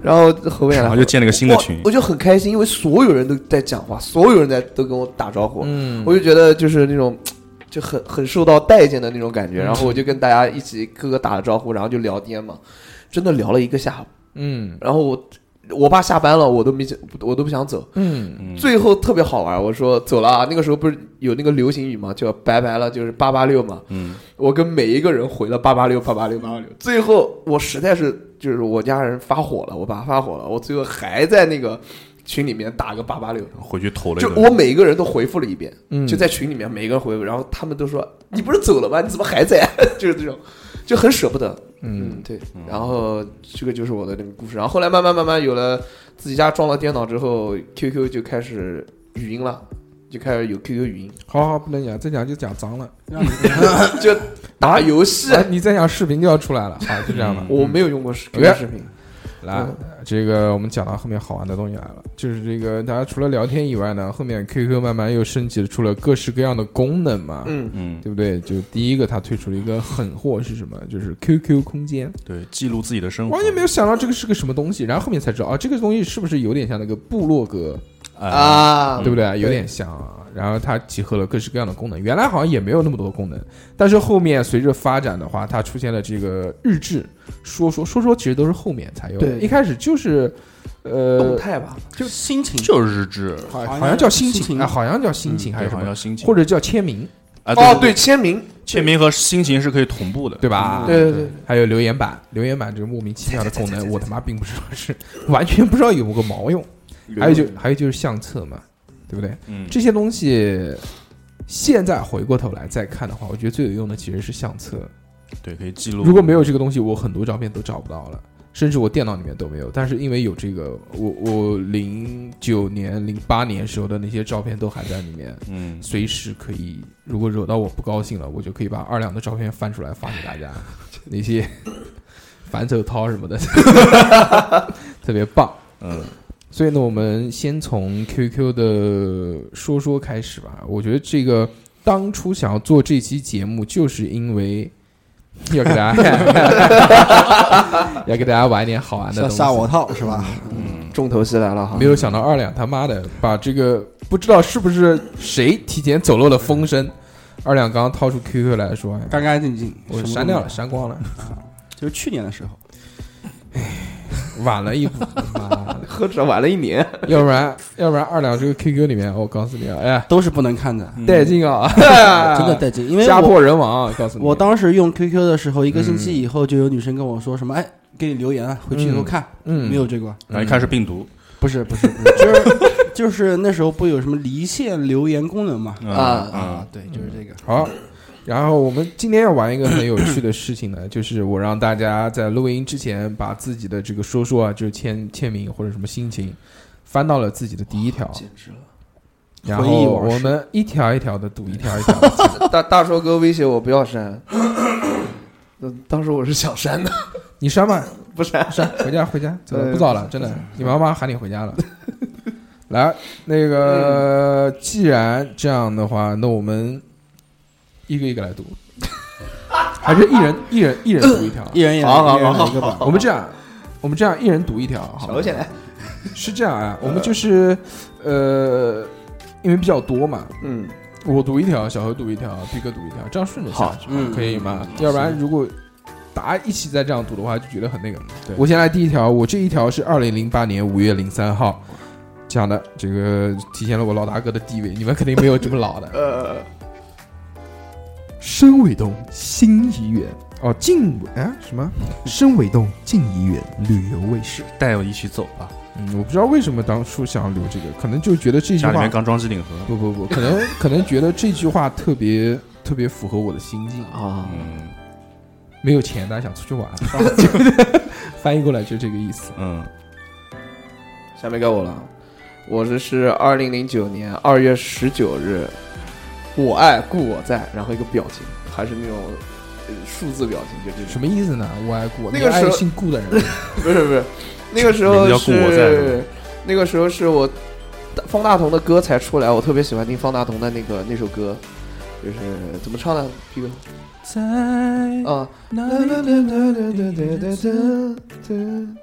Speaker 4: 然后何伟也来
Speaker 5: 然后，
Speaker 4: 了
Speaker 5: 就建了个新的
Speaker 4: 哇
Speaker 5: 群，
Speaker 4: 我就很开心，因为所有人都在讲话，所有人在都跟我打招呼，
Speaker 2: 嗯，
Speaker 4: 我就觉得就是那种就很很受到待见的那种
Speaker 2: 嗯
Speaker 4: 感觉。然后我就跟大家一起各个打了招呼，然后就聊天嘛，真的聊了一个下午。
Speaker 2: 嗯
Speaker 4: 然后我我爸下班了，我都没想我都不想走，
Speaker 2: 嗯
Speaker 5: 嗯
Speaker 4: 最后特别好玩，我说走了啊。那个时候不是有那个流行语嘛，叫拜拜了，就是八八六嘛。
Speaker 5: 嗯，
Speaker 4: 我跟每一个人回了八八六八八六八八六，最后我实在是就是我家人发火了，我爸发火了，我最后还在那个群里面打个八八六，
Speaker 5: 回去投了一
Speaker 4: 就
Speaker 5: 个
Speaker 4: 我，每一个人都回复了一遍，
Speaker 2: 嗯，
Speaker 4: 就在群里面每一个人回复，然后他们都说你不是走了吗？你怎么还在？ 就是这种，就很舍不得。
Speaker 2: 嗯
Speaker 4: 嗯，对。然后这个就是我的那个故事。然后后来慢慢慢慢有了自己家装了电脑之后，QQ 就开始语音了，就开始有 QQ 语音，
Speaker 2: 好好不能讲，再讲就讲脏了。
Speaker 3: 让你
Speaker 4: 就打游戏。
Speaker 2: 啊，你再讲视频就要 出来了，好，就这
Speaker 3: 嗯
Speaker 2: 样吧。
Speaker 4: 我没有用过视
Speaker 2: OK
Speaker 4: 频视频，
Speaker 2: 来，这个我们讲到后面好玩的东西来了，就是这个大家除了聊天以外呢，后面 QQ 慢慢又升级出了各式各样的功能嘛，
Speaker 4: 嗯，
Speaker 5: 嗯，
Speaker 2: 对不对？就第一个，它推出了一个狠货是什么？就是 QQ 空间，
Speaker 5: 对，记录自己的生活，
Speaker 2: 完全没有想到这个是个什么东西，然后后面才知道啊，这个东西是不是有点像那个部落格，
Speaker 5: 啊，
Speaker 4: 啊
Speaker 2: 对，不对？有点像啊。然后它集合了各式各样的功能，原来好像也没有那么多功能，但是后面随着发展的话，它出现了这个日志、说说、说说，其实都是后面才有的，
Speaker 4: 对
Speaker 2: 一开始就是，
Speaker 4: 动
Speaker 2: 呃，
Speaker 4: 态吧，
Speaker 3: 就心情
Speaker 5: 就是日志，
Speaker 2: 好
Speaker 3: 好
Speaker 2: 好像叫心
Speaker 3: 心
Speaker 2: 情，
Speaker 3: 情
Speaker 2: 啊，好像叫心情
Speaker 5: 嗯
Speaker 2: 还
Speaker 5: 对
Speaker 2: 是什
Speaker 5: 好像
Speaker 2: 么，
Speaker 5: 要心情
Speaker 2: 或者叫签名，
Speaker 5: 啊，
Speaker 4: 哦，对，，签名，
Speaker 5: 签名和心情是可以同步的，
Speaker 2: 对吧？
Speaker 4: 对对对，
Speaker 2: 还有留言板，留言板这个莫名其妙的功能，我他妈并不知道是完全不知道有个毛用。还有就还有就是相册嘛，对不对？
Speaker 5: 嗯，
Speaker 2: 这些东西现在回过头来再看的话，我觉得最有用的其实是相册。
Speaker 5: 对，可以记录，
Speaker 2: 如果没有这个东西，我很多照片都找不到了，甚至我电脑里面都没有。但是因为有这个，我我零九年、零八年时候的那些照片都还在里面。
Speaker 5: 嗯，
Speaker 2: 随时可以，如果惹到我不高兴了，我就可以把二两的照片翻出来发给大 家，那些反手掏什么的，特别棒。
Speaker 5: 嗯，
Speaker 2: 所以呢，我们先从 QQ 的说说开始吧。我觉得这个当初想要做这期节目，就是因为 要给 大家要给大家玩一点好玩的
Speaker 3: 下
Speaker 2: 东西。嗯
Speaker 3: 下我套是吧？
Speaker 4: 重头戏来了哈
Speaker 3: 啊
Speaker 2: 没，有想到二两他妈的把这个不知道是不是谁提前走漏了风声， 二两刚刚掏出 QQ 来说，哎
Speaker 3: 干干净净，
Speaker 2: 我
Speaker 3: 什么
Speaker 2: 删掉
Speaker 3: 都
Speaker 2: 了，删光了，
Speaker 3: 没有，就是去年的时候，
Speaker 2: 晚了 一步，妈的
Speaker 4: 何止晚了一年，
Speaker 2: 要不然要不然二两这个 QQ 里面，我告诉你啊，哎，
Speaker 3: 都是不能看的，哎
Speaker 2: 带 劲啊，
Speaker 3: 真的带劲，因为
Speaker 2: 家
Speaker 3: 我
Speaker 2: 破人亡啊，告诉你，
Speaker 3: 我当时用 QQ 的时候，一个星期以后就有女生跟我说什么，哎，给你留言啊，回去以后看，
Speaker 2: 嗯
Speaker 3: 没有这个，
Speaker 5: 然后一看是病毒，
Speaker 3: 不是不是不是， 就是就是那时候不有什么离线留言功能嘛，
Speaker 5: 嗯
Speaker 4: 啊
Speaker 3: 啊
Speaker 5: 嗯，，
Speaker 3: 对，就是这个，
Speaker 2: 好。然后我们今天要玩一个很有趣的事情呢， 就是我让大家在录音之前把自己的这个说说啊，就是签签名或者什么心情，翻到了自己的第一条，
Speaker 4: 简直了，
Speaker 2: 然后
Speaker 3: 回忆往事
Speaker 2: 我们一条一条的读，一条一条的记。
Speaker 4: 大大硕哥威胁我不要删， 那当时我是想删的，
Speaker 2: 你删吧，
Speaker 4: 不删。
Speaker 2: 删，回家回家，走了，
Speaker 4: 对
Speaker 2: 不早了，真的，你妈妈喊你回家了。 来，那个，既然这样的话，那我们一个一个来读，还是一人一人一人读一条。
Speaker 3: 一人一人
Speaker 4: 好好
Speaker 3: 一人
Speaker 4: 好
Speaker 3: 一个吧。
Speaker 2: 我们这样，我们这样一人读一条，好吧
Speaker 4: 小起来，
Speaker 2: 是这样啊，我们就是呃，因为比较多嘛，
Speaker 4: 嗯，
Speaker 2: 我读一条，小何读一条，毕哥读一条，这样顺着下去嘛
Speaker 3: 嗯
Speaker 2: 可以吗？要不然如果大家一起再这样读的话，就觉得很那个。
Speaker 5: 对
Speaker 2: 我先来第一条，我这一条是二零零八年五月零三号讲的，这个体现了我老大哥的地位，你们肯定没有这么老的。
Speaker 4: 呃，
Speaker 2: 深尾洞新怡园哦，近哎什么？深尾洞近怡园旅游卫视。
Speaker 5: 带我一起走吧。
Speaker 2: 嗯，我不知道为什么当初想要留这个，可能就觉得这句
Speaker 5: 家里
Speaker 2: 话
Speaker 5: 面刚装机顶盒，
Speaker 2: 不不不，可能可能觉得这句话特别特别符合我的心境啊。
Speaker 4: 啊，
Speaker 5: 嗯
Speaker 2: 没有钱，大家想出去玩，啊 翻译过来就这个意思。
Speaker 5: 嗯，
Speaker 4: 下面该我了，我这是二零零九年二月十九日，我爱故我在，然后一个表情，还是那种呃数字表情，就这种。
Speaker 2: 什么意思呢？我爱顾，
Speaker 4: 那
Speaker 2: 你
Speaker 4: 个
Speaker 2: 爱
Speaker 4: 时候
Speaker 2: 姓顾的人，
Speaker 4: 不是不是，那个时
Speaker 5: 名
Speaker 4: 候
Speaker 5: 字叫顾我在是
Speaker 4: 是那个时候是我方大同的歌才出来，我特别喜欢听方大同的那个那首歌，就是怎么唱的？这个
Speaker 5: 在
Speaker 4: 啊，
Speaker 5: 哪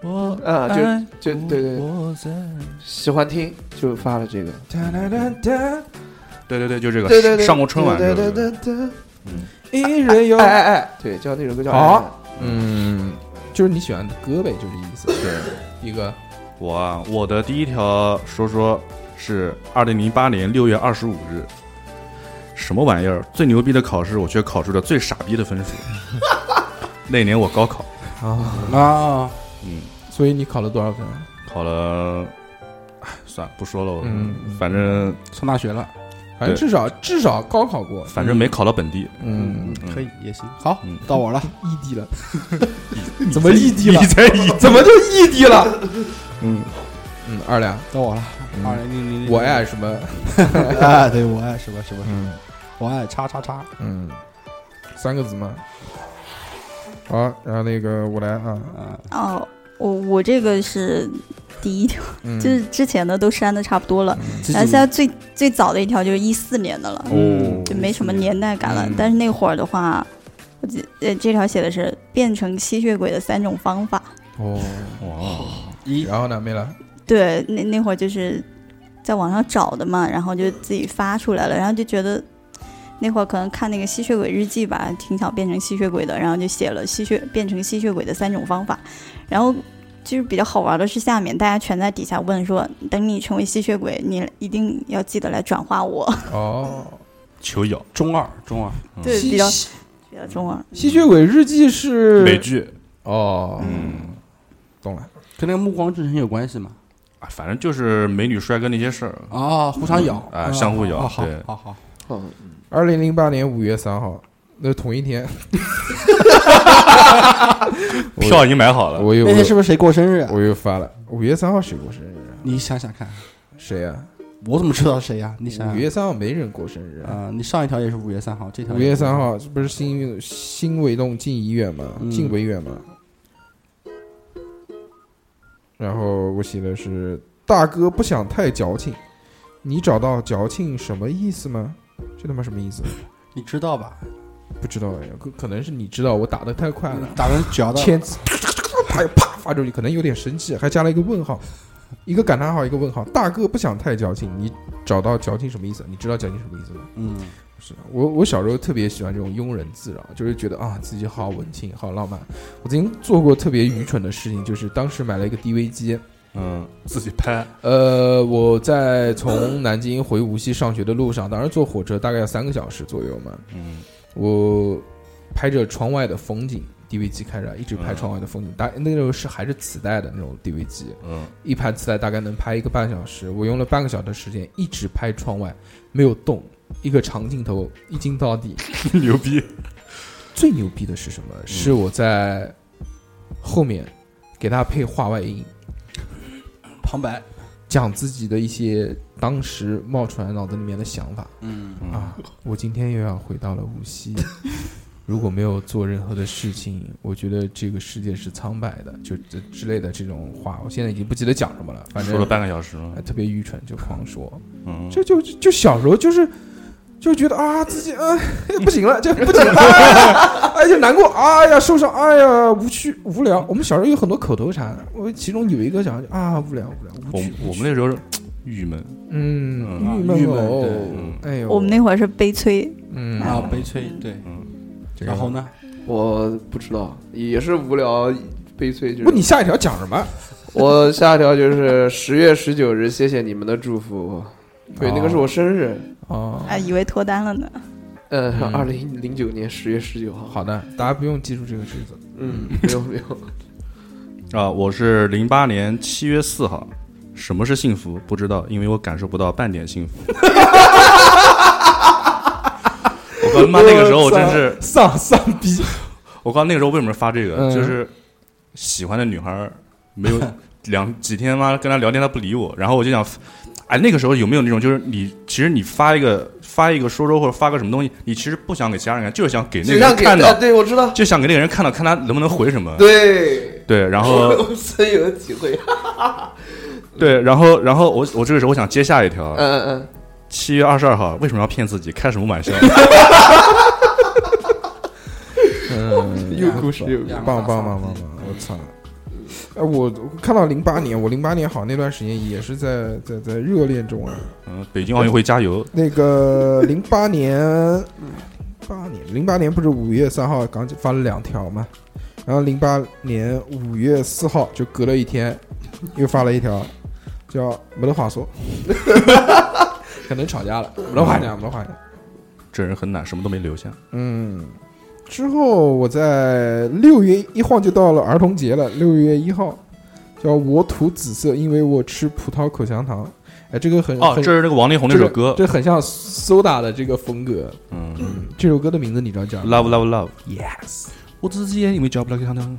Speaker 5: 我
Speaker 4: 啊就
Speaker 5: 爱
Speaker 4: 就对对
Speaker 5: 我在
Speaker 4: 喜欢听就发了这个。
Speaker 2: 嗯
Speaker 5: 对对对，就这个，
Speaker 4: 对对对，
Speaker 5: 上过春晚
Speaker 4: 对
Speaker 5: 这
Speaker 4: 对
Speaker 5: 个，
Speaker 4: 对对，
Speaker 2: 一人有
Speaker 4: 嗯哎哎哎，对，叫那首歌叫哎
Speaker 2: 好
Speaker 4: 爱爱
Speaker 2: 嗯，就是你喜欢的歌呗，就这意思。对，一个
Speaker 5: 我啊，我的第一条说说是二零零八年六月二十五日，什么玩意儿？最牛逼的考试，我却考出了最傻逼的 分数。那年我高考，
Speaker 2: 啊，
Speaker 3: 啊，
Speaker 5: 嗯，
Speaker 2: 所以你考了多少分？啊
Speaker 5: 考了，唉算了，不说了，我
Speaker 2: 嗯
Speaker 5: 反正
Speaker 3: 上大学了，
Speaker 2: 反正至少至少高考过。
Speaker 5: 反正没考到本地，
Speaker 2: 嗯，
Speaker 5: 嗯
Speaker 3: 可以也行。
Speaker 2: 好，
Speaker 5: 嗯，
Speaker 3: 到我了，
Speaker 2: 异 地了，怎么异地了
Speaker 5: 你？才一，
Speaker 2: 怎么就异地了？
Speaker 5: 嗯，
Speaker 2: 嗯，二两，
Speaker 3: 到我了。
Speaker 2: 嗯
Speaker 3: 二零零零，
Speaker 2: 我爱什么？
Speaker 3: 啊，对我爱什么什么，
Speaker 2: 嗯
Speaker 3: 我爱叉叉叉。
Speaker 2: 嗯，三个字嘛。好，然后那个我来啊，
Speaker 3: 啊，
Speaker 6: 哦，我我这个是第一条，
Speaker 2: 嗯，
Speaker 6: 就是之前的都删的差不多了，
Speaker 3: 自
Speaker 6: 然后
Speaker 3: 己
Speaker 6: 现在最最早的一条就是一四年的了，
Speaker 5: 哦
Speaker 6: 嗯就没什么年代感了。
Speaker 2: 嗯
Speaker 6: 但是那会儿的话，我记呃这条写的是变成吸血鬼的三种方法。
Speaker 2: 哦，
Speaker 5: 哇，
Speaker 3: 一
Speaker 2: 然后呢，没了。
Speaker 6: 对，那那会儿就是在网上找的嘛，然后就自己发出来了，然后就觉得那会儿可能看那个《吸血鬼日记》吧，挺想变成吸血鬼的，然后就写了吸血变成吸血鬼的三种方法，然后。就是比较好玩的是，下面大家全在底下问说：“等你成为吸血鬼，你一定要记得来转化我。
Speaker 2: 哦，
Speaker 5: 求咬，
Speaker 3: 中二中二，”
Speaker 6: 对，
Speaker 2: 吸
Speaker 6: 比较比较中二。
Speaker 2: 吸血鬼日记是
Speaker 5: 美剧，
Speaker 2: 哦，
Speaker 5: 嗯，
Speaker 2: 懂了。
Speaker 3: 跟那个《暮光之城》有关系吗？
Speaker 5: 啊反正就是美女帅哥那些事儿，
Speaker 3: 啊，互相咬
Speaker 5: 嗯啊相互咬
Speaker 3: 啊好
Speaker 5: 对
Speaker 3: 好好，
Speaker 4: 哦，
Speaker 2: 二零零八年五月三号，那同一天，我
Speaker 5: 票已经买好了，
Speaker 2: 我又
Speaker 3: 那天是不是谁过生日啊？
Speaker 2: 我又发了。五月三号谁过生日啊？
Speaker 3: 你想想看，
Speaker 2: 谁啊？
Speaker 3: 我怎么知道谁呀？你想
Speaker 2: 五
Speaker 3: 想
Speaker 2: 月三号没人过生日啊。
Speaker 3: 啊，你上一条也是五月三号，这条
Speaker 2: 五
Speaker 3: 也是
Speaker 2: 月三，号这不是新新维动进医院吗？
Speaker 3: 嗯
Speaker 2: 进维院吗？然后我写的是大哥不想太矫情，你找到矫情什么意思吗？这他妈什么意思？
Speaker 3: 你知道吧？
Speaker 2: 不知道哎，可可能是你知道我打的太快了，
Speaker 3: 打算嚼的，
Speaker 2: 签字，啪啪发出去，可能有点生气，还加了一个问号，一个感叹号，一个问号。大哥不想太矫情，你找到矫情什么意思？你知道矫情什么意思吗？
Speaker 3: 嗯，
Speaker 2: 是啊我我小时候特别喜欢这种庸人自扰，就是觉得啊自己好文青，好浪漫。我曾经做过特别愚蠢的事情，就是当时买了一个 DV 机，
Speaker 5: 嗯，自己拍，
Speaker 2: 呃，我在从南京回无锡上学的路上，当时坐火车大概要三个小时左右嘛，
Speaker 5: 嗯，
Speaker 2: 我拍着窗外的风景。DV 机开着，一直拍窗外的风景。大那个时候是还是磁带的那种 DV 机，
Speaker 5: 嗯，
Speaker 2: 一盘磁带大概能拍一个半小时，我用了半个小时的时间一直拍窗外，没有动，一个长镜头一镜到底，
Speaker 5: 牛逼，
Speaker 2: 最牛逼的是什么？
Speaker 5: 嗯
Speaker 2: 是我在后面给他配话外音，
Speaker 3: 旁白，
Speaker 2: 讲自己的一些当时冒出来脑子里面的想法。
Speaker 3: 嗯，
Speaker 2: 啊，我今天又要回到了 无锡。如果没有做任何的事情，我觉得这个世界是苍白的，就这之类的这种话，我现在已经不记得讲什么了，反正
Speaker 5: 说了半个小时了
Speaker 2: 哎。特别愚蠢，就狂说。
Speaker 5: 嗯，
Speaker 2: 就就就小时候就是就觉得啊自己啊、不行了，就 不行了，哎哎就难过，哎呀受伤，哎呀无趣无聊。我们小时候有很多口头禅，我其中有一个讲啊无聊无聊无
Speaker 5: 我
Speaker 2: 趣
Speaker 5: 们，我们那时候是郁闷，
Speaker 2: 嗯
Speaker 5: 嗯
Speaker 2: 郁闷
Speaker 3: 郁闷
Speaker 2: 哦
Speaker 3: 对
Speaker 5: 嗯
Speaker 2: 哎呦
Speaker 6: 我们那会儿是悲催，
Speaker 2: 嗯
Speaker 3: 啊，悲催，对。
Speaker 2: 这个
Speaker 3: 然后呢？
Speaker 4: 我不知道，也是无聊悲催。就
Speaker 2: 不你
Speaker 4: 是
Speaker 2: 下一条讲
Speaker 5: 哎
Speaker 2: 什么？
Speaker 4: 我下一条就是十月十九日，谢谢你们的祝福。对，那个是我生日，
Speaker 2: 哦。
Speaker 6: 啊，以为脱单了呢。
Speaker 4: 呃
Speaker 2: 嗯，
Speaker 4: 二零零九年十月十九号。
Speaker 2: 好的，大家不用记住这个句子。
Speaker 4: 嗯，没有没有，
Speaker 5: 啊，我是零八年七月四号。什么是幸福？不知道，因为我感受不到半点 幸福。我告诉你妈那个时候我真是
Speaker 2: 丧丧逼，
Speaker 5: 我刚那个时候为什么发这个，
Speaker 2: 嗯
Speaker 5: 就是喜欢的女孩儿没有两几天妈跟她聊天，她不理我，然后我就想，哎，那个时候有没有那种就是你其实你发一个发一个说说或者发个什么东西，你其实不想给其他人看，就是想给那个
Speaker 4: 让
Speaker 5: 人
Speaker 4: 给
Speaker 5: 看
Speaker 4: 啊
Speaker 5: 到，
Speaker 4: 对我知道，
Speaker 5: 就想给那个人看到，看他能不能回什么。
Speaker 4: 对，
Speaker 5: 对，然 后
Speaker 4: 我深有体会。
Speaker 5: 对，然后然后我我这个时候我想接下一条，
Speaker 4: 嗯嗯
Speaker 5: 七月二十二号为什么要骗自己？开什么玩笑？
Speaker 2: 嗯，
Speaker 4: 嗯，有故事有故事。
Speaker 2: 棒棒棒棒棒！我操！哎，我看到零八年，我零八年好像那段时间也是在在在热恋中啊。
Speaker 5: 嗯，北京奥运会加油！
Speaker 2: 那 个零八年，八年零八年不是五月三号刚发了两条嘛，然后零八年五月四号就隔了一天，又发了一条，叫没得话说， 可能吵架了，没得话讲，没得话讲。
Speaker 5: 这人很懒，什么都没留下。
Speaker 2: 嗯，之后我在六月一晃就到了儿童节了，六月一号叫我吐紫色，因为我吃葡萄口香糖。哎，这个很
Speaker 5: 哦，
Speaker 2: 很
Speaker 5: 这是那个王力宏那
Speaker 2: 这
Speaker 5: 首
Speaker 2: 个
Speaker 5: 歌，
Speaker 2: 这很像 Soda 的这个风格。
Speaker 5: 嗯
Speaker 2: 这首歌的名字你知道叫
Speaker 5: ，Love Love Love，
Speaker 2: Yes，
Speaker 5: 我自己也因为交不了给他呢。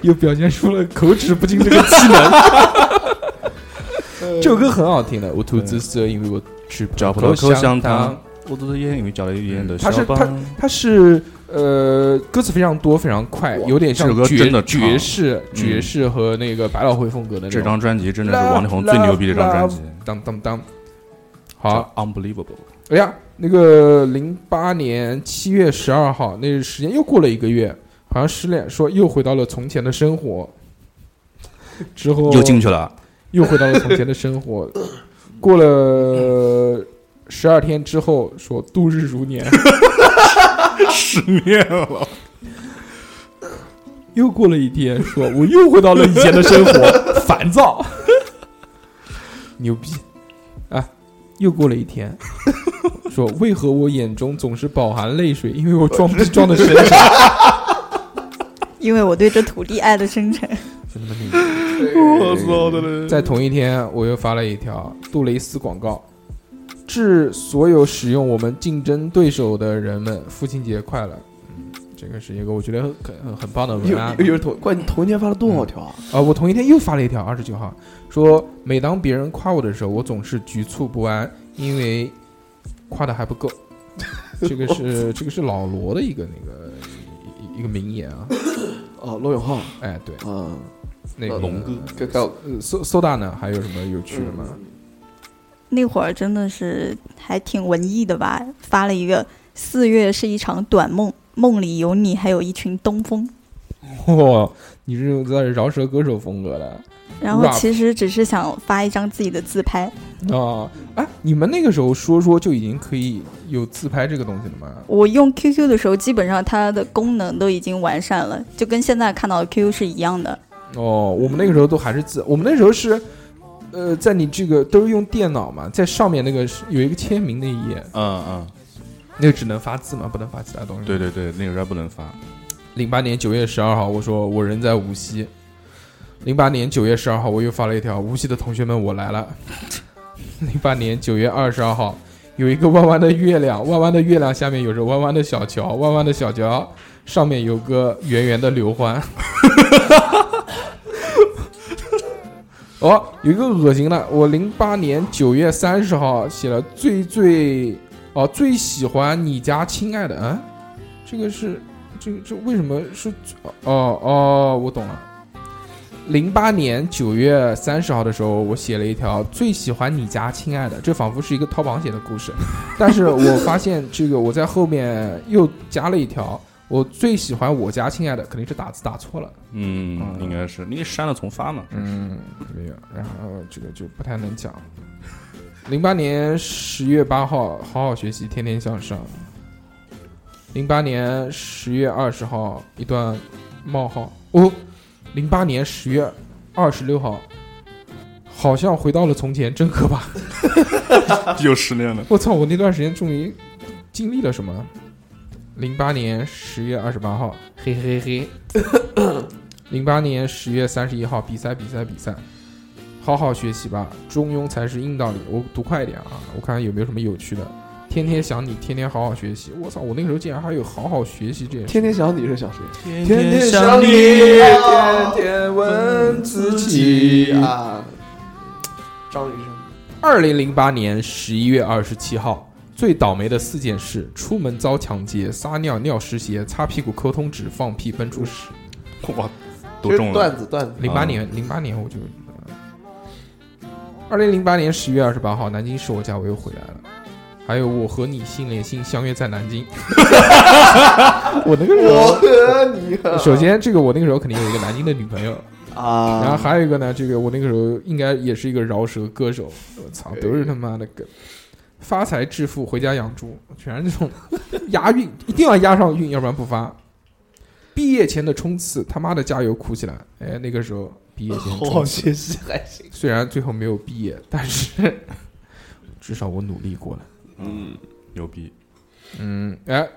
Speaker 2: 又表现出了口齿不清这个技能。 这首歌很好听的，我吐紫色，因为我吃
Speaker 5: 找不到口香糖。，我都是烟，因为嚼了一烟的
Speaker 2: 他
Speaker 5: 肖
Speaker 2: 是
Speaker 5: 邦。
Speaker 2: 他它是呃，歌词非常多，非常快，有点像
Speaker 5: 这首歌
Speaker 2: 爵
Speaker 5: 真的长
Speaker 2: 爵士、
Speaker 5: 嗯
Speaker 2: 爵士和那个百老汇风格的那
Speaker 5: 这
Speaker 2: 种。
Speaker 5: 张专辑真的是王力宏最牛逼的一张专辑，
Speaker 2: 当当当，好，
Speaker 5: 好 unbelievable。
Speaker 2: 哎呀，那个零八年七月十二号，那时间又过了一个月，好像失恋，说又回到了从前的生活。之后
Speaker 5: 又进去了，
Speaker 2: 又回到了从前的生 活。过了十二天之后，说度日如年，
Speaker 5: 失恋了。
Speaker 2: 又过了一天，说我又回到了以前的生 活，烦躁，牛逼啊！又过了一天，说为何我眼中总是饱含泪水？因为我 装逼装的深沉。
Speaker 6: 因为我对这土地爱的深沉，
Speaker 2: 真他妈牛逼！
Speaker 4: 嗯
Speaker 5: 我操的嘞！
Speaker 2: 在同一天，我又发了一条杜蕾斯广告，致所有使用我们竞争对手的人们，父亲节快乐。嗯，这个是一个我觉得很很很棒的文
Speaker 4: 有
Speaker 2: 案。
Speaker 4: 有有同关你头一天发了多少条啊？
Speaker 2: 啊，我同一天又发了一条，二十九号，说每当别人夸我的时候，我总是局促不安，因为夸的还不够。这个 是这个是老罗的一个那个一一个名言啊，
Speaker 4: 哦，罗永浩，
Speaker 2: 哎，对，
Speaker 4: 嗯，
Speaker 2: 那个
Speaker 5: 龙哥
Speaker 4: 该该
Speaker 2: 呃苏苏大呢，还有什么有趣的吗？
Speaker 6: 那会儿真的是还挺文艺的吧？发了一个“四月是一场短梦，梦里有你，还有一群东风
Speaker 2: 哇、你是有在饶舌歌手风格的”。
Speaker 6: 然后
Speaker 2: Rap
Speaker 6: 其实只是想发一张自己的自拍，
Speaker 2: 啊？哎，你们那个时候说说就已经可以有自拍这个东西了吗？
Speaker 6: 我用 QQ 的时候，基本上它的功能都已经完善了，就跟现在看到的 QQ 是一样的。
Speaker 2: 哦，我们那个时候都还是自，我们那时候是，呃，在你这个都是用电脑嘛，在上面那个是有一个签名那一页，
Speaker 5: 嗯嗯，
Speaker 2: 那个只能发字嘛，不能发其他东西。
Speaker 5: 对，对对，那个时候不能发。
Speaker 2: 零八年九月十二号，我说我人在无锡。零八年九月十二号，我又发了一条无锡的同学们，我来了。零八年九月二十二号，有一个弯弯的月亮，弯弯的月亮下面有着弯弯的小桥，弯弯的小桥上面有个圆圆的刘欢。 哦，有一个恶心的，我零八年九月三十号写了最最哦最喜欢你家亲爱的啊，这个是这个这为什么是哦哦我懂了。零八年九月三十号的时候，我写了一条最喜欢你家亲爱的，这仿佛是一个掏榜写的故事，但是我发现这个我在后面又加了一条。我最喜欢我家亲爱的，肯定是打字打错了。
Speaker 5: 嗯，应该是你给删了重发嘛。
Speaker 2: 嗯，没有，然后这个就不太能讲。零八年十月八号，好好学习，天天向上。零八年十月二十号，一段冒号哦。零八年十月二十六号，好像回到了从前，真可怕。
Speaker 5: 又失恋了。
Speaker 2: 我操！我那段时间终于经历了什么？零八年十月二十八号，嘿嘿嘿。 零八年十月三十一号，比赛比赛比赛，好好学习吧，中庸才是硬道理。我读快一点啊，我看看有没有什么有趣的。天天想你，天天好好学习。我操！我那个时候竟然还有好好学习这件事。
Speaker 4: 天天想你是想谁？
Speaker 5: 天
Speaker 4: 天
Speaker 5: 想
Speaker 4: 你，
Speaker 5: 天
Speaker 4: 天问自己啊。张雨生，
Speaker 2: 二零零八年十一月二十七号，最倒霉的四件事：出门遭抢劫、撒尿尿湿鞋、擦屁股抠通纸、放屁奔出屎。
Speaker 5: 哇，都中
Speaker 4: 这
Speaker 5: 了。
Speaker 4: 段子段子，
Speaker 2: 零八年，零八年我就，二零零八年十月二十八号，南京是我家，我又回来了。还有我和你心连心，相约在南京。我那个时
Speaker 4: 我
Speaker 2: 候，
Speaker 4: 和你啊
Speaker 2: 首先这个我那个时候肯定有一个南京的女朋友，
Speaker 4: 啊，
Speaker 2: 然后还有一个呢，这个我那个时候应该也是一个饶舌歌手，我操，都是他妈的梗，发财致富回家养猪，全是这种押韵，一定要押上韵，要不然不发。毕业前的冲刺，他妈的加油哭起来！哎，那个时候毕业前
Speaker 4: 好
Speaker 2: 冲
Speaker 4: 好
Speaker 2: 刺，
Speaker 4: 学习还行。
Speaker 2: 虽然最后没有毕业，但 是至少我努力过了。
Speaker 5: 嗯，牛逼。
Speaker 2: 嗯，哎，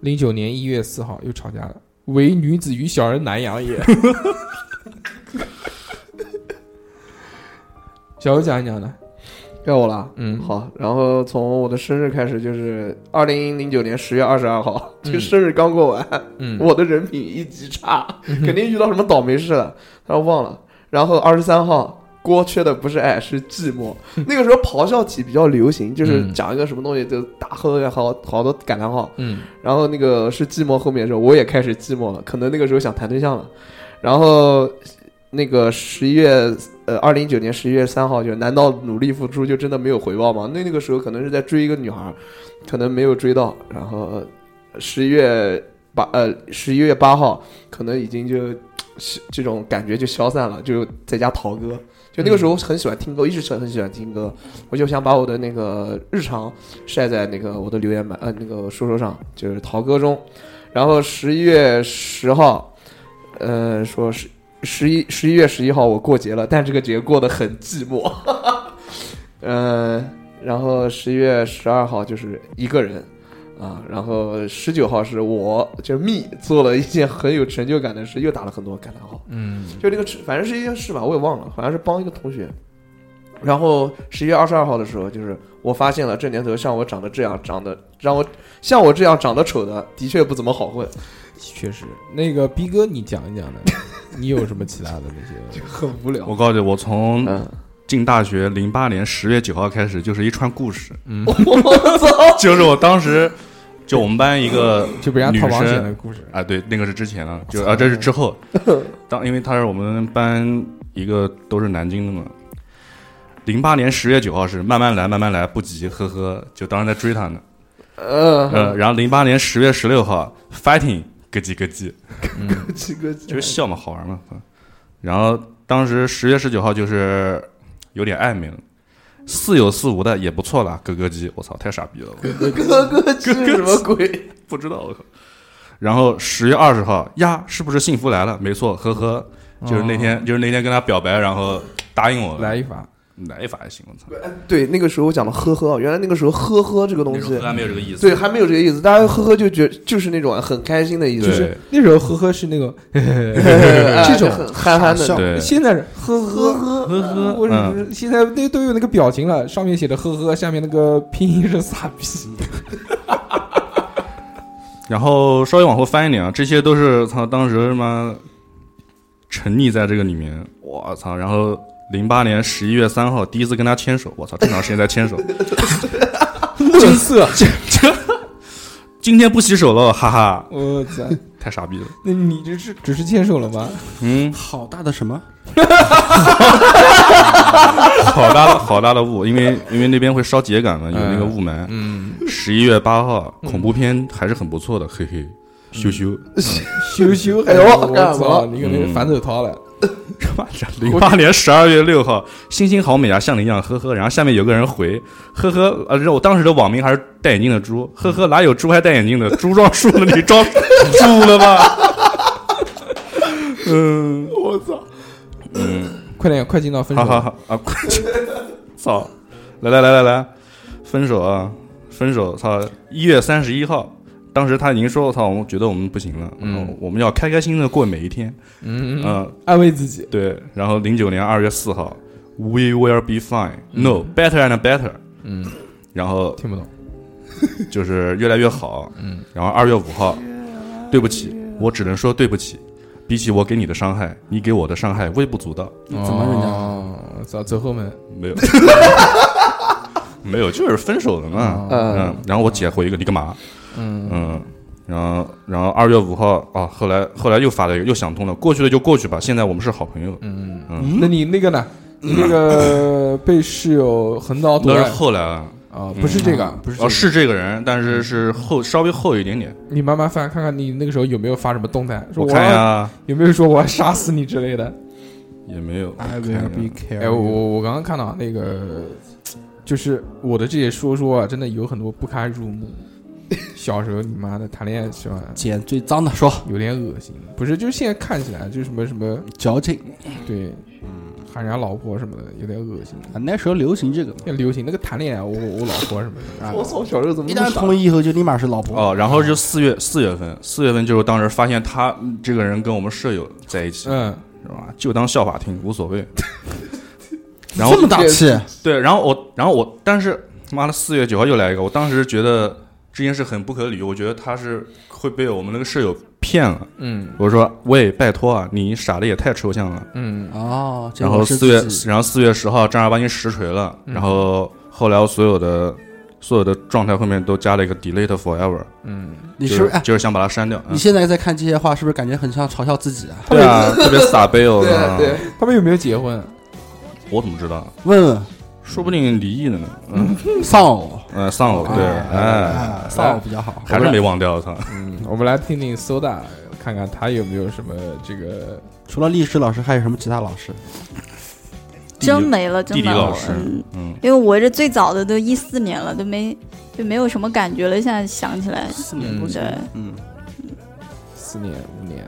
Speaker 2: 零九年一月四号又吵架了，唯女子与小人难养也。 小欧讲一讲呢，
Speaker 4: 该我了，
Speaker 2: 嗯
Speaker 4: 好。然后从我的生日开始，就是二零零九年十月二十二号，
Speaker 2: 嗯
Speaker 4: 就生日刚过完，
Speaker 2: 嗯，
Speaker 4: 我的人品一级差，肯定遇到什么倒霉事了，但是忘了。然后二十三号，锅缺的不是爱，是寂 寞。那个时候咆哮体比较流行，就是
Speaker 2: 嗯
Speaker 4: 讲一个什么东西就大喝好好多感叹号，
Speaker 2: 嗯
Speaker 4: 然后那个是寂寞后面的时候，我也开始寂寞了，可能那个时候想谈对象了。然后那个十一月，呃，二零一九年十一月三号，就是难道努力付出就真的没有回报吗？那那个时候可能是在追一个女孩，可能没有追到。然后十一月八，呃，十一月八号，可能已经就这种感觉就消散了，就在家陶歌。就那个时候很喜欢听歌，一直是很喜欢听歌，我就想把我的那个日常晒在那个我的留言板呃那个说说上，就是陶歌中。然后十一月十号，呃，说是十一十一月十一号我过节了，但这个节过得很寂寞。 嗯、然后十一月十二号就是一个人啊，然后十九号是我就是 me 做了一件很有成就感的事，又打了很多感叹号。
Speaker 2: 嗯
Speaker 4: 就那个事，反正是一件事吧，我也忘了，好像是帮一个同学。然后十一月二十二号的时候，就是我发现了这年头像我长得这样长得让我像我这样长得丑的，的确不怎么好混，
Speaker 2: 确实，那个逼哥你讲一讲 呢，你有什么其他的那些？
Speaker 4: 很无聊。
Speaker 5: 我告诉你，我从
Speaker 4: 嗯，
Speaker 5: 进大学零八年十月九号开始，就是一串故事，
Speaker 2: 嗯，
Speaker 5: 就是我当时就我们班一个
Speaker 2: 就被人家
Speaker 5: 女
Speaker 2: 套王险的
Speaker 5: 生
Speaker 2: 故事，
Speaker 5: 啊，对，那个是之前了，就啊这是之 后，当因为她是我们班一个都是南京的嘛。零八年十月九号是慢慢来，慢慢来，不急，呵呵，就当时在追她呢。
Speaker 4: 呃，
Speaker 5: 呃，然后零八年十月十六号，fighting 咯叽咯叽，
Speaker 4: 哥几个几
Speaker 5: 就是笑嘛，好玩嘛。嗯然后当时十月十九号就是有点暧昧了，似有似无的也不错啦，咯咯叽，我操，太傻逼了，我
Speaker 4: 个哥哥几是什么鬼？
Speaker 5: 不知道我靠。然后十月二十号呀，是不是幸福来了？没错，呵呵，
Speaker 4: 哦
Speaker 5: 就是那天，就是那天跟他表白，然后答应我了
Speaker 2: 来一发，
Speaker 5: 来一发还行，我操，
Speaker 4: 对，那个时候我讲了呵呵，原来那个时候呵呵这个
Speaker 5: 那
Speaker 4: 东
Speaker 5: 时
Speaker 4: 西
Speaker 5: 候，还没有这个意思，
Speaker 4: 对，还没有这个意思，大家呵呵就觉就是那种很开心的意思，
Speaker 5: 对
Speaker 2: 那时候呵呵是那 种，
Speaker 4: 哎
Speaker 2: 这
Speaker 4: 就
Speaker 2: 种
Speaker 4: 很憨憨的，
Speaker 5: 对，
Speaker 2: 现在是呵呵呵
Speaker 5: 呵呵
Speaker 2: 我
Speaker 5: 嗯
Speaker 2: 是现在那都有那个表情了，上面写的呵呵，下面那个拼音是傻 逼。
Speaker 5: 然后稍微往后翻一点啊，这些都是操当时他妈沉溺在这个里面，我操！然后零八年十一月三号第一次跟他牵手，我操，这么长时间在牵手，
Speaker 2: 金色，
Speaker 5: 今天不洗手了，哈哈，
Speaker 2: 我操！
Speaker 5: 太傻逼了，
Speaker 2: 那你这是只是牵手了吗？
Speaker 5: 嗯，
Speaker 3: 好大的什么？
Speaker 5: 好大的好大的雾，因为因为那边会烧秸秆嘛，有那个雾霾。
Speaker 2: 嗯，
Speaker 5: 十一月八号，恐怖片还是很不错的，嘿嘿，羞羞，
Speaker 2: 羞 羞还
Speaker 4: 哎呦
Speaker 2: 是我
Speaker 4: 干嘛
Speaker 2: 操，你可能
Speaker 5: 嗯
Speaker 2: 是反手掏了。
Speaker 5: 零八年十二月六号，星星好美啊，像你一样，呵呵。然后下面有个人回，呵呵，呃，这我当时的网名还是戴眼镜的猪，呵呵，哪有猪还戴眼镜的？猪撞树了，你撞猪了吧？嗯，
Speaker 4: 我操！
Speaker 5: 嗯，
Speaker 2: 快点，快进到分手
Speaker 5: 好。好好啊， 快去操，来来来来来，分手啊，分手！操，一月三十一号，当时他已经说，我操，我们觉得我们不行了，
Speaker 2: 嗯
Speaker 5: 嗯，我们要开开心心的过每一天，
Speaker 2: 嗯，嗯嗯
Speaker 5: 嗯，
Speaker 2: 安慰自己。
Speaker 5: 对，然后零九年二月四号，We will be fine, no better and better，
Speaker 2: 嗯，
Speaker 5: 然后
Speaker 2: 听不懂。
Speaker 5: 就是越来越好，
Speaker 2: 嗯，
Speaker 5: 然后二月五号，对不起，我只能说对不起，比起我给你的伤害，你给我的伤害微不足道，
Speaker 2: 怎
Speaker 3: 么人家
Speaker 2: 家？哦走走后门。
Speaker 5: 没有，没有，就是分手了嘛，
Speaker 2: 哦
Speaker 5: 嗯，然后我姐回一个你干嘛，
Speaker 2: 嗯
Speaker 5: 嗯，然后然后二月五号啊，后来后来又发了一个，又想通了，过去的就过去吧，现在我们是好朋友，
Speaker 2: 嗯
Speaker 5: 嗯
Speaker 2: 那你那个呢？你 那个被室友横刀夺
Speaker 5: 那
Speaker 2: 爱
Speaker 5: 是后来啊。
Speaker 2: 啊，不是这个，不是这
Speaker 5: 哦，
Speaker 2: 个
Speaker 5: 是这个人，但是是厚，稍微厚一点点。
Speaker 2: 你慢慢翻看看你那个时候有没有发什么动态，说
Speaker 5: 我
Speaker 2: 我
Speaker 5: 看一
Speaker 2: 要
Speaker 5: 下，
Speaker 2: 有没有说我要杀死你之类的。
Speaker 5: 也没有。
Speaker 3: I
Speaker 5: 看一
Speaker 3: will
Speaker 5: 下
Speaker 3: be care。
Speaker 2: 哎，我我刚刚看到那个，就是我的这些说说啊，真的有很多不堪入目。小时候你妈的谈恋爱是吧，
Speaker 3: 捡最脏的说，
Speaker 2: 有点恶心，不是？就是现在看起来就是什么什么，
Speaker 3: 矫情
Speaker 2: 对，喊人家老婆什么的，有点恶心。
Speaker 3: 啊，那时候流行这个嘛。
Speaker 2: 要流行那个谈恋爱，啊我我老婆什么的，
Speaker 4: 我操，小时候怎么
Speaker 3: 一
Speaker 4: 嗯那么
Speaker 3: 旦
Speaker 4: 傻
Speaker 3: 同意以后，就立马是老婆。
Speaker 5: 哦，然后就四月四月份，四月份就是当时发现他嗯这个人跟我们舍友在一起，
Speaker 2: 嗯，
Speaker 5: 是吧？就当笑话听，无所 谓。然后
Speaker 3: 这么大气，
Speaker 5: 对，然后我，然后我，但是妈的，四月九号又来一个，我当时觉得这件事很不可理喻，我觉得他是会被我们那个舍友骗了。
Speaker 2: 嗯
Speaker 5: 我说喂，拜托啊，你傻的也太抽象了。
Speaker 2: 嗯
Speaker 3: 哦，这
Speaker 5: 然后
Speaker 3: 个是
Speaker 5: 四月
Speaker 3: 自，己
Speaker 5: 然后四月十号正儿八经实锤了。
Speaker 2: 嗯
Speaker 5: 然后后来我所有的所有的状态后面都加了一个 delete forever，
Speaker 2: 嗯，
Speaker 3: 你
Speaker 5: 就是
Speaker 3: 不是哎？
Speaker 5: 就是想把它删掉。嗯
Speaker 3: 你现在在看这些话，是不是感觉很像嘲笑自己啊？
Speaker 5: 对啊，特别撒贝哦。
Speaker 4: 对对，
Speaker 2: 啊他们有没有结婚？啊
Speaker 5: 我怎么知道？
Speaker 3: 问问
Speaker 5: 说不定离异了呢。嗯，
Speaker 3: 丧偶，
Speaker 5: 呃，丧偶对，哎，
Speaker 3: 哎，丧偶比较好。
Speaker 5: 还是没忘掉，操！
Speaker 2: 嗯，我们来听听 Soda，看看他有没有什么这个
Speaker 3: 除了历史老师，还有什么其他老师？
Speaker 6: 真没了，真
Speaker 5: 地理
Speaker 6: 没了
Speaker 5: 老师
Speaker 6: 嗯，
Speaker 5: 嗯，
Speaker 6: 因为我这最早的都一四年了，都没就没有什么感觉了。现在想起来，
Speaker 3: 四
Speaker 2: 年多
Speaker 6: 对，
Speaker 3: 嗯，
Speaker 2: 四年五年，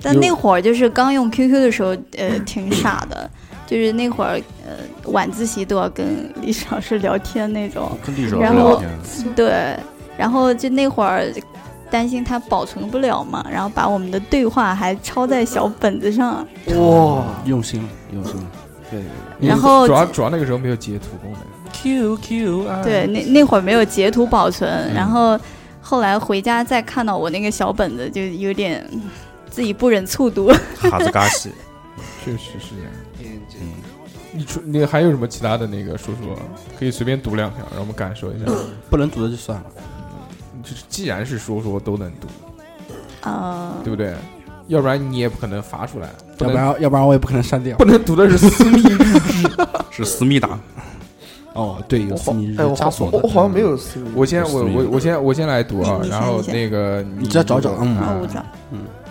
Speaker 6: 但那会儿就是刚用 QQ 的时候，呃，挺傻的，就是那会儿呃晚自习都要跟历史老师聊天那种，
Speaker 5: 嗯跟地少
Speaker 6: 然
Speaker 5: 聊
Speaker 6: 后
Speaker 5: 天，
Speaker 6: 对，然后就那会儿担心它保存不了嘛，然后把我们的对话还抄在小本子上，
Speaker 4: 哇，
Speaker 3: 用心了，用心了。
Speaker 6: 然后
Speaker 2: 主要主要那个时候没有截图功能，
Speaker 6: 对，那那会儿没有截图保存，然后后来回家再看到我那个小本子，就有点嗯自己不忍卒读。
Speaker 5: 哈子嘎西。
Speaker 2: 确实是这样。嗯你除你还有什么其他的那个说说？可以随便读两条，让我们感 受一下。
Speaker 3: 不能读的就算了。
Speaker 2: 就是既然是说说都能读，
Speaker 6: 呃，
Speaker 2: 对不对？要不然你也不可能发出来，不
Speaker 3: 要
Speaker 2: 能
Speaker 3: 不然要不然我也不可能删掉
Speaker 2: 不。能读的是私密。
Speaker 5: 是思密达，
Speaker 3: 哦，对，有
Speaker 4: 我
Speaker 3: 私
Speaker 4: 好
Speaker 3: 密是
Speaker 4: 哎，我
Speaker 3: 枷
Speaker 4: 好
Speaker 3: 锁
Speaker 4: 我我
Speaker 3: 的。
Speaker 4: 好像没有思路
Speaker 2: 我先我我我先我先来读啊
Speaker 6: 你，你
Speaker 2: 然
Speaker 6: 先
Speaker 2: 后
Speaker 6: 你先
Speaker 2: 那个你
Speaker 3: 你再找找嗯
Speaker 6: 那
Speaker 2: 啊
Speaker 6: 哦我知道，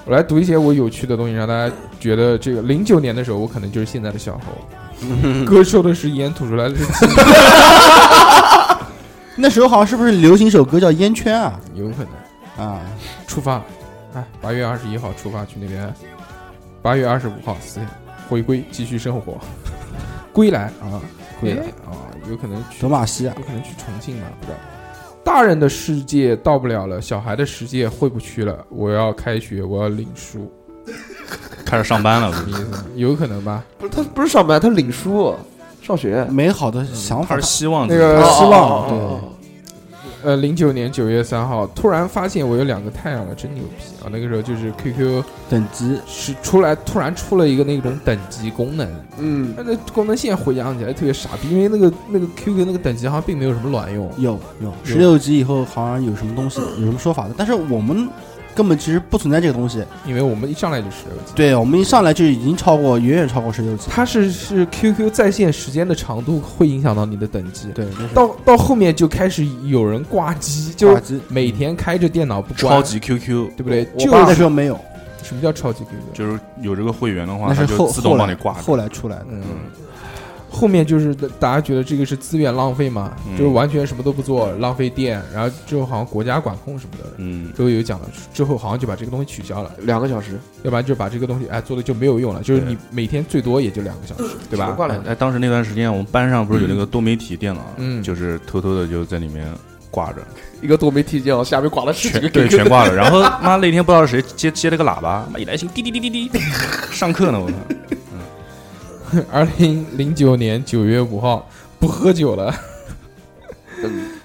Speaker 2: 我来读一些我有趣的东西，让大家觉得这个零九年的时候，我可能就是现在的小猴， 歌说的是烟，吐出来的是气，
Speaker 3: 那时候好像是不是流行一首歌叫《烟圈》啊？
Speaker 2: 有可能
Speaker 3: 啊，
Speaker 2: 出发，哎，八月二十一号出发去那边，八月二十五号死回归，继续生活， 归来啊，归来啊，有可能去
Speaker 3: 德玛西啊，
Speaker 2: 有可能去重庆吧，不知道。大人的世界到不了了，小孩的世界回不去了。我要开学，我要领书，
Speaker 5: 开始上班了，
Speaker 2: 什么意思？有可能吧？
Speaker 4: 不是他不是上班，他领书上学，
Speaker 3: 美好的想
Speaker 5: 还
Speaker 3: 法
Speaker 5: 是。希望
Speaker 2: 那个
Speaker 3: 希望
Speaker 4: 哦哦哦哦
Speaker 2: 呃呃零九年九月三号，突然发现我有两个太阳了，真牛逼啊！那个时候就是 QQ
Speaker 3: 等级
Speaker 2: 是出来突然出了一个那种等级功能，
Speaker 4: 嗯，
Speaker 2: 那那功能现在回想起来特别傻逼，因为那个那个 QQ 那个等级好像并没有什么卵用。
Speaker 3: 有有十六级以后好像有什么东西有什么说法的，但是我们根本其实不存在这个东西。
Speaker 2: 因为我们一上来就十六级。
Speaker 3: 对我们一上来就已经超过远远超过十六级，
Speaker 2: 它是是 QQ 在线时间的长度会影响到你的等级，
Speaker 3: 对，那是
Speaker 2: 到到后面就开始有人挂机，就
Speaker 3: 挂
Speaker 2: 是
Speaker 3: 机
Speaker 2: 每天开着电脑不关，
Speaker 5: 超级 QQ
Speaker 2: 对不对？
Speaker 3: 我
Speaker 2: 就
Speaker 3: 爸那时
Speaker 2: 是
Speaker 3: 候没有，
Speaker 2: 什么叫超级 QQ？
Speaker 5: 就是有这个会员的话，
Speaker 3: 那
Speaker 5: 它
Speaker 3: 是
Speaker 5: 就
Speaker 3: 后
Speaker 5: 自
Speaker 3: 后
Speaker 5: 动帮
Speaker 3: 来
Speaker 5: 你挂着。
Speaker 3: 后来出来的。
Speaker 2: 嗯，后面就是大家觉得这个是资源浪费嘛，
Speaker 5: 嗯
Speaker 2: 就是完全什么都不做，浪费电，然后之后好像国家管控什么的。
Speaker 5: 嗯，
Speaker 2: 都有讲了，之后好像就把这个东西取消了，
Speaker 4: 两个小时，
Speaker 2: 要不然就把这个东西哎做的就没有用了，就是
Speaker 5: 对
Speaker 2: 你每天最多也就两个小时，对吧？
Speaker 4: 挂了
Speaker 5: 哎，哎当时那段时间我们班上不是有那个多媒体电脑，啊
Speaker 2: 嗯
Speaker 5: 就是偷偷的就在里面挂着，
Speaker 4: 一个多媒体键，下面挂了十几
Speaker 5: 全
Speaker 4: 个
Speaker 5: 对
Speaker 4: QQ，
Speaker 5: 全挂着。然后妈那天不知道谁接接了个喇叭，妈一来信滴滴滴滴 滴，上课呢我操。
Speaker 2: 二零零九年九月五号不喝酒了，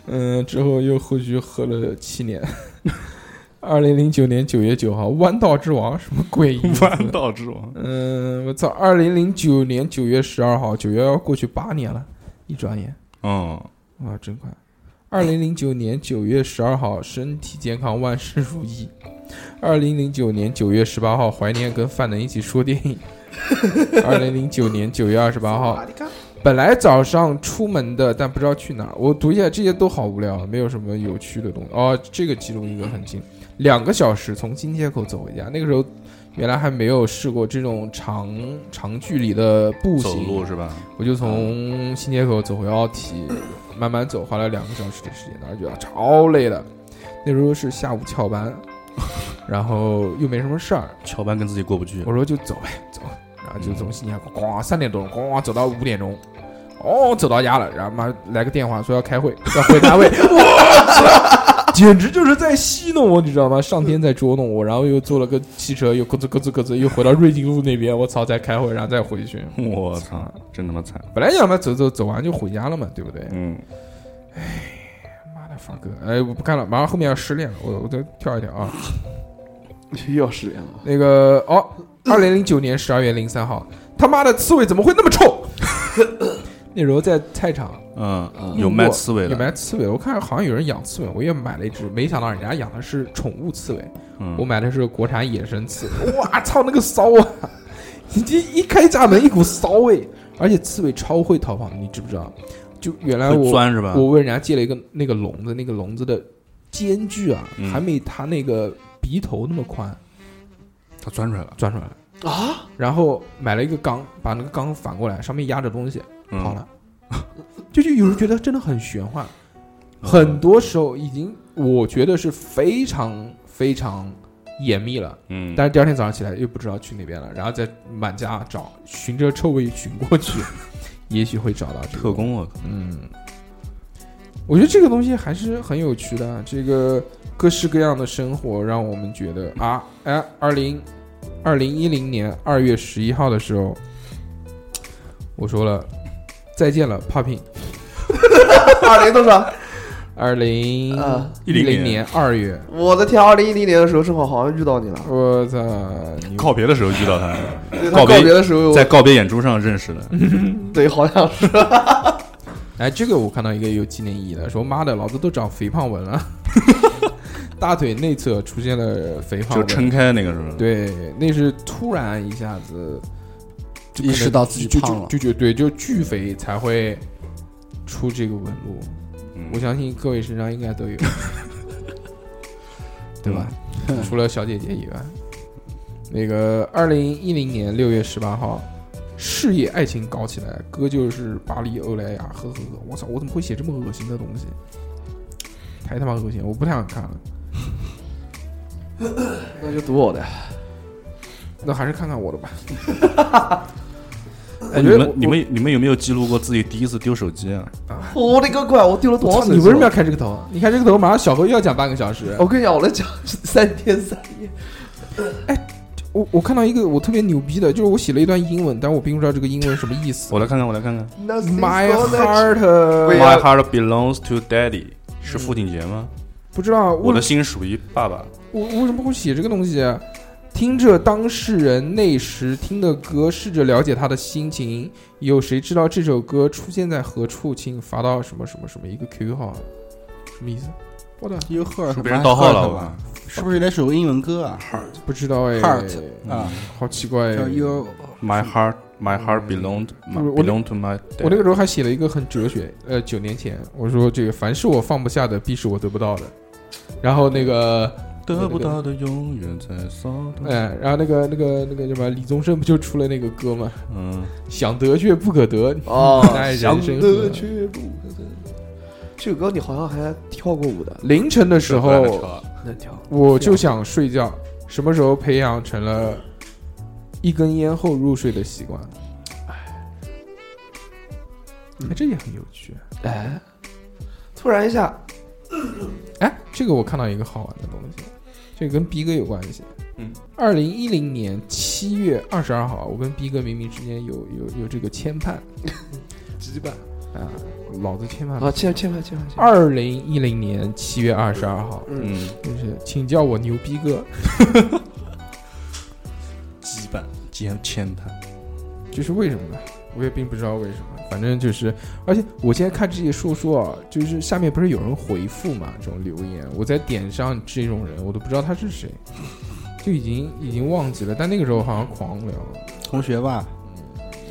Speaker 2: 嗯，之后又后续喝了七年。 二零零九年九月九号，弯道之王什么鬼意思？
Speaker 5: 弯道之王，
Speaker 2: 嗯，我操！二零零九年九月十二号，九月要过去八年了，一转眼
Speaker 5: 嗯，
Speaker 2: 哇，真快！二零零九年九月十二号，身体健康，万事如意。二零零九年九月十八号，怀念跟范能一起说电影。二零零九年九月二十八号，本来早上出门的，但不知道去哪儿。我读一下，这些都好无聊，没有什么有趣的东西。哦，这个其中一个很近，两个小时从新街口走回家。那个时候，原来还没有试过这种长长距离的步行
Speaker 5: 走路是吧？
Speaker 2: 我就从新街口走回奥体，慢慢走，花了两个小时的时间，当时觉得超累的。那时候是下午翘班，然后又没什么事儿，
Speaker 5: 翘班跟自己过不去
Speaker 2: 我，说就走呗，走，然后就从新街口咣三点多咣走到五点钟，哦，走到家了，然后妈来个电话说要开会，要回单位，我操，简直就是在戏弄我，你知道吗？上天在捉弄我，然后又坐了个汽车，又咯吱咯吱咯吱，又回到瑞金路那边，我操，再开会，然后再回去。
Speaker 5: 我操，真他妈惨。
Speaker 2: 本来想嘛，走走走完就回家了嘛，对不对？
Speaker 5: 嗯，
Speaker 2: 妈的 fuck！哎，我不看了，马上后面要失恋了，我我再跳一跳啊。
Speaker 5: 嗯
Speaker 4: 又要失联 了。
Speaker 2: 那个哦，二零零九年十二月零三号，他妈的刺猬怎么会那么 臭？那时候在菜场
Speaker 5: 嗯，
Speaker 2: 路
Speaker 5: 有卖
Speaker 2: 过
Speaker 5: 刺猬
Speaker 2: 有
Speaker 5: 的，
Speaker 2: 卖刺猬的，我看好像有人养刺猬，我也买了一只，没想到人家养的是宠物刺猬，
Speaker 5: 嗯
Speaker 2: 我买的是国产野生刺猬。 哇操，那个骚啊！你这一开家门一股骚味，而且刺猬超会逃跑，你知不知道？就原来
Speaker 5: 会
Speaker 2: 哎我
Speaker 5: 钻是吧？
Speaker 2: 我问人家借了一个那个笼子，那个笼子的间距啊，
Speaker 5: 嗯
Speaker 2: 还没他那个鼻头那么宽，
Speaker 5: 它钻出来了，
Speaker 2: 钻出来了啊！然后买了一个缸，把那个缸反过来，上面压着东西，
Speaker 5: 嗯
Speaker 2: 跑了。就就有人觉得真的很玄幻，
Speaker 5: 嗯
Speaker 2: 很多时候已经我觉得是非常非常严密了，
Speaker 5: 嗯，
Speaker 2: 但是第二天早上起来又不知道去哪边了，然后再满家找，循着臭味寻 过去，也许会找到这个
Speaker 5: 特工我靠，
Speaker 2: 嗯，我觉得这个东西还是很有趣的啊，这个各式各样的生活让我们觉得啊，哎，二零二零一零年二月十一号的时候，我说了再见了，Popping。
Speaker 4: 二零多少？
Speaker 2: 二零
Speaker 4: 啊
Speaker 2: 一零年二月，
Speaker 4: 我的天！二零一零年的时候，正好好像遇到你了。
Speaker 2: 我操！你
Speaker 5: 告别的时候遇到 他，
Speaker 4: 对他
Speaker 5: 告
Speaker 4: 告
Speaker 5: 别
Speaker 4: 别的时候，
Speaker 5: 在告别演出上认识的。
Speaker 2: 嗯
Speaker 4: 对，好像是。
Speaker 2: 哎，这个我看到一个有纪念意义的，说妈的，老子都长肥胖纹了， 大腿内侧出现了肥胖
Speaker 5: 就
Speaker 2: 纹，
Speaker 5: 撑开那个是
Speaker 3: 嗯
Speaker 5: 吧？，
Speaker 2: 对，那是突然一下子就可
Speaker 3: 意
Speaker 2: 能
Speaker 3: 识到自己
Speaker 2: 就
Speaker 3: 胖了
Speaker 2: 就就就对，就巨肥才会出这个纹路。
Speaker 3: 嗯
Speaker 2: 我相信各位身上应 该都有，对吧？
Speaker 3: 嗯
Speaker 2: 除了小姐姐以外，那个二零一零年六月十八号，事业爱情搞起来，哥就是巴黎欧莱雅，呵呵呵，我操，我怎么会写这么恶心的东西？太他妈恶心，我不太想看了。
Speaker 4: 那就读我的。
Speaker 2: 那还是看看我的吧。
Speaker 5: 哎，
Speaker 2: 我觉
Speaker 5: 你
Speaker 2: 得
Speaker 5: 们
Speaker 2: 我
Speaker 5: 你们你们有没有记录过自己第一次丢手机啊？
Speaker 4: 我的个乖！我丢了多
Speaker 2: 我
Speaker 4: 少
Speaker 2: 操，
Speaker 4: 次？
Speaker 2: 你为什么要？开这个头？啊你开这个头，马上小何又要讲半个小时。
Speaker 5: 哦
Speaker 4: 我跟你讲，我能讲三天三夜。
Speaker 2: 我我看到一个我特别牛逼的，就是我写了一段英文，但我并不知道这个英文什么意思。
Speaker 5: 我来看看，我来看看。
Speaker 4: Nothing's
Speaker 2: My
Speaker 4: gonna
Speaker 2: heart，
Speaker 4: 对呀
Speaker 5: My heart belongs to daddy。
Speaker 2: 嗯
Speaker 5: 是父亲节吗？
Speaker 2: 不知道
Speaker 5: 我
Speaker 2: 为
Speaker 5: 的心属于爸爸。
Speaker 2: 我我为什么会写这个东西、啊？听着当事人那时听的歌，试着了解他的心情。有谁知道这首歌出现在何处？请发到什么什么什么一个 QQ 号，啊什么意思？我的
Speaker 3: 有 heart，
Speaker 5: 被人盗号了，
Speaker 3: Heart 吧
Speaker 5: 我
Speaker 3: 是不是那首英文歌啊？
Speaker 2: 不知道哎
Speaker 3: Heart
Speaker 2: 啊
Speaker 3: 啊，
Speaker 2: 好奇怪、哎
Speaker 3: 叫。You
Speaker 5: My heart, my heart belonged,
Speaker 2: 嗯我
Speaker 5: belong to my dad。
Speaker 2: 我那个时候还写了一个很哲学，呃，九年前我说这个凡是我放不下的，必是我得不到的。然后那个
Speaker 5: 得不到的永远在骚动。
Speaker 2: 哎，然后那个那个那个什么李宗盛不就出了那个歌吗？
Speaker 5: 嗯，
Speaker 2: 想得却不可得，
Speaker 4: 哦
Speaker 2: 那，人
Speaker 4: 想
Speaker 2: 生
Speaker 4: 得
Speaker 2: 何
Speaker 4: 却不可得。这首歌你好像还跳过舞的，
Speaker 2: 凌晨的时候，
Speaker 5: 啊
Speaker 4: 能跳？
Speaker 2: 我就想睡觉。什么时候培养成了一根烟后入睡的习惯？哎，这也很有趣。
Speaker 4: 哎，突然一下，
Speaker 2: 哎，这个我看到一个好玩的东西，这个跟逼哥有关系。
Speaker 5: 嗯，
Speaker 2: 二零一零年七月二十二号，我跟逼哥明明之间有有有这个牵绊
Speaker 4: 几百
Speaker 2: 啊，老子牵绊
Speaker 4: 啊，千千万千万千万，
Speaker 2: 二零一零年七月二十二号，
Speaker 4: 嗯，
Speaker 5: 嗯，
Speaker 2: 就是请叫我牛逼哥，
Speaker 5: 羁绊，牵牵绊。
Speaker 2: 就是为什么呢？我也并不知道为什么，反正就是，而且我现在看这些说说啊，就是下面不是有人回复嘛，这种留言，我在点上这种人，我都不知道他是谁，就已经已经忘记了，但那个时候好像狂聊，
Speaker 3: 同学吧，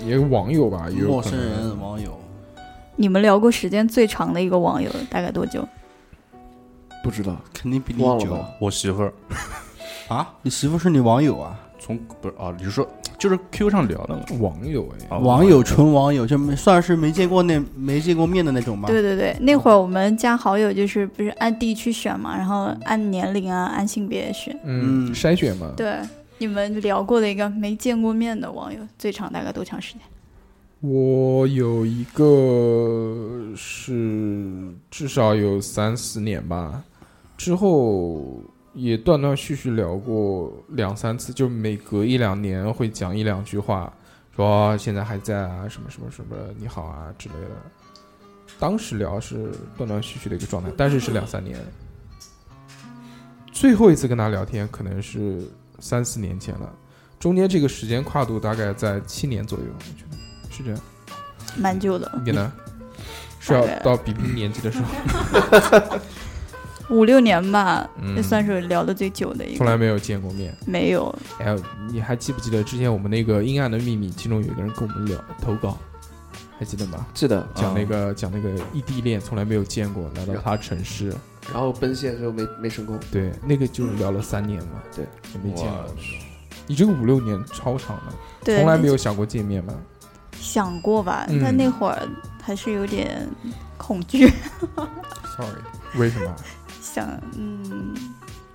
Speaker 2: 也有网友吧，也有
Speaker 3: 陌
Speaker 2: 可
Speaker 3: 生
Speaker 2: 能
Speaker 3: 人网友，
Speaker 6: 你们聊过时间最长的一个网友大概多久？
Speaker 4: 不知道，
Speaker 3: 肯定比你
Speaker 4: 忘了
Speaker 3: 久
Speaker 4: 吧？
Speaker 5: 我媳妇儿
Speaker 3: 啊！你媳妇是你网友啊？
Speaker 5: 从不是啊，你是说就是 Q 上聊的嘛？
Speaker 2: 网友哎，
Speaker 5: 啊
Speaker 3: 网友纯网友，就没算是没见过那没见过面的那种吗？
Speaker 6: 对对对，那会儿我们加好友就是不是按地区选嘛，然后按年龄啊，按性别选。
Speaker 2: 嗯，
Speaker 3: 嗯
Speaker 2: 筛选嘛，
Speaker 6: 对，你们聊过的一个没见过面的网友，最长大概多长时间？
Speaker 2: 我有一个是至少有三四年吧，之后也断断续续聊过两三次，就每隔一两年会讲一两句话，说现在还在啊，什么什么什么，你好啊之类的。当时聊是断断续续的一个状态，但是是两三年。最后一次跟他聊天可能是三四年前了，中间这个时间跨度大概在七年左右，我觉得是这样。
Speaker 6: 蛮久的，
Speaker 2: 你呢？是要到比拼年纪的时候，
Speaker 6: 五六年吧，
Speaker 2: 嗯
Speaker 6: 这算是聊的最久的一
Speaker 2: 从来
Speaker 6: 个。
Speaker 2: 没有见过面。
Speaker 6: 没有，
Speaker 2: 哎，你还记不记得之前我们那个阴暗的秘密，其中有一个人跟我们聊投稿，还记得吗？
Speaker 4: 记得。
Speaker 2: 讲那个、讲那个异地恋，从来啊没有见过，来到他城市，
Speaker 4: 然后奔现之后没没成功，
Speaker 2: 对，那个就是聊了三年嘛，
Speaker 4: 对，
Speaker 2: 也没见过
Speaker 5: 我。
Speaker 2: 你这个五六年超长了，
Speaker 6: 对，
Speaker 2: 从来没有想过见面吗？
Speaker 6: 想过吧，
Speaker 2: 嗯
Speaker 6: 但那会儿还是有点恐惧，
Speaker 2: Sorry，为什么？
Speaker 6: 想，嗯，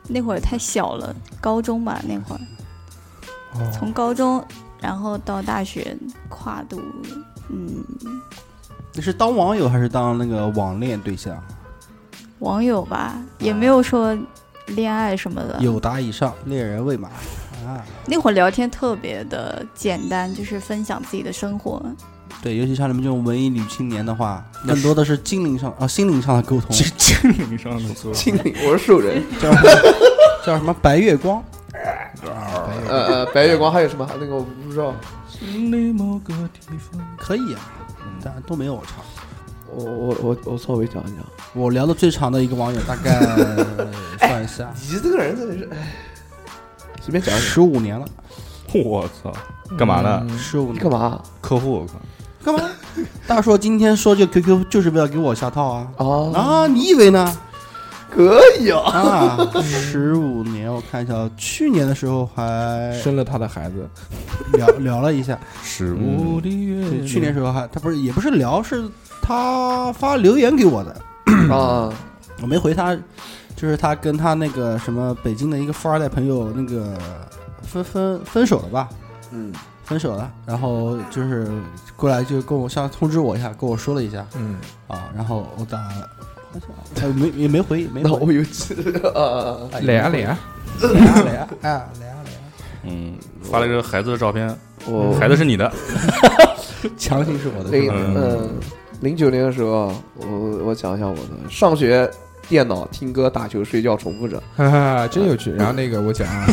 Speaker 6: 那会儿太小了，高中吧，那会儿
Speaker 2: 哦，
Speaker 6: 从高中，然后到大学，跨度，嗯，
Speaker 3: 你是当网友还是当那个网恋对象？
Speaker 6: 网友吧，也没有说恋爱什么的，
Speaker 3: 友达以上，恋人未满啊。
Speaker 6: 那会儿聊天特别的简单，就是分享自己的生活。
Speaker 3: 对，尤其像你们这种文艺女青年的话，更多的是心灵上啊，心灵上的沟 通，
Speaker 5: 精灵上的
Speaker 2: 嗯
Speaker 5: 错。
Speaker 4: 心灵我是兽人，
Speaker 3: 叫什么叫什么白月光，
Speaker 4: 呃呃，白月光还有什么？那个我不知道，
Speaker 3: 可以啊，但都没有我长。
Speaker 4: 我我我我稍微讲一讲。
Speaker 3: 我聊的最长的一个网友，大概算一下，
Speaker 4: 你这个人真的是，哎，随便讲讲。
Speaker 3: 十五年了，
Speaker 5: 我操，干嘛呢？
Speaker 2: 嗯
Speaker 3: 十五
Speaker 4: 你
Speaker 3: 年
Speaker 4: 干嘛？
Speaker 5: 客户，我靠，
Speaker 3: 干嘛？大硕今天说这个 QQ 就是为了给我下套啊
Speaker 4: 哦，
Speaker 3: 啊！你以为呢？
Speaker 4: 可以啊。
Speaker 3: 啊，十五年，我看一下，去年的时候还
Speaker 2: 生了他的孩子，
Speaker 3: 聊聊了一下，
Speaker 5: 十
Speaker 2: 嗯
Speaker 5: 五的月
Speaker 3: 对
Speaker 5: 亮
Speaker 3: 去年时候还他不是也不是聊，是他发留言给我的，
Speaker 4: 啊，
Speaker 3: 我没回他，就是他跟他那个什么北京的一个富二代朋友那个分分分手了吧，
Speaker 4: 嗯，
Speaker 3: 分手了，然后就是过来就跟我像通知我一下，跟我说了一下
Speaker 2: 嗯，
Speaker 3: 啊，然后我打，好像呃没也没回，没
Speaker 4: 那
Speaker 3: 回，
Speaker 4: 我有记得啊，
Speaker 3: 哎
Speaker 2: 来啊来，啊，
Speaker 3: 来啊来啊，哎呀来啊来啊，
Speaker 5: 嗯，发了一个孩子的照片，
Speaker 4: 我
Speaker 2: 嗯
Speaker 5: 孩子是你的，
Speaker 3: 强
Speaker 4: 哎
Speaker 3: 行是我的，
Speaker 4: 嗯零
Speaker 5: 嗯
Speaker 4: 嗯零九年的时候啊，我我讲一下我的上学电脑听歌、打球、睡觉，重复着。
Speaker 2: 啊，真有趣。然后那个我讲啊，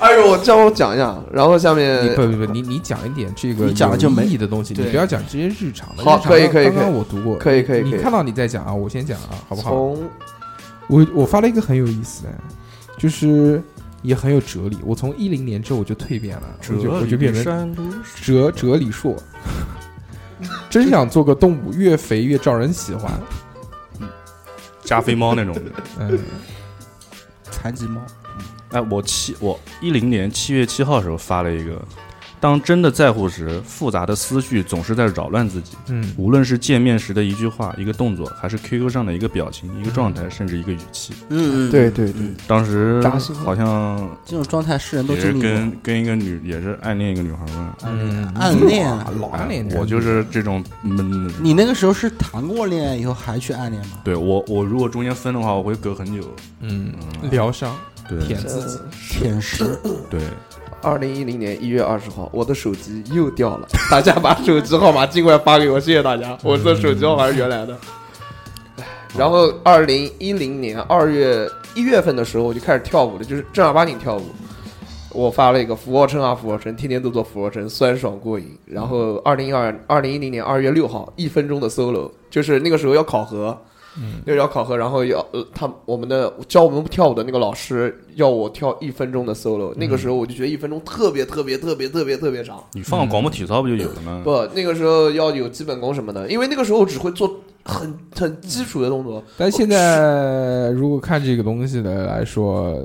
Speaker 4: 哎呦，这样我讲一下，然后下
Speaker 2: 你
Speaker 4: 面
Speaker 2: 不不不，你你讲一点这个
Speaker 3: 你讲了
Speaker 2: 有
Speaker 3: 就没
Speaker 2: 意义的东西，你
Speaker 7: 对
Speaker 2: 不要讲这些日常的。
Speaker 4: 好
Speaker 2: 日常
Speaker 4: 可以
Speaker 2: 的
Speaker 4: 可以
Speaker 2: 刚
Speaker 4: 可
Speaker 2: 刚
Speaker 4: 以
Speaker 2: 我读过，
Speaker 4: 可以可以
Speaker 2: 你
Speaker 4: 可以
Speaker 2: 看到你再讲啊，我先讲啊，好不好？
Speaker 4: 从
Speaker 2: 我我发了一个很有意思的，就是也很有哲理。我从一零年之后我就蜕变了，我就我就变成
Speaker 5: 山路是
Speaker 2: 哲哲理硕，真想做个动物，越肥越招人喜欢。
Speaker 5: 加菲猫那种。
Speaker 2: 嗯，
Speaker 3: 残疾猫，
Speaker 5: 哎，我七我一零年七月七号时候发了一个，当真的在乎时，复杂的思绪总是在扰乱自己。
Speaker 2: 嗯
Speaker 5: 无论是见面时的一句话、一个动作，还是 QQ 上的一个表情、一个状态，甚至一个语气，
Speaker 3: 嗯
Speaker 4: 对对对，
Speaker 3: 嗯，
Speaker 5: 当时
Speaker 4: 扎心了
Speaker 5: 好像
Speaker 3: 这种状态是人都
Speaker 5: 也是
Speaker 3: 经历过。
Speaker 5: 跟跟一个女也是暗恋一个女孩嘛。
Speaker 2: 嗯，
Speaker 3: 暗恋啊
Speaker 2: 哇老暗恋
Speaker 5: 哎
Speaker 2: 人，
Speaker 5: 我就是这种嗯，
Speaker 3: 你那个时候是谈过恋爱以后还去暗恋吗？
Speaker 5: 对我我如果中间分的话，我会隔很久。
Speaker 2: 嗯疗伤
Speaker 5: 对
Speaker 2: 舔自己。
Speaker 3: 舔舐，
Speaker 5: 对，
Speaker 4: 二零一零年一月二十号，我的手机又掉了，大家把手机号码尽快发给我，谢谢大家。我的手机号码是原来的。然后二零一零年二月一月份的时候，我就开始跳舞了，就是正儿八经跳舞。我发了一个俯卧撑啊，俯卧撑，天天都做俯卧撑，酸爽过瘾。然后二零二二零一零年二月六号，一分钟的 solo，就是那个时候要考核，那个要考核，然后要呃，他我们的教我们跳舞的那个老师要我跳一分钟的 solo，、那个时候我就觉得一分钟特别特别特别特别特别长。
Speaker 5: 你放广播体操不就有了吗？
Speaker 4: 不，那个时候要有基本功什么的，因为那个时候我只会做很很基础的动作。
Speaker 2: 但现在如果看这个东西的来说，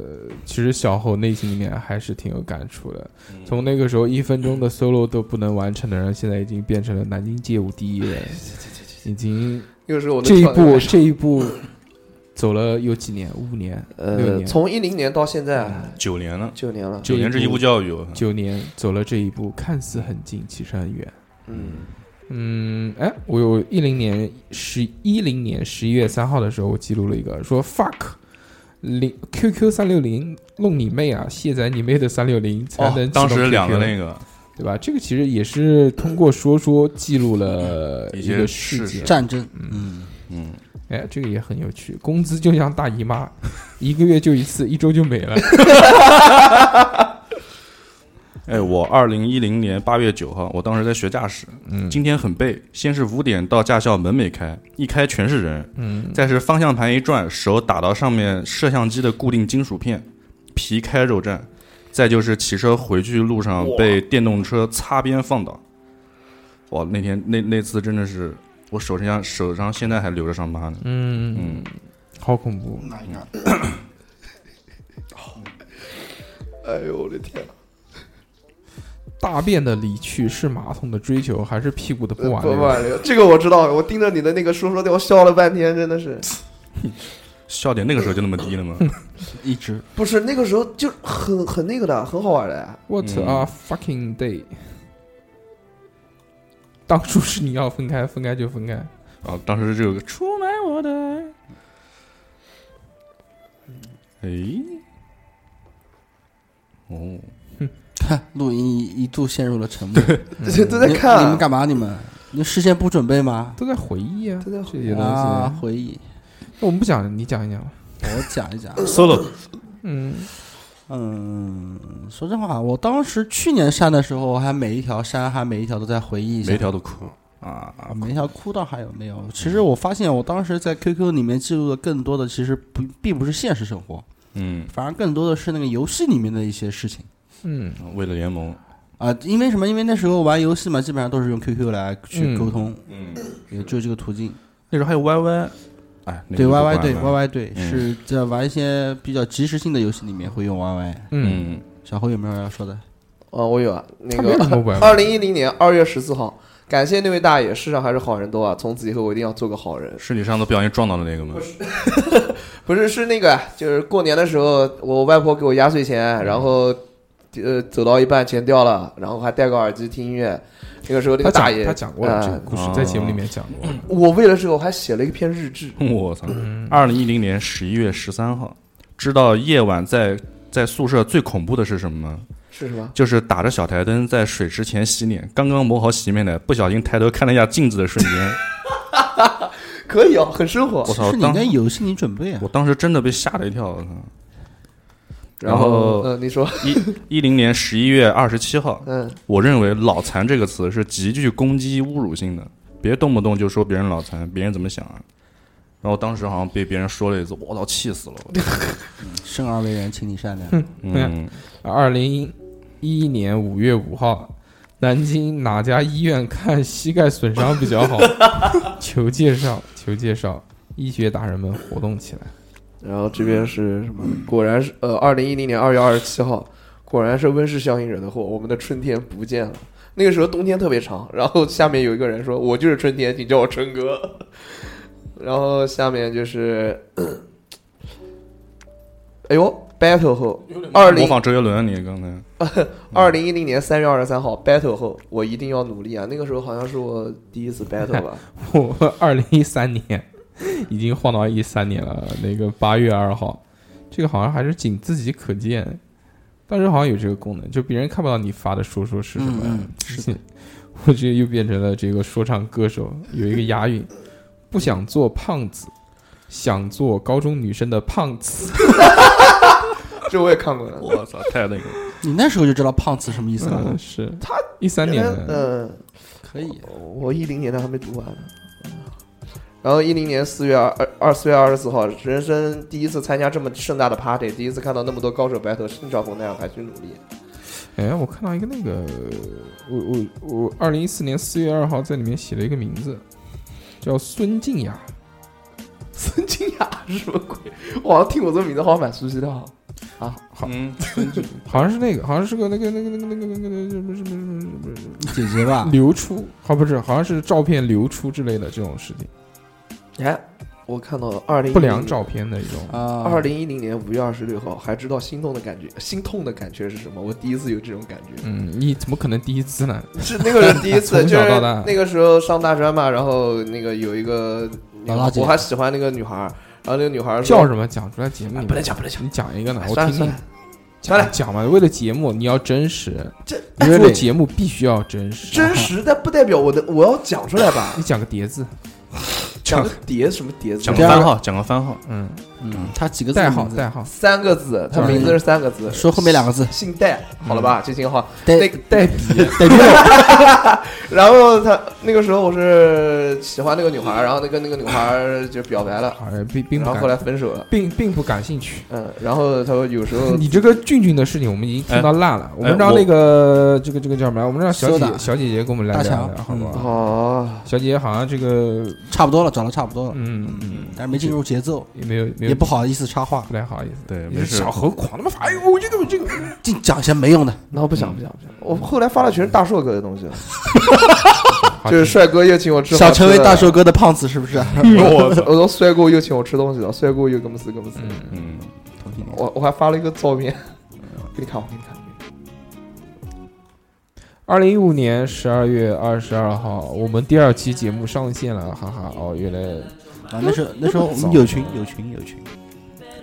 Speaker 2: 其实小侯内心里面还是挺有感触的。
Speaker 4: 嗯
Speaker 2: 从那个时候一分钟的 solo 都不能完成的人，现在已经变成了南京街舞第一人， 已经
Speaker 4: 那个时候我能
Speaker 2: 这一
Speaker 4: 跳得
Speaker 2: 步
Speaker 4: 很长
Speaker 2: 这一步走了有几年？五年、六
Speaker 4: 呃，
Speaker 2: 年、
Speaker 4: 从一零年到现在
Speaker 5: 九年了，
Speaker 4: 九年了，
Speaker 5: 九年制义务教育，我
Speaker 2: 九年走了这一步，看似很近，其实很远。
Speaker 4: 嗯，
Speaker 2: 嗯，哎，我有一零年十一零年十一月三号的时候，我记录了一个说 fuck 零 QQ 三六零弄你妹啊，卸载你妹的三六零才能、
Speaker 5: 哦，当时两个那
Speaker 2: 个，
Speaker 5: 个
Speaker 2: 对吧？这个其实也是通过说说记录了
Speaker 5: 一
Speaker 2: 一
Speaker 5: 些
Speaker 2: 个
Speaker 5: 事
Speaker 2: 事
Speaker 5: 实
Speaker 2: 件。
Speaker 3: 战争，嗯，
Speaker 5: 嗯，
Speaker 2: 哎，这个也很有趣。工资就像大姨妈， 一个月就一次，一 周就没 了。
Speaker 5: 哎，我二零一零年八月九号，我当时在学驾驶，
Speaker 2: 嗯
Speaker 5: 今天很背，先是五点到驾校门没开，一开全是人，
Speaker 2: 嗯，
Speaker 5: 再是方向盘一转，手打到上面摄像机的固定金属片，皮开肉绽，再就是骑车回去路上被电动车擦边放倒，哇，那天那那次真的是我手上手上现在还留着伤疤呢，
Speaker 2: 嗯
Speaker 5: 嗯，
Speaker 2: 好恐怖。
Speaker 4: 哎呦我的天，
Speaker 2: 大便的离去是马桶的追求，还是屁股的不
Speaker 4: 呃
Speaker 2: 挽
Speaker 4: 不
Speaker 2: 留？
Speaker 4: 不挽留，这个我知道，我盯着你的那个说说的，我笑了半天，真的是。
Speaker 5: 笑点那个时候就那么低了吗？
Speaker 3: 一直
Speaker 4: 不是那个时候就很很那个的，很好玩的呀。
Speaker 2: What
Speaker 5: 嗯
Speaker 2: a fucking day！当初是你要分开，分开就分开。
Speaker 5: 啊，当时这个出卖我的爱，哎，哦，
Speaker 3: 录音一一度陷入了沉默。
Speaker 4: 这都在
Speaker 3: 你
Speaker 4: 看啊
Speaker 3: 你们干嘛？你们，你们事先不准备吗？
Speaker 2: 都在回忆啊，
Speaker 4: 都在
Speaker 2: 这
Speaker 4: 回
Speaker 2: 些东
Speaker 3: 啊，
Speaker 2: 西。
Speaker 3: 回忆，
Speaker 2: 那我们不讲，你讲一讲吧。
Speaker 3: 我讲一讲。
Speaker 5: solo
Speaker 2: 嗯，
Speaker 3: 嗯，说真话，我当时去年删的时候，还每一条删，还每一条都在回忆一下，
Speaker 5: 每条都哭啊，
Speaker 3: 啊，每一条哭倒还有没有？其实我发现，我当时在 QQ 里面记录的更多的，其实不并不是现实生活，
Speaker 5: 嗯，
Speaker 3: 反而更多的是那个游戏里面的一些事情
Speaker 2: 嗯，
Speaker 5: 为了联盟，
Speaker 3: 啊、因为什么？因为那时候玩游戏嘛，基本上都是用 QQ 来去
Speaker 2: 嗯
Speaker 3: 沟通，
Speaker 5: 嗯，
Speaker 3: 也就这个途径。
Speaker 5: 那时候还有 YY，哎，那个
Speaker 3: 对
Speaker 5: 就不
Speaker 3: Y
Speaker 5: 管
Speaker 3: Y
Speaker 5: 了
Speaker 3: 对 Y Y 对，
Speaker 5: 嗯
Speaker 3: 是在玩一些比较即时性的游戏里面会用 Y Y。
Speaker 2: 嗯，
Speaker 5: 嗯，
Speaker 3: 小侯有没有要说的？
Speaker 4: 哦，我有啊，那
Speaker 2: 他没有
Speaker 4: 个
Speaker 2: 那么玩
Speaker 4: 二零一零年二月十四号，感谢那位大爷，世上还是好人多啊！从此以后我一定要做个好人。
Speaker 5: 是你上次不小心撞到的那个吗？
Speaker 4: 不是，是那个，就是过年的时候，我外婆给我压岁钱，然后呃走到一半钱掉了，然后还戴个耳机听音乐。那个时候那
Speaker 2: 他
Speaker 4: 个大
Speaker 2: 讲
Speaker 4: 爷，
Speaker 2: 他讲过了这个
Speaker 4: 呃
Speaker 2: 故事
Speaker 5: 啊，
Speaker 2: 在节目里面讲过。
Speaker 4: 我为了这个我还写了一篇日志。
Speaker 5: 我操！
Speaker 3: 嗯
Speaker 5: 二零一零年十一月十三号，知道夜晚在在宿舍最恐怖的是什么吗？
Speaker 4: 是什么？
Speaker 5: 就是打着小台灯在水池前洗脸，刚刚抹好洗面奶，不小心抬头看了一下镜子的瞬间，
Speaker 4: 可以哦，很生活。
Speaker 5: 我操！
Speaker 3: 是你应
Speaker 5: 当
Speaker 3: 该有心理准备啊
Speaker 5: 我。当时真的被吓了一跳。我操
Speaker 4: 然
Speaker 5: 然后
Speaker 4: 嗯，你说，
Speaker 5: 一一零年十一月二十七号，
Speaker 4: 嗯，
Speaker 5: 我认为“脑残”这个词是极具攻击侮辱性的，别动不动就说别人脑残，别人怎么想啊？然后当时好像被别人说了一次，我操，气死了！我
Speaker 3: 生而为人，请你善良。
Speaker 5: 嗯，
Speaker 2: 二零一一年五月五号，南京哪家医院看膝盖损伤比较好？ 求介绍，求介绍！医学达人们活动起来。
Speaker 4: 然后这边是什么？果然是呃，二零一零年二月二十七号，果然是温室效应惹的祸，我们的春天不见了。那个时候冬天特别长，然后下面有一个人说：“我就是春天，请叫我春哥。” 然后下面就是， 哎呦，battle 后，二
Speaker 5: 模
Speaker 4: 零
Speaker 5: 仿周杰伦，你刚才
Speaker 4: 二零一零年三月二十三号 battle 后，我一定要努力啊！那个时候好像是我第一次 battle 吧，
Speaker 2: 我二零一三年已经晃到一三年了，那个八月二号，这个好像还是仅自己可见，当时好像有这个功能，就别人看不到你发的说说是什么。
Speaker 3: 嗯嗯是
Speaker 2: 我这又变成了这个说唱歌手，有一个押韵，不想做胖子，想做高中女生的胖子。
Speaker 4: 这我也看过了。
Speaker 5: 我操，太那个了。
Speaker 3: 你那时候就知道胖子什么意思
Speaker 2: 嗯，
Speaker 3: 了？
Speaker 2: 是他一三年的，
Speaker 4: 嗯，
Speaker 3: 可以，
Speaker 4: 我一零年的还没读完呢。然后一零年四月二二四月二十四号，人生第一次参加这么盛大的 party，第一次看到那么多高手 battle，盛兆鹏那样还去努力。
Speaker 2: 哎，我看到一个那个，我我我，二零一四年四月二号在里面写了一个名字，叫孙静雅。
Speaker 4: 孙金雅是什么鬼？我好像听我这名字好像蛮熟悉的啊哈。
Speaker 5: 嗯，
Speaker 2: 好像是那个，好像是个那个那个那个那个那个那个什么什么什么什么什么，
Speaker 3: 姐姐 吧
Speaker 2: 流出，好不是，好像是照片流出之类的这种事情，
Speaker 4: 哎，我看到二零
Speaker 2: 不良照片的一种。
Speaker 3: 啊，
Speaker 4: 二零一零年五月二十六号，还知道心动的感觉，心痛的感觉是什么？我第一次有这种感 觉。
Speaker 2: 嗯，你怎么可能第一次呢？
Speaker 4: 是那个人第一次，
Speaker 2: 从
Speaker 4: 就
Speaker 2: 小
Speaker 4: 是
Speaker 2: 到大
Speaker 4: 那个时候上大专嘛，然后那个有一个女
Speaker 3: 老大姐
Speaker 4: 我还喜欢那个女孩儿，然后那个女孩儿说
Speaker 2: 叫什么？讲出来节
Speaker 3: 嗯
Speaker 2: 目
Speaker 4: 哎
Speaker 2: 里
Speaker 4: 不
Speaker 2: 面
Speaker 4: 能，讲，不能讲，
Speaker 2: 你讲一个呢，
Speaker 4: 哎
Speaker 2: 我
Speaker 4: 算
Speaker 2: 听
Speaker 4: 了算
Speaker 2: 听
Speaker 4: 了。算了
Speaker 2: 讲讲嘛，为了节目你要真实，
Speaker 4: 这
Speaker 2: 你做节目必须要真实。
Speaker 4: 真实，但不代表我的我要讲出来吧
Speaker 2: 你。讲个叠字，
Speaker 4: 讲个碟什么碟字
Speaker 5: 讲？个番号，讲个番号，
Speaker 2: 嗯，
Speaker 3: 嗯，他几个字
Speaker 2: 代
Speaker 3: 名
Speaker 2: 号
Speaker 3: 字
Speaker 2: 代号，
Speaker 4: 三个字，他
Speaker 3: 叫
Speaker 4: 名字是三个字，
Speaker 3: 说后面两个字，嗯哎
Speaker 4: 姓戴，好了吧，这型号
Speaker 3: 戴
Speaker 4: 那个戴比。
Speaker 3: 得病了，
Speaker 4: 然后他那个时候我是喜欢那个女孩儿，然后那跟那个女孩儿就表白了，
Speaker 2: 好像并并
Speaker 4: 然
Speaker 2: 不
Speaker 3: 嗯
Speaker 4: 后后来
Speaker 2: 感，
Speaker 4: 分手了。
Speaker 2: 并并不感兴趣。
Speaker 4: 嗯，然后他说有时候
Speaker 2: 你这个俊俊的事情我们已经听到烂了，我们让那个这个这个叫什么？我们让小姐
Speaker 3: Soda
Speaker 2: 小姐姐跟我们来
Speaker 3: 大
Speaker 2: 聊
Speaker 3: 强
Speaker 2: 聊，好不好？
Speaker 4: 哦，
Speaker 2: 小姐姐好像这个，
Speaker 3: 差不多了，找的差不多了，
Speaker 2: 嗯嗯，
Speaker 3: 但是没进入节奏，
Speaker 2: 也没有没有
Speaker 3: 也不好意思插话，
Speaker 2: 不太好意思。
Speaker 5: 对，
Speaker 2: 你
Speaker 5: 没
Speaker 2: 是
Speaker 5: 事
Speaker 2: 小。何狂他妈发，哎呦，我这个我这个，
Speaker 3: 净讲一些没用的。
Speaker 4: 那我不想不想不想，我后来发的全是大硕哥的东西，
Speaker 2: 好
Speaker 4: 就是帅哥又请我吃，嗯
Speaker 3: 想成为大硕，哥的胖子是 不是？啊
Speaker 4: 我我都摔过又请我吃东西了，摔过又给我们撕给我们撕。
Speaker 2: 嗯，
Speaker 5: 嗯，
Speaker 4: 我我还发了一个照片，给你看，我给你看。
Speaker 2: 二零一五年十二月二十二号，我们第二期节目上线了，哈哈！哦，原来
Speaker 3: 啊，那时候那时候我们有群有群有群，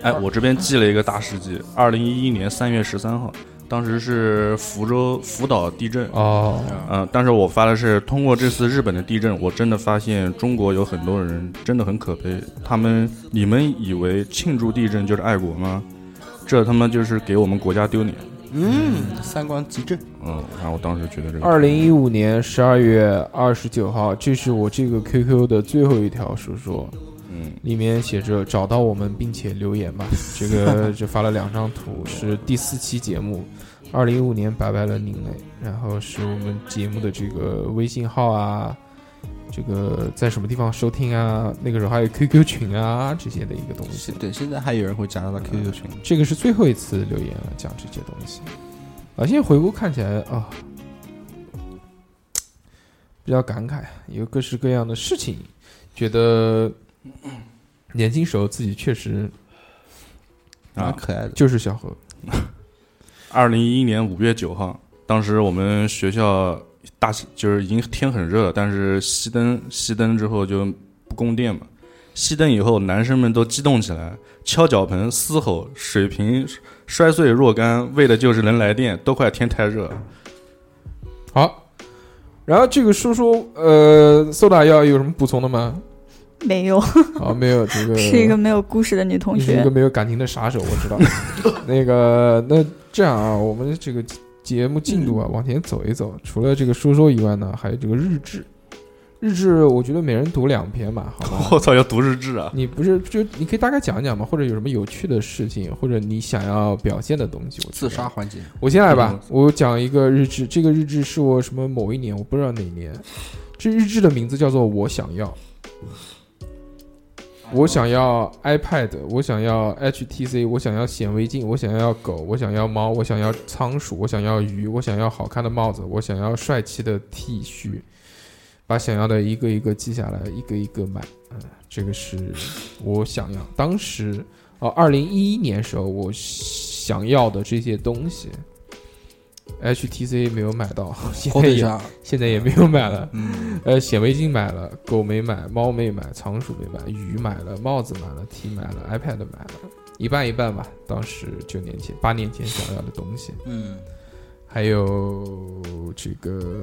Speaker 5: 哎，我这边记了一个大事记，二零一一年三月十三号，当时是福州福岛地震，
Speaker 2: 哦，
Speaker 5: 嗯，但是我发的是通过这次日本的地震，我真的发现中国有很多人真的很可悲。他们，你们以为庆祝地震就是爱国吗？这他妈就是给我们国家丢脸。
Speaker 3: 嗯，三观极正，
Speaker 5: 嗯，然后我当时觉得这个
Speaker 2: 二零一五年十二月二十九号，这是我这个 QQ 的最后一条说说，
Speaker 5: 嗯，
Speaker 2: 里面写着“找到我们并且留言吧”，这个就发了两张图，是第四期节目，二零一五年拜拜了您嘞，然后是我们节目的这个微信号啊，这个在什么地方收听啊，那个时候还有 QQ 群啊这些的一个东西。
Speaker 3: 对，现在还有人会加到 QQ 群，
Speaker 2: 这个是最后一次留言了，讲这些东西。啊，现在回顾看起来啊，比较感慨，有各式各样的事情，觉得年轻时候自己确实
Speaker 3: 蛮
Speaker 5: 啊，
Speaker 3: 可爱的。
Speaker 2: 就是小何，
Speaker 5: 二零一一年五月九号，当时我们学校大就是已经天很热了，但是熄灯熄灯之后就不供电嘛。熄灯以后，男生们都激动起来，敲脚盆、嘶吼、水瓶摔碎若干，为的就是能来电。都快天太热了，
Speaker 2: 好。然后这个叔叔，呃，苏打要有什么补充的吗？
Speaker 6: 没有，
Speaker 2: 啊，没有这个
Speaker 6: 是一个没有故事的女同
Speaker 2: 你是一
Speaker 6: 学
Speaker 2: 个。没有感情的杀手，我知道。 那个，那这样啊，我们这个节目进度啊，
Speaker 6: 嗯
Speaker 2: 往前走一走。除了这个说说以外呢，还有这个日志。日志，我觉得每人读两篇吧，好吧？
Speaker 5: 我操，要读日志啊！
Speaker 2: 你不是就你可以大概讲一讲嘛，或者有什么有趣的事情，或者你想要表现的东西。我觉
Speaker 3: 自
Speaker 2: 得
Speaker 3: 杀环节，
Speaker 2: 我先来吧，我讲一个日志，这个日志是我什么某一年，我不知道哪年，这日志的名字叫做“我想要”，我想要 iPad，我想要 HTC，我想要显微镜，我想要狗，我想要猫，我想要仓鼠，我想要鱼，我想要好看的帽子，我想要帅气的 T 恤，把想要的一个一个记下来，一个一个买。嗯，这个是我想要，当时。哦，二零一一年时候我想要的这些东西，HTC 没有买到， 现
Speaker 3: 我
Speaker 2: 在
Speaker 3: 等一
Speaker 2: 也
Speaker 3: 下，
Speaker 2: 现在也没有买了。
Speaker 3: 嗯，
Speaker 2: 呃，显微镜买了，狗没买，猫没买，仓鼠没买，鱼买了，帽子买了，T 买了，iPad 买了，一半一半吧。当时九年前、八年前想要的东西，
Speaker 3: 嗯，
Speaker 2: 还有这个，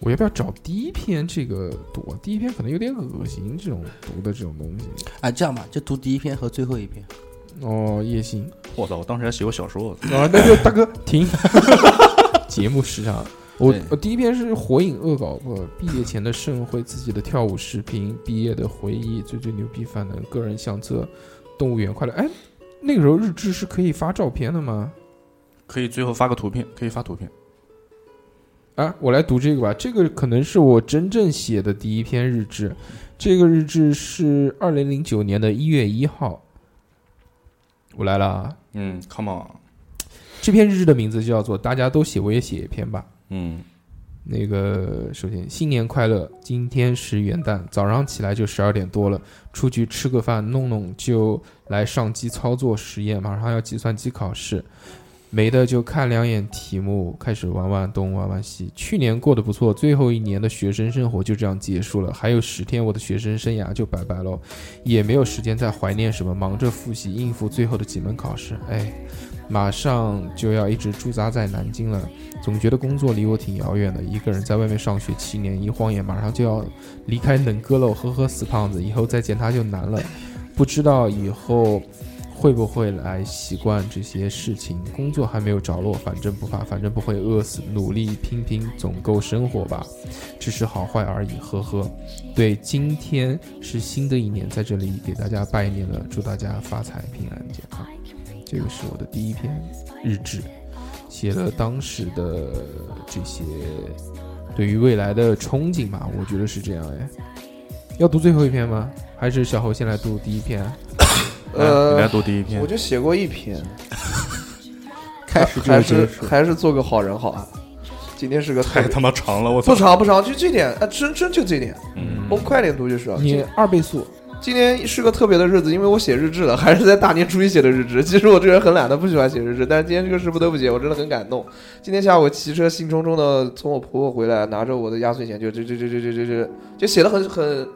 Speaker 2: 我要不要找第一篇这个读啊？第一篇可能有点恶心，这种读的这种东西。
Speaker 3: 哎，这样吧，就读第一篇和最后一篇。
Speaker 2: 哦，夜行。
Speaker 5: 我操，我当时还写过小说，
Speaker 2: 啊，那就大哥停。 节目时长，我
Speaker 3: 对
Speaker 2: 我第一篇是《火影恶搞课》，毕业前的盛会，自己的跳舞视频，毕业的回忆，最最牛逼反能，个人相册，动物园快乐。哎，那个时候日志是可以发照片的吗？
Speaker 5: 可以最后发个图片，可以发图片。
Speaker 2: 啊，我来读这个吧，这个可能是我真正写的第一篇日志，这个日志是二零零九年的一月一号，我来了啊，
Speaker 5: 嗯，come on，
Speaker 2: 这篇日志的名字叫做“大家都写，我也写一篇吧”。
Speaker 5: 嗯，
Speaker 2: 那个，首先新年快乐！今天是元旦，早上起来就十二点多了，出去吃个饭，弄弄就来上机操作实验，马上要计算机考试，没的就看两眼题目，开始玩玩东玩玩西。去年过得不错，最后一年的学生生活就这样结束了，还有十天我的学生生涯就拜拜喽，也没有时间再怀念什么，忙着复习应付最后的几门考试。哎，马上就要一直驻扎在南京了。总觉得工作离我挺遥远的，一个人在外面上学七年，一晃眼马上就要离开能哥喽，呵呵，死胖子，以后再见他就难了。不知道以后会不会来习惯这些事情，工作还没有着落，反正不怕，反正不会饿死，努力拼拼总够生活吧，只是好坏而已，呵呵。对，今天是新的一年，在这里给大家拜年了，祝大家发财、平安、健康。这个是我的第一篇日志。写了当时的这些对于未来的憧憬吧，我觉得是这样哎。要读最后一篇吗？还是小侯先来读第一篇？啊
Speaker 5: 来你来
Speaker 4: 呃，
Speaker 5: 读第一篇
Speaker 4: 我。就写过一篇，
Speaker 3: 开始就
Speaker 4: 还
Speaker 3: 结
Speaker 4: 是
Speaker 3: 束，
Speaker 4: 还是做个好人好啊。今天是个特
Speaker 5: 太
Speaker 4: 别
Speaker 5: 他妈长了，我操
Speaker 4: 不！长不长，就这点啊，真真就这点，
Speaker 5: 嗯
Speaker 4: 我们快点读就是啊。
Speaker 2: 你
Speaker 4: 今
Speaker 2: 二倍速，
Speaker 4: 今天是个特别的日子，因为我写日志了，还是在大年初一写的日志。其实我这个人很懒的，不喜欢写日志，但是今天这个事不得不写，我真的很感动。今天下午我骑车兴冲冲的从我婆婆回来，拿着我的压岁钱就就就就就就就就就写的很很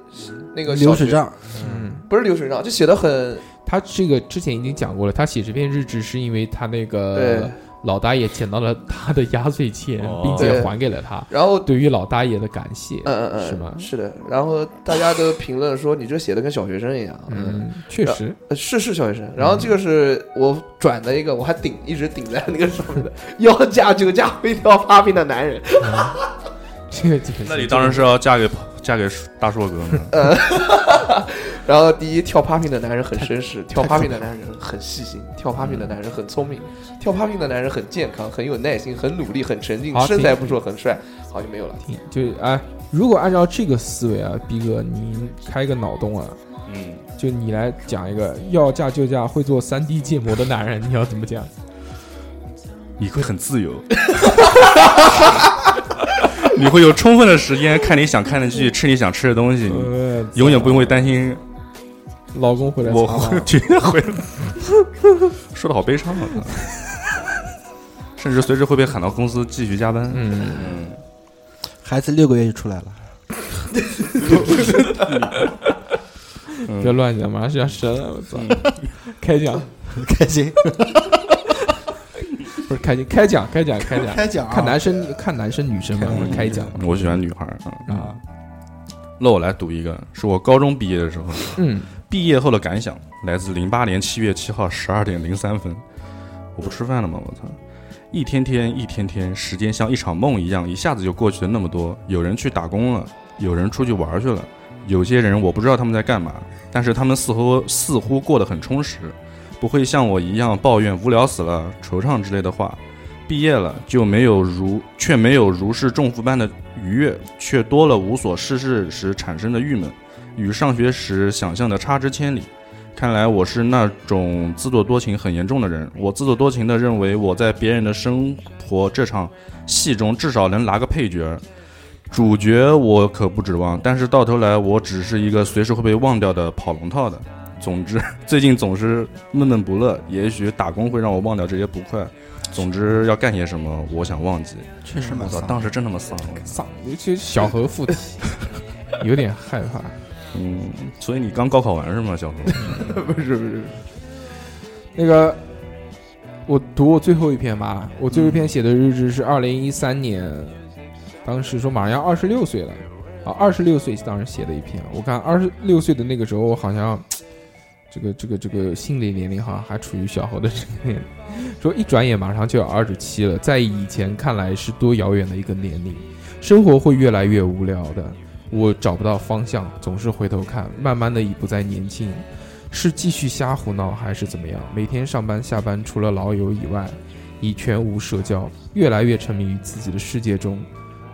Speaker 4: 那个小
Speaker 3: 流水
Speaker 4: 学，
Speaker 3: 账，
Speaker 2: 嗯，
Speaker 4: 不是流水账，就写的很
Speaker 2: 他这个之前已经讲过了，他写这篇日志是因为他那个
Speaker 4: 对
Speaker 2: 老大爷捡到了他的压岁钱，
Speaker 5: 哦
Speaker 2: 并且
Speaker 4: 对
Speaker 2: 还给了他，
Speaker 4: 然后
Speaker 2: 对于老大爷的感谢，
Speaker 4: 嗯嗯嗯，
Speaker 2: 是吗
Speaker 4: 是的。然后大家都评论说你这写的跟小学生一样，嗯，
Speaker 2: 嗯，确实，
Speaker 4: 呃是是小学生。然后这个是我转的一个，我还顶一直顶在那个上面的， 要嫁就嫁会跳 popping 的男人。
Speaker 2: 这个基本
Speaker 5: 那
Speaker 2: 上
Speaker 5: 你当然是要嫁给嫁给大硕哥吗？
Speaker 4: 然后第一，跳 popping 的男人很绅 士，跳 popping 的男人很细心，跳 popping 的男人很聪明，跳 popping 的男人很健康，很有耐心，很努力，很沉静，
Speaker 2: 好
Speaker 4: 身材
Speaker 2: 停
Speaker 4: 不错，很帅。好就没有了。
Speaker 2: 挺就是哎，如果按照这个思维啊，逼哥，你开个脑洞啊，
Speaker 5: 嗯，
Speaker 2: 就你来讲一个要嫁就嫁会做三 D 建模的男人，你要怎么讲？
Speaker 5: 你会很自由， 你会有充分的时间看你想看的剧，吃你想吃的东西，
Speaker 2: 呃，
Speaker 5: 永远不用会担心
Speaker 2: 老公回来
Speaker 5: 我
Speaker 2: 查房
Speaker 5: 会 绝对会。说的好悲伤啊！甚至随时会被喊到公司继续加班。
Speaker 2: 嗯，
Speaker 5: 嗯，
Speaker 3: 孩子六个月就出来了，
Speaker 2: 别乱讲，马上就要生了，我操！
Speaker 5: 嗯
Speaker 2: 开讲
Speaker 3: 开 心，
Speaker 2: 不是开讲，开讲开讲开讲，
Speaker 3: 讲
Speaker 2: 啊
Speaker 3: 啊
Speaker 2: 看男生看男生女生嘛，不是开讲嘛
Speaker 5: 我喜欢女孩儿啊。
Speaker 2: 啊。
Speaker 5: 那我来读一个，是我高中毕业的时候，
Speaker 2: 嗯，
Speaker 5: 毕业后的感想，来自零八年七月七号十二点零三分。我不吃饭了吗？我操！一天天，一天天，时间像一场梦一样，一下子就过去了那么多。有人去打工了，有人出去玩去了，有些人我不知道他们在干嘛，但是他们似乎似乎过得很充实，不会像我一样抱怨无聊死了、惆怅之类的话。毕业了就没有如却没有如释重负般的愉悦，却多了无所事事时产生的郁闷，与上学时想象的差之千里。看来我是那种自作多情很严重的人。我自作多情的认为我在别人的生活这场戏中至少能拿个配角，主角我可不指望。但是到头来，我只是一个随时会被忘掉的跑龙套的。总之， 最近总是闷闷不乐。也许打工会让我忘掉这些不快。总之要干些什么，我想忘记。
Speaker 3: 确实
Speaker 5: 我
Speaker 3: 蛮
Speaker 5: 操，
Speaker 3: 丧。
Speaker 5: 当时真他妈丧！我操
Speaker 2: 丧，尤其是小何 附体，有点害怕。
Speaker 5: 嗯，所以你刚高考完是吗，小何？
Speaker 4: 不是不是，
Speaker 2: 那个，我读我最后一篇吧，我最后一篇写的日志是二零一三年，当时说马上要二十六岁了，啊，二十六岁当时写的一篇。我看二十六岁的那个时候，我好像这个这个这个心理年龄好像还处于小猴的这个年龄， 说一转眼马上就要二十七了，在以前看来是多遥远的一个年龄，生活会越来越无聊的。我找不到方向，总是回头看，慢慢的已不再年轻。是继续瞎胡闹还是怎么样？每天上班下班，除了老友以外，已全无社交，越来越沉迷于自己的世界中，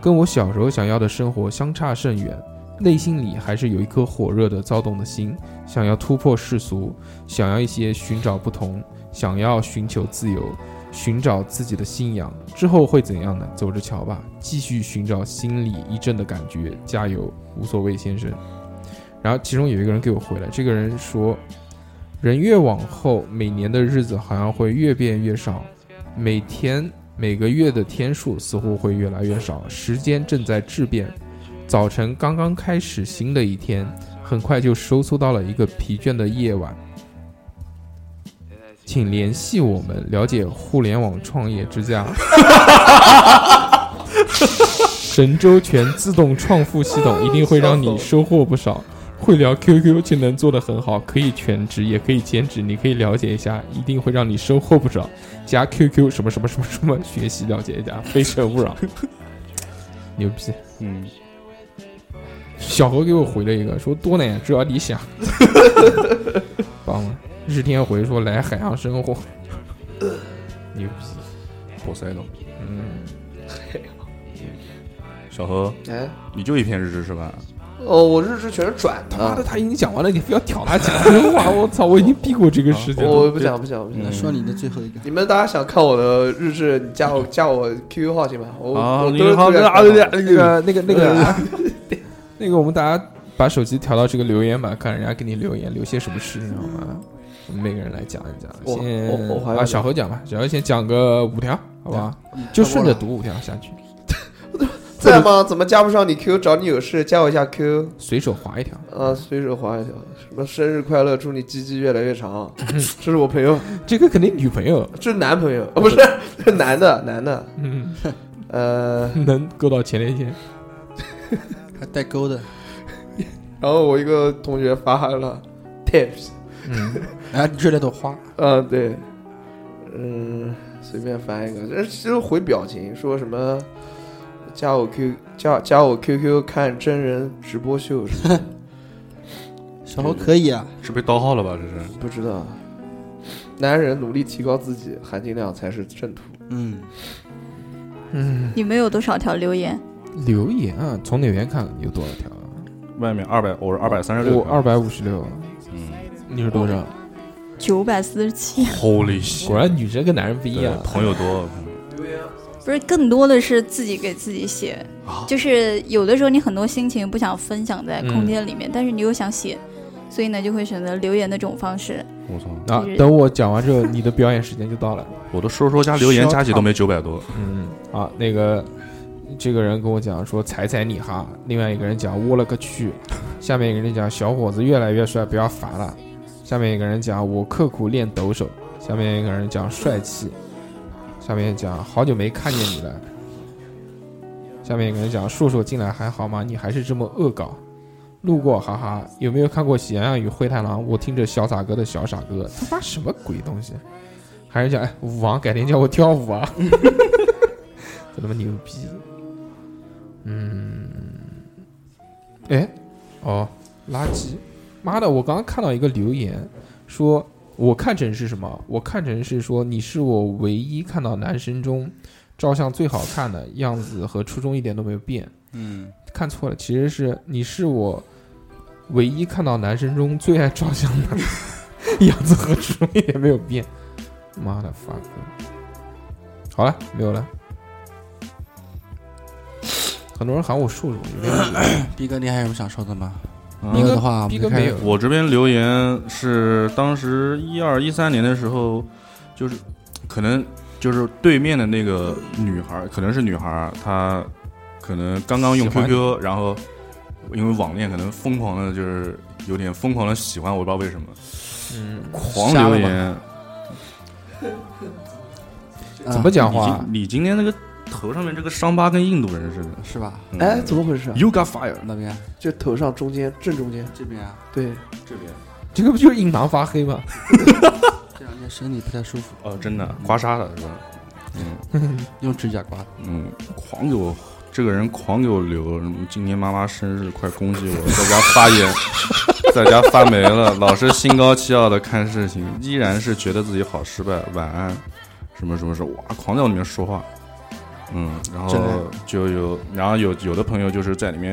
Speaker 2: 跟我小时候想要的生活相差甚远。内心里还是有一颗火热的躁动的心，想要突破世俗，想要一些寻找不同，想要寻求自由，寻找自己的信仰。之后会怎样呢？走着瞧吧，继续寻找心理一阵的感觉。加油，无所谓先生。然后其中有一个人给我回来，这个人说，人越往后，每年的日子好像会越变越少，每天每个月的天数似乎会越来越少，时间正在质变。早晨刚刚开始新的一天，很快就收缩到了一个疲倦的夜晚。请联系我们，了解互联网创业之家。神州全自动创富系统一定会让你收获不少。会聊 QQ 就能做得很好，可以全职也可以兼职，你可以了解一下，一定会让你收获不少。加 QQ 什么什么什么什么，学习了解一下，非诚勿扰。牛逼！
Speaker 5: 嗯，
Speaker 2: 小何给我回了一个，说多呢，只要你 想。棒了！日天回说来海洋生活，牛
Speaker 4: 啊
Speaker 2: 逼！
Speaker 5: 波塞冬。
Speaker 2: 嗯，
Speaker 5: 小何，
Speaker 4: 哎，
Speaker 5: 你就一篇日志是吧？
Speaker 4: 哦，我日志全是转
Speaker 2: 他妈的
Speaker 4: 的，
Speaker 2: 他已经讲完了，你非要挑他讲真 话，我操！我已经避过这个事情了。
Speaker 4: 啊哦我不讲不讲不讲。
Speaker 3: 那说你的最后一个，
Speaker 4: 你们大家想看我的日志，你加我加我 QQ 号行吧？我
Speaker 5: 啊
Speaker 4: 我
Speaker 5: 你
Speaker 4: 都是
Speaker 5: 好
Speaker 4: 这样
Speaker 5: 啊
Speaker 4: 看
Speaker 5: 对
Speaker 4: 的
Speaker 5: 对
Speaker 2: 那个那个那
Speaker 4: 啊
Speaker 2: 个那个，我们大家把手机调到这个留言板，看人家给你留言留些什么事，你知道吗？我们每个人来讲一讲，
Speaker 4: 嗯我
Speaker 2: 先
Speaker 4: 我我还
Speaker 2: 啊，
Speaker 4: 要讲
Speaker 2: 小何讲吧，小何先讲个五条，好不好？
Speaker 3: 嗯
Speaker 2: 就顺着读五条下去，
Speaker 4: 在吗？怎么加不上你 Q？找你有事，加我一下 Q。
Speaker 2: 随手划一条。
Speaker 4: 啊，随手划一条，什么生日快乐，祝你鸡鸡越来越长。 这是我朋友，
Speaker 2: 这个肯定女朋友，
Speaker 4: 这是男朋友，哦，不是，这是男的，男的。
Speaker 2: 嗯，
Speaker 4: 呃，
Speaker 2: 能够到前列腺。
Speaker 3: 还带钩的，
Speaker 4: 然后我一个同学发了 tips，
Speaker 2: 嗯，
Speaker 3: 哎，你追了朵花，
Speaker 4: 啊，对，嗯，随便翻一个，这就是回表情，说什么加我 Q 加加我 QQ 看真人直播秀什么的，
Speaker 3: 小猴可以啊，
Speaker 5: 是被盗号了吧？这是
Speaker 4: 不知道。男人努力提高自己，含金量才是正途。
Speaker 3: 嗯，
Speaker 6: 你们有多少条留言？
Speaker 2: 留言啊，从留言看有多少条啊？
Speaker 5: 外面二百，我是二百三十六，
Speaker 2: 我二百五十六，哦
Speaker 5: 嗯，
Speaker 2: 你是多少？
Speaker 6: 九百四十七，
Speaker 5: ，Holy shit！
Speaker 2: 果然女生跟男人不一啊样
Speaker 5: 对。朋友多，嗯
Speaker 6: 不是更多的是自己给自己写，就是有的时候你很多心情不想分享在空间里面，但是你又想写，所以呢就会选择留言的这种方式。
Speaker 5: 我操！
Speaker 2: 啊，等我讲完之后，你的表演时间就到了。
Speaker 5: 我的说说加留言加起都没九百多，
Speaker 2: 嗯啊，那个这个人跟我讲说踩踩你哈，另外一个人讲我勒个去，下面一个人讲小伙子越来越帅，不要烦了，下面一个人讲我刻苦练抖手，下面一个人讲帅气，下面讲好久没看见你了，下面一个人讲硕硕进来还好吗？你还是这么恶搞。路过，哈哈，有没有看过《喜羊羊与灰太狼》？我听着小傻哥的小傻哥，他妈什么鬼东西？还是讲哎，舞王改天叫我跳舞啊，怎么那么牛逼？嗯，哎，哦，垃圾！妈的，我刚刚看到一个留言说，我看成是什么？我看成是说你是我唯一看到男生中照相最好看的样子，和初中一点都没有变。
Speaker 3: 嗯，
Speaker 2: 看错了，其实是你是我唯一看到男生中最爱照相的 样子和初中一点没有变。妈的 fuck！好了，没有了。很多人喊我瘦了，我有点
Speaker 3: 逼哥，你还有什么想说的吗？
Speaker 5: 嗯
Speaker 3: 没有的话，
Speaker 2: 逼
Speaker 3: 我
Speaker 2: 哥
Speaker 3: 们就开
Speaker 2: 没
Speaker 3: 始
Speaker 2: 有。
Speaker 5: 我这边留言是当时一二一三年的时候，就是可能就是对面的那个女孩儿，可能是女孩儿，她可能刚刚用
Speaker 2: 喜欢你
Speaker 5: QQ，然后因为网恋可能疯狂的，就是有点疯狂的喜欢，我不知道为什么，
Speaker 2: 嗯，
Speaker 5: 狂
Speaker 3: 瞎了吧
Speaker 5: 留言。
Speaker 2: 怎么讲
Speaker 5: 你
Speaker 2: 话
Speaker 5: 今？你今天那个头上面这个伤疤跟印度人似的。
Speaker 3: 是吧？
Speaker 5: 嗯
Speaker 4: 哎，怎么回事啊？
Speaker 5: ？You got fire
Speaker 3: 那边
Speaker 4: 就头上中间正中间，
Speaker 3: 这边啊，
Speaker 4: 对，
Speaker 5: 这边
Speaker 2: 这个不就是印堂发黑吗？
Speaker 3: 这两天身体不太舒服，
Speaker 5: 哦，真的刮痧了是吧？嗯。
Speaker 3: 用指甲刮的。
Speaker 5: 嗯，狂给我这个人狂给我留，什么今天妈妈生日，快恭喜我，在家发言， 在家发霉了，老是心高气傲的看事情，依然是觉得自己好失败。晚安，什么什么什么，哇，狂在我里面说话，嗯，然后
Speaker 3: 真的
Speaker 5: 就有，然后有有的朋友就是在里面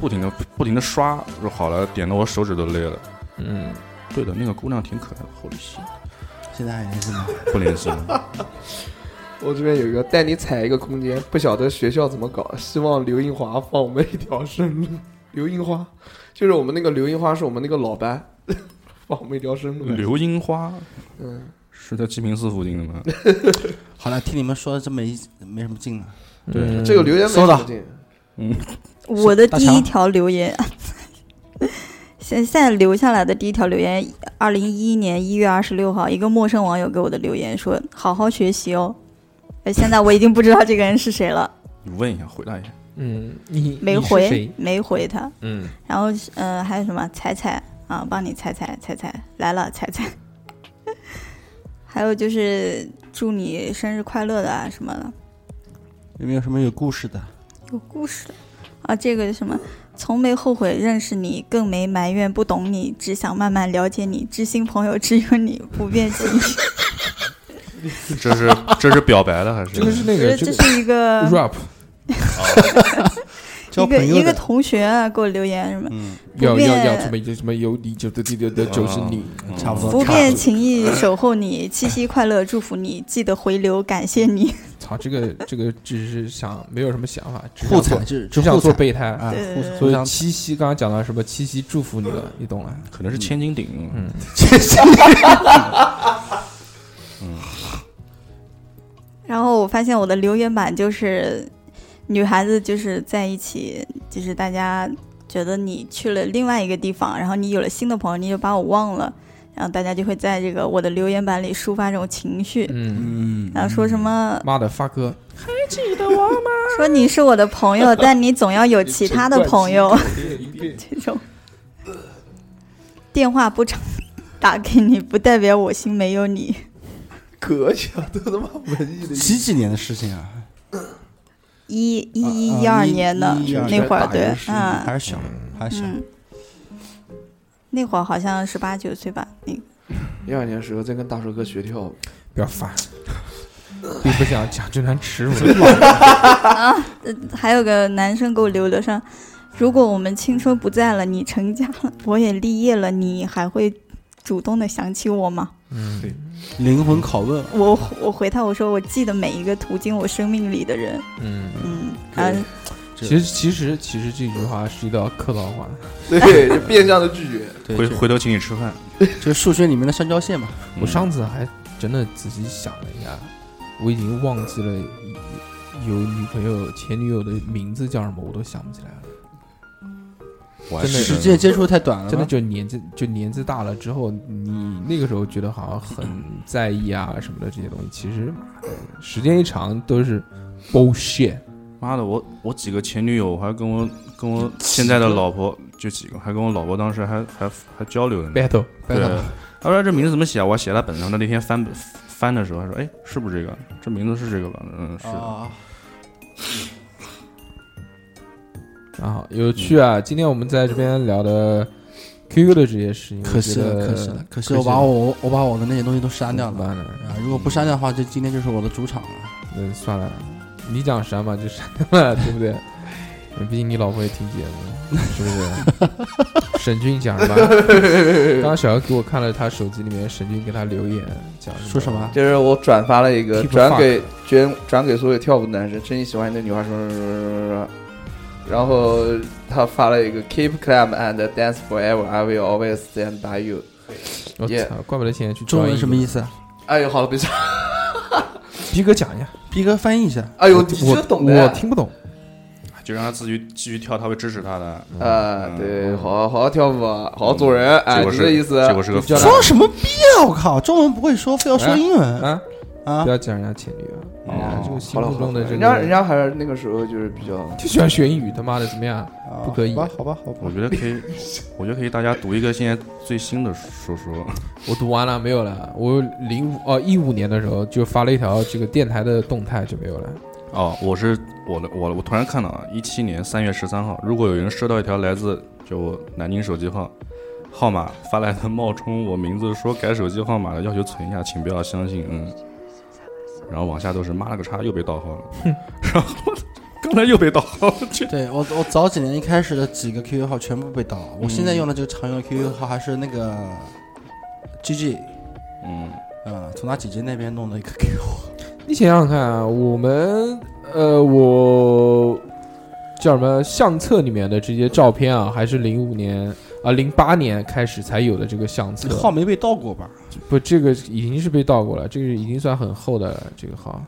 Speaker 5: 不停的不停的刷，说好了，点的我手指都累了。
Speaker 2: 嗯，
Speaker 5: 对的，那个姑娘挺可爱的，好心
Speaker 3: 现在还联系吗？
Speaker 5: 不联系了。
Speaker 4: 我这边有一个带你踩一个空间，不晓得学校怎么搞，希望刘英华放我们一条生路。刘英花，就是我们那个刘英花是我们那个老班， 放我们一条生路。
Speaker 5: 刘樱花
Speaker 4: 嗯，
Speaker 5: 是在鸡鸣寺附近的吗？
Speaker 3: 好了，听你们说的这么一没什么劲了。
Speaker 5: 对
Speaker 2: 嗯
Speaker 4: 这个留言没
Speaker 3: 搜到
Speaker 4: 什么劲
Speaker 6: 我的
Speaker 3: 大
Speaker 6: 第一
Speaker 3: 强
Speaker 6: 条留言，现现在留下来的第一条留言，二零一一年一月二十六号，一个陌生网友给我的留言说：“好好学习哦。”呃现在我已经不知道这个人是谁了，
Speaker 5: 你问一下，回答一下。
Speaker 2: 嗯，你
Speaker 6: 没
Speaker 2: 你是
Speaker 6: 回
Speaker 2: 谁，
Speaker 6: 没回他。
Speaker 2: 嗯，
Speaker 6: 然后呃，还有什么彩彩啊，帮你彩彩彩彩来了，彩彩。 还有就是祝你生日快乐的啊什么的，
Speaker 3: 有没有什么有故事的？
Speaker 6: 有故事的啊，这个什么，从没后悔认识你，更没埋怨不懂你，只想慢慢了解你，知心朋友只有你，不变情。
Speaker 5: 这是 这是表白的还是？
Speaker 2: 这个是那
Speaker 6: 我觉得
Speaker 2: 个这
Speaker 6: 这
Speaker 2: 个
Speaker 6: 是一个
Speaker 2: rap
Speaker 3: 交
Speaker 6: 一个
Speaker 3: 朋
Speaker 6: 一
Speaker 3: 友
Speaker 6: 个
Speaker 3: 的，
Speaker 6: 同学啊，给我留言什么，
Speaker 3: 嗯，
Speaker 2: 要
Speaker 6: 不
Speaker 2: 要要
Speaker 6: 变
Speaker 2: 什么就什么有你就的的的的就是你，
Speaker 3: 差不多。
Speaker 6: 不
Speaker 3: 差
Speaker 6: 变
Speaker 3: 多
Speaker 6: 情谊守候你，七夕快乐，祝福你，记得回流，感谢你。
Speaker 2: 操，这个这个只是想没有什么想法，只
Speaker 3: 互
Speaker 2: 想做
Speaker 3: 踩，这
Speaker 2: 只
Speaker 3: 这
Speaker 2: 想
Speaker 3: 互
Speaker 2: 做
Speaker 3: 踩
Speaker 2: 备胎。哎
Speaker 3: 啊，
Speaker 6: 对
Speaker 3: 互
Speaker 6: 对嗯
Speaker 2: 所
Speaker 3: 互
Speaker 2: 以
Speaker 3: 相
Speaker 2: 七夕刚刚讲到什么七夕祝福你了，你懂了。
Speaker 5: 可能是千斤顶。
Speaker 2: 嗯，
Speaker 6: 然后我发现我的留言板就是女孩子就是在一起，就是大家觉得你去了另外一个地方，然后你有了新的朋友，你就把我忘了，然后大家就会在这个我的留言板里抒发这种情绪，
Speaker 2: 嗯，
Speaker 3: 嗯，
Speaker 6: 然后说什么
Speaker 2: 妈的发哥，
Speaker 6: 说你是我的朋友，但你总要有其他的朋友，这种电话不常打给你，不代表我心没有你。
Speaker 4: 可以啊，都他妈文艺的。
Speaker 3: 几几年的事情啊？
Speaker 6: 一一一一
Speaker 3: 啊
Speaker 6: 二
Speaker 3: 啊
Speaker 6: 年的
Speaker 3: 一一二
Speaker 6: 那会儿，
Speaker 4: 年
Speaker 6: 对
Speaker 4: 打游，戏
Speaker 6: 嗯，
Speaker 3: 还是小，还是小。
Speaker 6: 嗯，那会儿好像十八九岁吧，那个
Speaker 4: 一二年时候在跟大帅哥学跳舞，
Speaker 2: 不要 烦，并不想讲这段耻辱。
Speaker 6: 还有个男生给我留的上，如果我们青春不在了，你成家了，我也立业了，你还会主动的想起我吗？
Speaker 2: 嗯，
Speaker 3: 灵魂拷问，
Speaker 6: 我我回他我说我记得每一个途经我生命里的人，
Speaker 2: 嗯，
Speaker 6: 嗯，然后
Speaker 3: 这
Speaker 2: 其实其实其实这句话是一道客套话，
Speaker 4: 对，就变相的拒绝。
Speaker 3: 对，
Speaker 5: 回
Speaker 3: 这
Speaker 5: 回头请你吃饭。
Speaker 3: 这数学里面的相交线嘛。
Speaker 5: 嗯
Speaker 2: 我上次还真的仔细想了一下，我已经忘记了有女朋友前女友的名字叫什么，我都想不起来了。
Speaker 5: 我
Speaker 2: 真的
Speaker 3: 时间接触得太短了，
Speaker 2: 真的就年纪就年纪大了之后，你那个时候觉得好像很在意啊什么的这些东西，其实妈的时间一长都是 bullshit。
Speaker 5: 妈的，我我几个前女友还跟我跟我现在的老婆就几个，还跟我老婆当时还还还交流了呢。
Speaker 2: battle
Speaker 5: 对，他说这名字怎么写啊？我写在本上。他那天翻翻的时候，他说：“哎，是不是这个？这名字是这个吧？”
Speaker 2: 哦
Speaker 5: 嗯，是。
Speaker 3: 啊，
Speaker 2: 啊，有趣啊！今天我们在这边聊的 QQ 的这些事情，
Speaker 3: 可惜
Speaker 2: 我觉
Speaker 3: 了，
Speaker 2: 得
Speaker 3: 可惜了，可惜我把我我把我的那些东西都删掉
Speaker 2: 怎么
Speaker 3: 了。
Speaker 2: 办呢
Speaker 3: 啊，如果不删掉的话，就今天就是我的主场了。
Speaker 2: 嗯，算了，你想删嘛就删掉了，对不对？毕竟你老婆也听节目，是不是？沈军讲什么？刚刚小姚给我看了他手机里面沈军给他留言，讲
Speaker 3: 说什么？
Speaker 4: 就是我转发了一个
Speaker 2: Keep
Speaker 4: 转
Speaker 2: fuck
Speaker 4: 给转转给所有跳舞的男生，真心喜欢你的女孩什么什么什么什么什么，然后他发了一个 Keep climb and dance forever, I will always stand by you。
Speaker 2: 我
Speaker 4: Yeah
Speaker 2: 操，怪不得现在去
Speaker 3: 中文什么意
Speaker 2: 思？
Speaker 3: 思？
Speaker 4: 哎呦，好了，别讲。
Speaker 2: 逼哥讲一下，
Speaker 3: 逼哥翻译一下。
Speaker 4: 哎呦，你
Speaker 2: 我
Speaker 4: 这懂
Speaker 2: 我
Speaker 4: 的。
Speaker 2: 听不懂。
Speaker 5: 就让他自己继续跳，他会支持他的。
Speaker 2: 嗯
Speaker 4: 啊，对，好好好好跳舞啊，好好做人，哎，
Speaker 5: 结果
Speaker 4: 就是这意思。
Speaker 5: 结果是个
Speaker 2: 就叫他
Speaker 3: 说什么逼啊！我靠，中文不会说，非要说英文
Speaker 2: 啊，
Speaker 3: 啊哦
Speaker 2: 不！要讲人家前女友，人家这个
Speaker 4: 好
Speaker 2: 心
Speaker 4: 了，
Speaker 2: 目
Speaker 4: 好
Speaker 2: 中
Speaker 4: 了，
Speaker 2: 的这个
Speaker 4: 人家人家还是那个时候就是比较
Speaker 2: 就喜欢学英语，他妈的怎么样？
Speaker 3: 啊
Speaker 2: 不可以
Speaker 3: 好吧，好吧，好吧
Speaker 5: 我。觉得可以， 我觉得可以，大家读一个现在最新的说说。
Speaker 2: 我读完了没有了？我零五哦一五年的时候就发了一条这个电台的动态就没有了。
Speaker 5: 哦，我是我的我我突然看到啊，一七年三月十三号，如果有人收到一条来自就南京手机号号码发来的冒充我名字说改手机号码的要求存一下，请不要相信。嗯，然后往下都是妈了个叉，又被盗号了， 然后刚才又被盗号了，这
Speaker 3: 对我，我早几年一开始的几个 QQ 号全部被盗了。我现在用的这个常用的 QQ 号还是那个 GG，
Speaker 5: 嗯，
Speaker 3: 嗯，从他姐姐那边弄 的一个 QQ 号。
Speaker 2: 你想想看啊，我们呃，我叫什么相册里面的这些照片啊，还是零五年啊零八年开始才有的这个相
Speaker 3: 这
Speaker 2: 册
Speaker 3: 个号没被盗过吧？
Speaker 2: 不，这个已经是被盗过了，这个已经算很厚的了，这个号。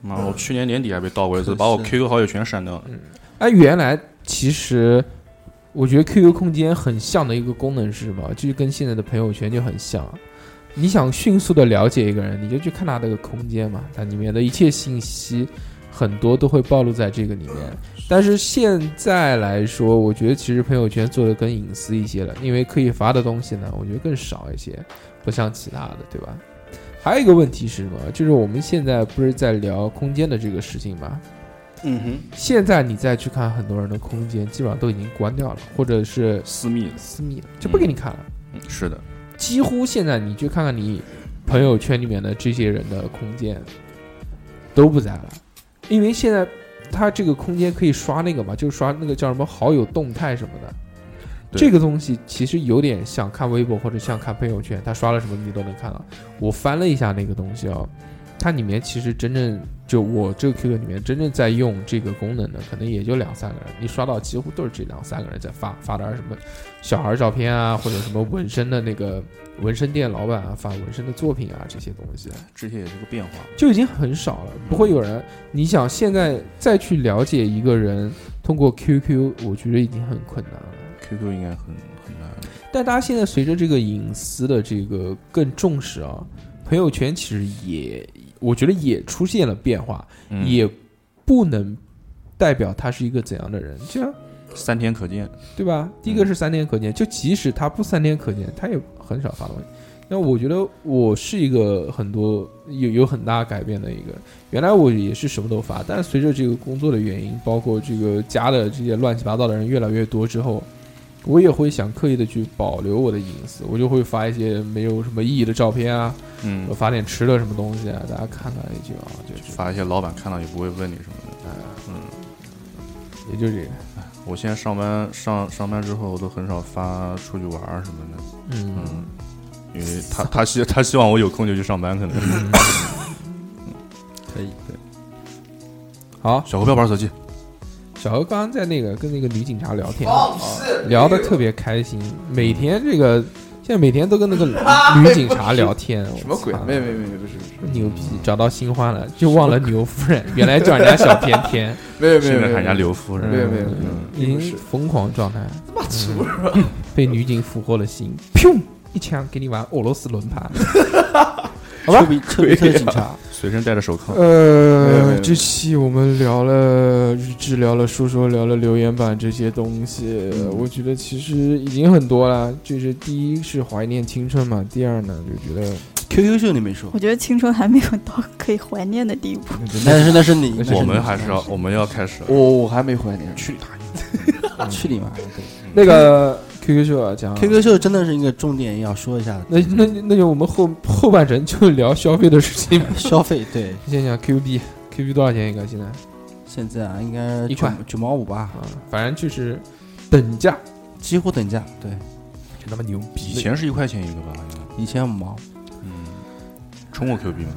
Speaker 5: 妈，我去年年底还被盗过一次，
Speaker 3: 可惜
Speaker 5: 把我 QQ 好友全删掉了。
Speaker 2: 哎，原来其实我觉得 QQ 空间很像的一个功能是什么？就是跟现在的朋友圈就很像。你想迅速的了解一个人，你就去看他的空间嘛，它里面的一切信息很多都会暴露在这个里面。但是现在来说，我觉得其实朋友圈做的更隐私一些了，因为可以发的东西呢，我觉得更少一些，不像其他的，对吧？还有一个问题是什么？就是我们现在不是在聊空间的这个事情吗？
Speaker 5: 嗯哼，
Speaker 2: 现在你再去看很多人的空间，基本上都已经关掉了，或者是
Speaker 5: 私密的，
Speaker 2: 私密了，就不给你看了。
Speaker 5: 嗯是的，
Speaker 2: 几乎现在你去看看你呃朋友圈里面的这些人的空间，都不在了，因为现在它这个空间可以刷那个嘛，就是刷那个叫什么好友动态什么的。
Speaker 5: 对
Speaker 2: 这个东西其实有点像看微博或者像看朋友圈，他刷了什么你都能看到。我翻了一下那个东西哦，它里面其实真正就我这个 QQ 里面真正在用这个功能的，可能也就两三个人。你刷到几乎都是这两三个人在发发点儿什么小孩照片啊，或者什么纹身的那个纹身店老板啊发纹身的作品啊这些东西，
Speaker 5: 这些也是个变化。
Speaker 2: 就已经很少了，不会有人。你想现在再去了解一个人，通过 QQ，我觉得已经很困难了。
Speaker 5: QQ 应该很很难，
Speaker 2: 但大家现在随着这个隐私的这个更重视啊，朋友圈其实也，我觉得也出现了变化，
Speaker 5: 嗯
Speaker 2: 也不能代表他是一个怎样的人，就像
Speaker 5: 三天可见。
Speaker 2: 对吧？
Speaker 5: 嗯
Speaker 2: 第一个是三天可见，就即使他不三天可见，他也很少发东西。那我觉得我是一个很多有有很大改变的一个人，原来我也是什么都发，但是随着这个工作的原因，包括这个加的这些乱七八糟的人越来越多之后，我也会想刻意的去保留我的隐私，我就会发一些没有什么意义的照片啊，
Speaker 5: 嗯
Speaker 2: 我，发点吃的什么东西啊，大家看看也就啊，就是
Speaker 5: 发一些老板看到也不会问你什么的。
Speaker 2: 也就这个，
Speaker 5: 我现在上班上上班之后，我都很少发出去玩儿什么的，
Speaker 2: 嗯
Speaker 5: 嗯，因为他他希他希望我有空就去上班，可能。
Speaker 2: 可以，对。好，
Speaker 5: 小何不要玩手机，
Speaker 2: 小何刚刚在那个跟那个女警察聊天，
Speaker 4: 哦是
Speaker 2: 聊得特别开心，每天这个现在每天都跟那 个女警察聊天，
Speaker 4: 什么鬼
Speaker 2: 我操？
Speaker 4: 啊没有没有没有没有不是不是
Speaker 2: 牛逼，找到新欢了，就忘了牛夫人，原来叫人家小甜 甜，
Speaker 4: 没有没
Speaker 5: 现
Speaker 4: 有没
Speaker 5: 在
Speaker 4: 有
Speaker 5: 喊人家刘夫人，
Speaker 4: 没有没有没有
Speaker 5: 嗯
Speaker 2: 已
Speaker 4: 不是
Speaker 2: 经疯狂 状态，嗯
Speaker 4: 他妈粗人，
Speaker 2: 被女警俘获了心，砰一枪给你玩俄罗斯轮盘，
Speaker 4: 好吧
Speaker 3: 丘比丘比特警察，
Speaker 5: 随身带着手铐。
Speaker 4: 没有没
Speaker 2: 呃
Speaker 4: 有，
Speaker 2: 这期我们聊了日志，聊了说说，聊了留言板这些东西，我觉得其实已经很多了。就是第一是怀念青春嘛，第二呢就觉得
Speaker 3: QQ 秀你没说，
Speaker 6: 我觉得青春还没有到可以怀念的地步。
Speaker 2: 那真的
Speaker 3: 但是那是你，那是你哦
Speaker 5: 我们还是要，我们要开始了。
Speaker 4: 我我还没怀念，
Speaker 3: 去他嗯妈， 去你妈
Speaker 2: 那个 QQ 秀啊，讲
Speaker 3: ！QQ 秀真的是一个重点要说一 下的
Speaker 2: 那那那就我们后后半程就聊消费的事情 吧。
Speaker 3: 消费，对，
Speaker 2: 你想想 Q 币，Q 币多少钱一个现在
Speaker 3: 现在啊应该
Speaker 2: 一块
Speaker 3: 九九毛五吧，
Speaker 2: 啊？反正就是等价，
Speaker 3: 几乎等价，对，
Speaker 2: 真他妈牛
Speaker 5: 以
Speaker 2: 逼！
Speaker 5: 前是一块钱一个吧？好像
Speaker 3: 以前五毛。
Speaker 5: 嗯，充过 Q 币吗？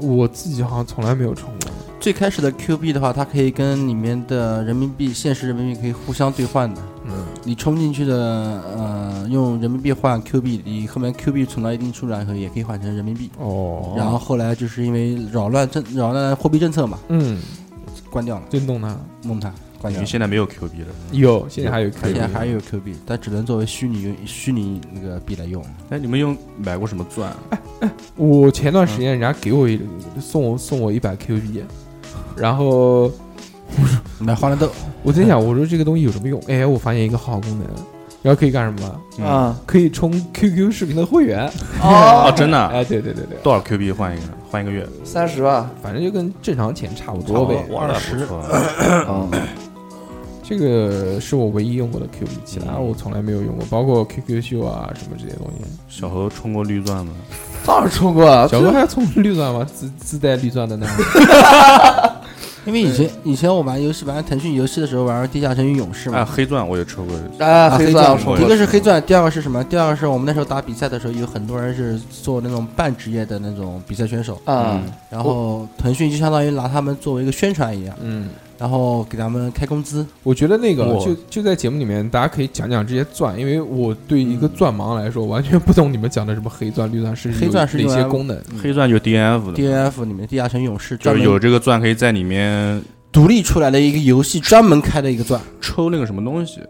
Speaker 2: 我自己好像从来没有充过。
Speaker 3: 最开始的 Q 币的话，它可以跟里面的人民币、现实人民币可以互相兑换的。
Speaker 2: 嗯，
Speaker 3: 你充进去的，呃，用人民币换 Q 币，你后面 Q 币存到一定数量以后，也可以换成人民币。
Speaker 2: 哦
Speaker 3: 然后后来就是因为扰乱政、扰乱货币政策嘛，
Speaker 2: 嗯，
Speaker 3: 关掉了，
Speaker 2: 就弄它。
Speaker 3: 弄它关
Speaker 5: 因
Speaker 3: 掉
Speaker 5: 为
Speaker 3: 了。
Speaker 5: 现在没有 Q 币了。
Speaker 2: 有，现在还有 Q
Speaker 3: 现
Speaker 2: 币
Speaker 3: 在，还有 Q 币，但只能作为虚拟虚拟那个币来用。
Speaker 5: 哎，你们用买过什么钻？
Speaker 2: 我前段时间人家给我一送我送我一百 Q 币，然后
Speaker 3: 买花生豆，
Speaker 2: 我在想，我说这个东西有什么用？哎，我发现一个好功能，然后可以干什么？
Speaker 5: 嗯
Speaker 4: 啊
Speaker 2: 可以充 QQ 视频的会员。
Speaker 5: 哦，
Speaker 4: 哦，
Speaker 5: 真的啊？
Speaker 2: 哎，对对对对，
Speaker 5: 多少 Q 币换一个？换一个月？
Speaker 4: 三十吧，
Speaker 2: 反正就跟正常钱差不多呗。
Speaker 5: 二十。不啊
Speaker 4: 嗯，
Speaker 2: 这个是我唯一用过的 Q 币，其他我从来没有用过，包括 QQ 秀啊什么这些东西。
Speaker 5: 小何充过绿钻吗？
Speaker 4: 当然充过啊，
Speaker 2: 小哥还充绿钻吗？自自带绿钻的呢？
Speaker 3: 因为以前以前我玩游戏，玩腾讯游戏的时候玩《地下城与勇士》
Speaker 5: 哎，
Speaker 3: 嘛，
Speaker 5: 黑钻我也抽过。
Speaker 4: 啊，
Speaker 3: 啊
Speaker 4: 黑
Speaker 3: 黑
Speaker 4: 钻
Speaker 3: 钻
Speaker 4: 我充
Speaker 5: 我
Speaker 4: 过，
Speaker 5: 也
Speaker 3: 一个是黑钻，第二个是什么？第二个是我们那时候打比赛的时候，有很多人是做那种半职业的那种比赛选手，
Speaker 4: 啊，
Speaker 3: 然后腾讯就相当于拿他们作为一个宣传一样，
Speaker 2: 嗯，
Speaker 3: 然后给他们开工资。
Speaker 2: 我觉得那个
Speaker 5: 我
Speaker 2: 就就在节目里面，大家可以讲讲这些钻，因为我对一个钻盲来说，完全不懂你们讲的什么黑钻、绿钻是
Speaker 3: 黑钻是
Speaker 2: 有
Speaker 3: 用
Speaker 2: 哪
Speaker 3: 来
Speaker 2: 些功能。
Speaker 5: 黑钻就是 DNF 的，
Speaker 3: DNF 里面地下城勇士
Speaker 5: 就
Speaker 3: 专
Speaker 5: 是
Speaker 3: 门
Speaker 5: 有这个钻可以在里面
Speaker 3: 独立出来的一个游戏，专门开的一个钻，
Speaker 5: 抽那个什么东西，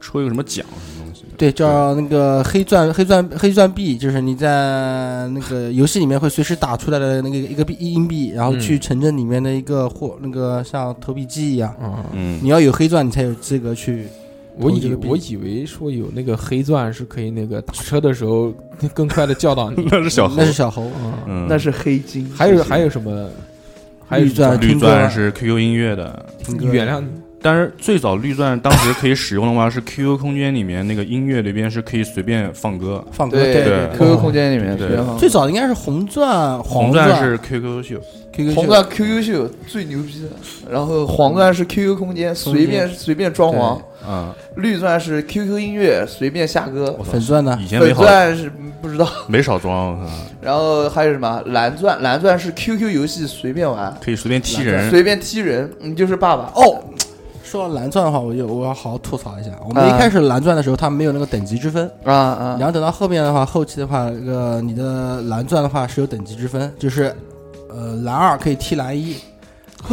Speaker 5: 抽一个什么奖什么东西。
Speaker 3: 对，叫那个黑钻黑钻黑钻币，就是你在那个游戏里面会随时打出来的那个一个币一硬币，然
Speaker 5: 嗯
Speaker 3: 后去城镇里面的一个货那个像投币机一样，
Speaker 2: 啊、
Speaker 5: 嗯。
Speaker 3: 你要有黑钻，你才有资格去。
Speaker 2: 我
Speaker 3: 投这
Speaker 2: 以
Speaker 3: 个币
Speaker 2: 我以为说有那个黑钻是可以那个打车的时候更快的叫到你
Speaker 5: 那是小何
Speaker 3: 那是小猴。
Speaker 2: 啊、
Speaker 5: 嗯，
Speaker 4: 那是黑金，
Speaker 2: 还有还有什么？还有
Speaker 3: 绿钻
Speaker 5: 绿
Speaker 3: 听歌
Speaker 5: 钻是 QQ 音乐的，
Speaker 3: 听歌
Speaker 2: 原谅
Speaker 5: 但是最早绿钻当时可以使用的话是 QQ 空间里面那个音乐里边是可以随便放歌，
Speaker 3: 放歌，
Speaker 4: 对
Speaker 3: 对
Speaker 5: 对
Speaker 3: 对。
Speaker 4: QQ 空间里面
Speaker 5: 对
Speaker 4: 非常
Speaker 3: 最早应该是红钻、黄
Speaker 5: 红钻是 QQ 秀，
Speaker 3: QQ
Speaker 4: 红钻 QQ 秀最牛逼的，然后黄钻是 QQ 空间随便随便装潢，
Speaker 5: 啊，
Speaker 4: 绿钻是 QQ 音乐随便下歌，
Speaker 3: 粉钻呢？
Speaker 5: 以前没
Speaker 4: 粉
Speaker 5: 好
Speaker 4: 钻是嗯不知道，
Speaker 5: 没少装，啊我靠
Speaker 4: 然后还有什么蓝钻，蓝钻是 QQ 游戏随便玩，
Speaker 5: 可以随便踢人，
Speaker 4: 随便踢人，你就是爸爸哦，
Speaker 3: 说到蓝钻的话，我就我要好好吐槽一
Speaker 2: 啊
Speaker 3: 下。我们一开始蓝钻的时候，它没有那个等级之分，
Speaker 4: 啊啊
Speaker 3: 然后等到后面的话，后期的话，那个你的蓝钻的话是有等级之分，就是呃蓝二可以踢蓝一，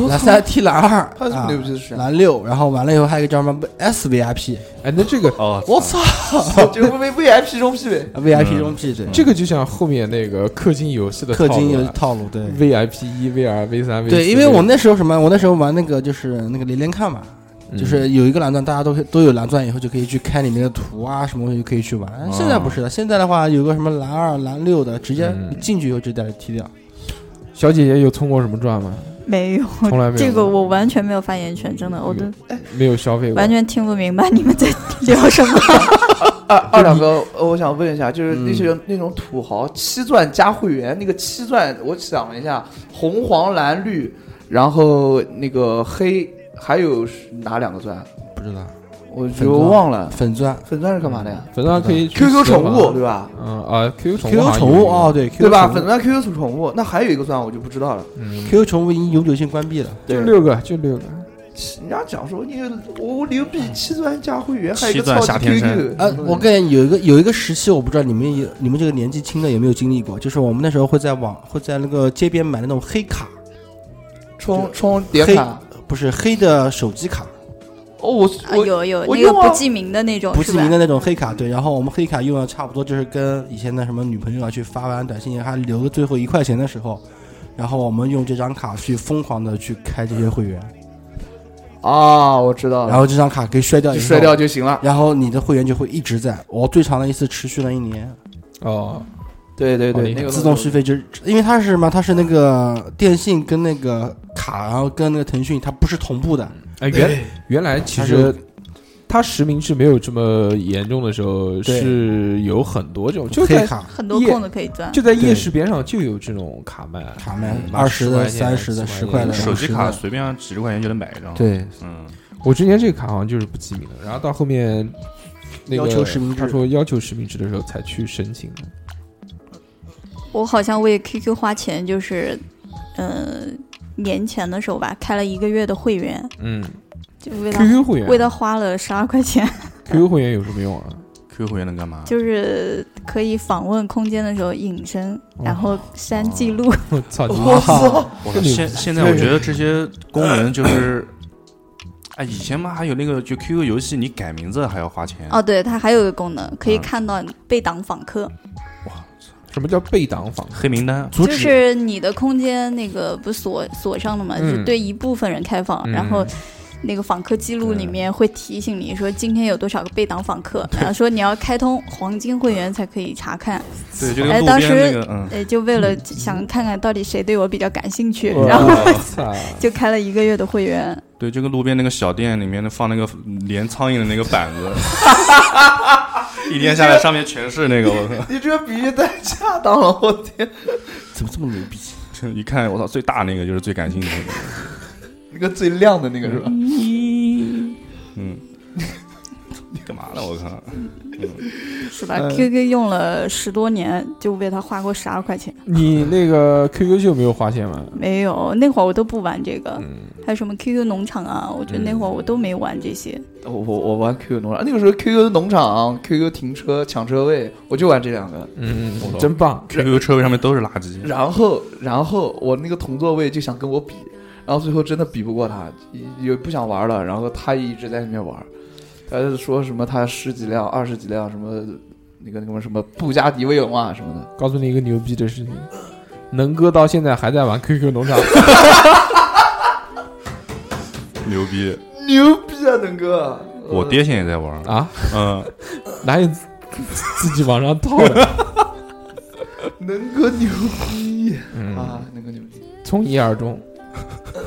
Speaker 3: 蓝三踢蓝二
Speaker 4: 他这么
Speaker 3: 啊
Speaker 4: 牛逼的事，
Speaker 3: 蓝六，然后完了以后还有一个叫什么呃 SVIP，
Speaker 2: 哎，那这个
Speaker 5: 哦，
Speaker 3: 我操
Speaker 4: 就 V V I P 中 P 呗，
Speaker 3: ，VIP 中啊 P 对，
Speaker 2: 嗯这个就像后面那个氪金游戏的
Speaker 3: 氪金有
Speaker 2: 套路啊
Speaker 3: 套路对。
Speaker 2: VIP 一、V 二、V 三、V
Speaker 3: 对，因为我那时候什么，我那时候玩那个就是那个连连看嘛，就是有一个蓝钻，大家都可以都有蓝钻，以后就可以去开里面的图啊，什么东西可以去玩。现在不是了，现在的话有个什么蓝二、蓝六的，直接
Speaker 2: 嗯
Speaker 3: 进去以后就带着踢掉。
Speaker 2: 小姐姐有充过什么钻吗？
Speaker 6: 没有，
Speaker 2: 从来没有
Speaker 6: 这个我完全没有发言权，真的，我都
Speaker 2: 没有消费过，
Speaker 6: 完全听不明白你们在 聊什么。
Speaker 4: 二 二两哥，呃我想问一下，就是那些那种土豪七钻加会员，那个七钻，我想了一下，红黄蓝绿，然后那个黑，还有是哪两个钻？啊
Speaker 3: 不知道
Speaker 4: 我
Speaker 3: 粉
Speaker 4: 就
Speaker 3: 钻
Speaker 4: 忘了。
Speaker 3: 粉钻、
Speaker 4: 粉钻是干嘛的呀
Speaker 2: 粉钻可以去
Speaker 4: ？QQ
Speaker 2: 私
Speaker 4: 宠
Speaker 2: 房
Speaker 4: 物对，吧？
Speaker 2: 嗯啊，QQ 宠物
Speaker 3: QQ
Speaker 2: 好像
Speaker 3: 宠
Speaker 2: 有一
Speaker 3: 物
Speaker 2: 个
Speaker 3: 哦，，对
Speaker 4: 对吧？粉
Speaker 3: 粉
Speaker 4: 钻 QQ 宠物，那还有一个钻我就不知道了。
Speaker 2: 嗯，
Speaker 3: QQ 宠物已经永久性关闭了。
Speaker 2: 就六个，就六个，
Speaker 4: 人家讲说你我我牛逼，七钻加会员，还有一
Speaker 5: 七
Speaker 4: 个
Speaker 5: 钻
Speaker 4: 超
Speaker 5: 下
Speaker 4: 级
Speaker 5: 天山
Speaker 4: QQ。
Speaker 3: 呃，我跟你有一个有一个时期，我不知道你们有你们这个年纪轻的有没有经历过，就是我们那时候会在网会在那个街边买那种黑卡，
Speaker 4: 充充点
Speaker 3: 黑
Speaker 4: 卡
Speaker 3: 不是黑的手机卡，
Speaker 4: 哦，我
Speaker 6: 啊，
Speaker 4: 我
Speaker 6: 有有
Speaker 4: 我
Speaker 6: 那个
Speaker 4: 用啊
Speaker 6: 不记名的那种，
Speaker 3: 不
Speaker 6: 是
Speaker 3: 记名
Speaker 6: 吧
Speaker 3: 的那种黑卡，对，然后我们黑卡用的差不多，就是跟以前的什么女朋友啊去发完短信还留个最后一块钱的时候，然后我们用这张卡去疯狂的去开这些会员，
Speaker 4: 啊，我知道了，
Speaker 3: 然后这张卡可以摔掉
Speaker 4: 就
Speaker 3: 以后
Speaker 4: 摔掉，就行了。
Speaker 3: 然后你的会员就会一直在。我最长的一次持续了一年，
Speaker 2: 哦，
Speaker 4: 对对
Speaker 2: 好
Speaker 4: 对，
Speaker 2: 厉害
Speaker 4: 那个
Speaker 3: 自动续费就是因为它是什么？它是那个电信跟那个卡，然后跟那个腾讯它不是同步的，
Speaker 2: 哎，原原来其实他实名制没有这么严重的时候，
Speaker 3: 对
Speaker 2: 是有很多这种，就
Speaker 3: 黑
Speaker 2: 在
Speaker 3: 卡
Speaker 6: 很多
Speaker 2: 夜
Speaker 6: 空的可以赚。
Speaker 2: 就在夜
Speaker 3: 对
Speaker 2: 市边上就有这种卡卖，
Speaker 3: 卡卖
Speaker 2: 嗯
Speaker 3: 二十的、三十的、
Speaker 2: 10
Speaker 3: 十
Speaker 2: 块
Speaker 3: 块
Speaker 2: 钱
Speaker 3: 的、
Speaker 5: 手机
Speaker 3: 50的
Speaker 5: 卡随便几十块钱就能买一张。，
Speaker 3: 对
Speaker 5: 嗯，
Speaker 2: 我之前这个卡好像就是不记名的，然后到后面那个
Speaker 3: 要求实名制
Speaker 2: 他说要求实名制的时候才去申请的。
Speaker 6: 我好像为 QQ 花钱，就是，呃，年前的时候吧，开了一个月的会员，
Speaker 2: 嗯
Speaker 6: 就 为他
Speaker 2: ，QQ 会员
Speaker 6: 为他花了十二块钱，
Speaker 2: ，QQ 会员有什么 用啊？
Speaker 5: q 会员能干嘛？
Speaker 6: 就是可以访问空间的时候隐身，然后删记录。
Speaker 2: 我操你
Speaker 4: 我操，
Speaker 5: 哇
Speaker 2: 这里
Speaker 5: 现现在我觉得这些功能就是，哎，以前嘛还有那个就 QQ 游戏，你改名字还要花钱。
Speaker 6: 哦，对，它还有一个功能，可以
Speaker 5: 嗯
Speaker 6: 看到被挡访客，
Speaker 2: 什么叫被挡访？
Speaker 5: 黑名单，
Speaker 3: 阻
Speaker 6: 就
Speaker 3: 止
Speaker 6: 是你的空间那个不锁锁上了嘛，
Speaker 2: 嗯
Speaker 6: 就对一部分人开放，
Speaker 2: 嗯
Speaker 6: 然后。那个访客记录里面会提醒你说今天有多少个被挡访客，然后说你要开通黄金会员才可以查看。
Speaker 5: 对，就跟
Speaker 6: 哎
Speaker 5: 路
Speaker 6: 当
Speaker 5: 边
Speaker 6: 时
Speaker 5: 那个，嗯，
Speaker 6: 呃，就为了想看看到底谁对我比较感兴趣，
Speaker 2: 我
Speaker 6: 然后
Speaker 2: 操！
Speaker 6: 就开了一个月的会员。
Speaker 5: 对，就跟路边那个小店里面的放那个连苍蝇的那个板 子，一天下来上面全是那个，我操！
Speaker 4: 你这个比喻太恰当了，我天，
Speaker 3: 怎么这么牛逼？
Speaker 5: 这一看，我操，最大那个就是最感兴趣的。
Speaker 4: 那个最亮的那个是吧？
Speaker 5: 嗯，干嘛呢？我靠！
Speaker 6: 是吧？QQ
Speaker 5: 嗯
Speaker 6: 用了十多年，就为他花过十二块钱。
Speaker 2: 你那个 QQ 秀没有花钱吗？
Speaker 6: 没有，那会儿我都不玩这个，
Speaker 5: 嗯
Speaker 6: 还有什么 QQ 农场啊，我觉得那会儿我都没玩这些。
Speaker 4: 我我我玩 QQ 农场，啊那个时候 QQ 农场、QQ 停车抢车位，我就玩这两个。
Speaker 2: 嗯
Speaker 5: 我，操
Speaker 2: 真棒！
Speaker 5: QQ 车位上面都是垃圾，
Speaker 4: 然后，然后我那个同座位就想跟我比，然后最后真的比不过他，也也不想玩了。然后他也一直在那边玩，他就说什么他十几辆、二十几辆什么那个那个什么布加迪威龙啊什么的。
Speaker 2: 告诉你一个牛逼的事情，能哥到现在还在玩 QQ 农场，
Speaker 5: 牛逼！
Speaker 4: 牛逼啊，能哥！
Speaker 5: 我爹现在也在玩儿，
Speaker 2: 啊，
Speaker 5: 嗯，
Speaker 2: 哪有自 自己往上套的？
Speaker 4: 能哥牛逼、
Speaker 2: 嗯，
Speaker 4: 啊，能哥牛逼
Speaker 2: 从一而终，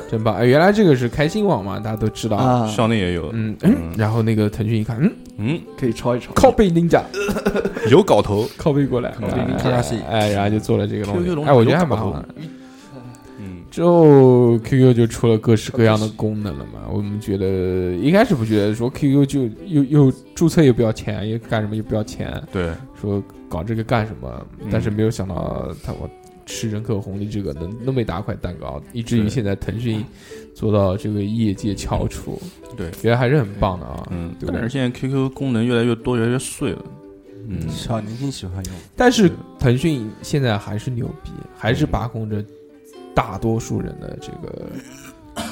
Speaker 2: 真棒！哎原来这个是开心网嘛，大家都知道。
Speaker 4: 啊，
Speaker 5: 校内也有，
Speaker 2: 嗯
Speaker 5: 嗯
Speaker 2: 嗯，然后那个腾讯一看，嗯，
Speaker 5: 嗯，
Speaker 4: 可以抄一抄。
Speaker 2: 靠背 ninja，
Speaker 5: 有搞头。
Speaker 2: 靠背过来，
Speaker 5: 嗯
Speaker 2: 哎
Speaker 3: 看看是
Speaker 2: 哎，然后就做了这个东
Speaker 5: QQ
Speaker 2: 西，
Speaker 5: 龙
Speaker 2: 哎，我觉得
Speaker 5: 有
Speaker 2: 还蛮
Speaker 5: 搞
Speaker 2: 好
Speaker 5: 头
Speaker 2: 玩的。
Speaker 5: 嗯，
Speaker 2: 之后 QQ 就出了各式各样的功能了嘛，我们觉得一开始不觉得说 QQ 就又又注册又不要钱，又干什么又不要钱，
Speaker 5: 对，
Speaker 2: 说搞这个干什么？
Speaker 5: 嗯
Speaker 2: 但是没有想到他我吃人口红利这个能那么一大块蛋糕，以至于
Speaker 5: 对
Speaker 2: 现在腾讯做到这个业界翘楚，
Speaker 5: 嗯对
Speaker 2: 觉得还是很棒的啊。
Speaker 5: 嗯，
Speaker 2: 对不
Speaker 5: 但是？
Speaker 2: 对
Speaker 5: 现在 QQ 功能越来越多，越来越碎了。嗯，
Speaker 3: 小年轻喜欢用，
Speaker 2: 但是腾讯现在还是牛逼，还
Speaker 5: 嗯
Speaker 2: 是把控着大多数人的这个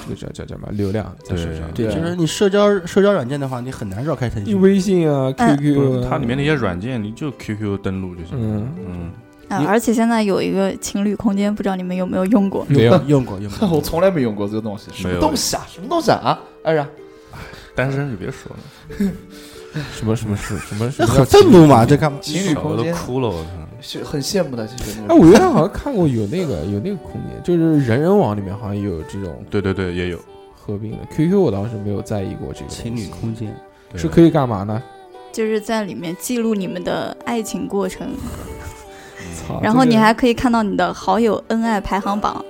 Speaker 2: 这个叫叫叫什么流量在手上。
Speaker 3: 对，
Speaker 2: 啊
Speaker 3: 就是你社交社交软件的话，你很难绕开腾
Speaker 2: 你
Speaker 3: 讯。
Speaker 2: 微信啊、
Speaker 6: 嗯
Speaker 2: QQ 啊，
Speaker 5: 它里面那些软件，你就 QQ 登录就行。
Speaker 2: 嗯
Speaker 5: 嗯，
Speaker 6: 啊
Speaker 3: 你，
Speaker 6: 而且现在有一个情侣空间，不知道你们有没有用过？
Speaker 2: 没有
Speaker 3: 用过用过，
Speaker 4: 我从来没用过这个东西，什
Speaker 5: 没
Speaker 4: 么
Speaker 5: 有
Speaker 4: 东西啊？什么东西啊？啊，哎呀，
Speaker 5: 单身就别说了，
Speaker 2: 什么什么什么什么什
Speaker 3: 那
Speaker 2: 么
Speaker 3: 很愤怒嘛，这干嘛？
Speaker 4: 情侣
Speaker 5: 少
Speaker 4: 空
Speaker 5: 我都
Speaker 4: 间
Speaker 5: 哭了，我操！
Speaker 4: 是很羡慕的，其实那
Speaker 2: 哎，我
Speaker 4: 种。
Speaker 2: 原来好像看过有那个有那个空间，就是人人网里面好像有这种
Speaker 5: 对对对，也有
Speaker 2: 合并的。QQ 我倒是没有在意过这个东西
Speaker 3: 情侣空间，
Speaker 2: 是可以干嘛呢？
Speaker 6: 就是在里面记录你们的爱情过程，
Speaker 5: 啊
Speaker 2: 操
Speaker 6: 然后
Speaker 2: 这个
Speaker 6: 你还可以看到你的好友恩爱排行榜，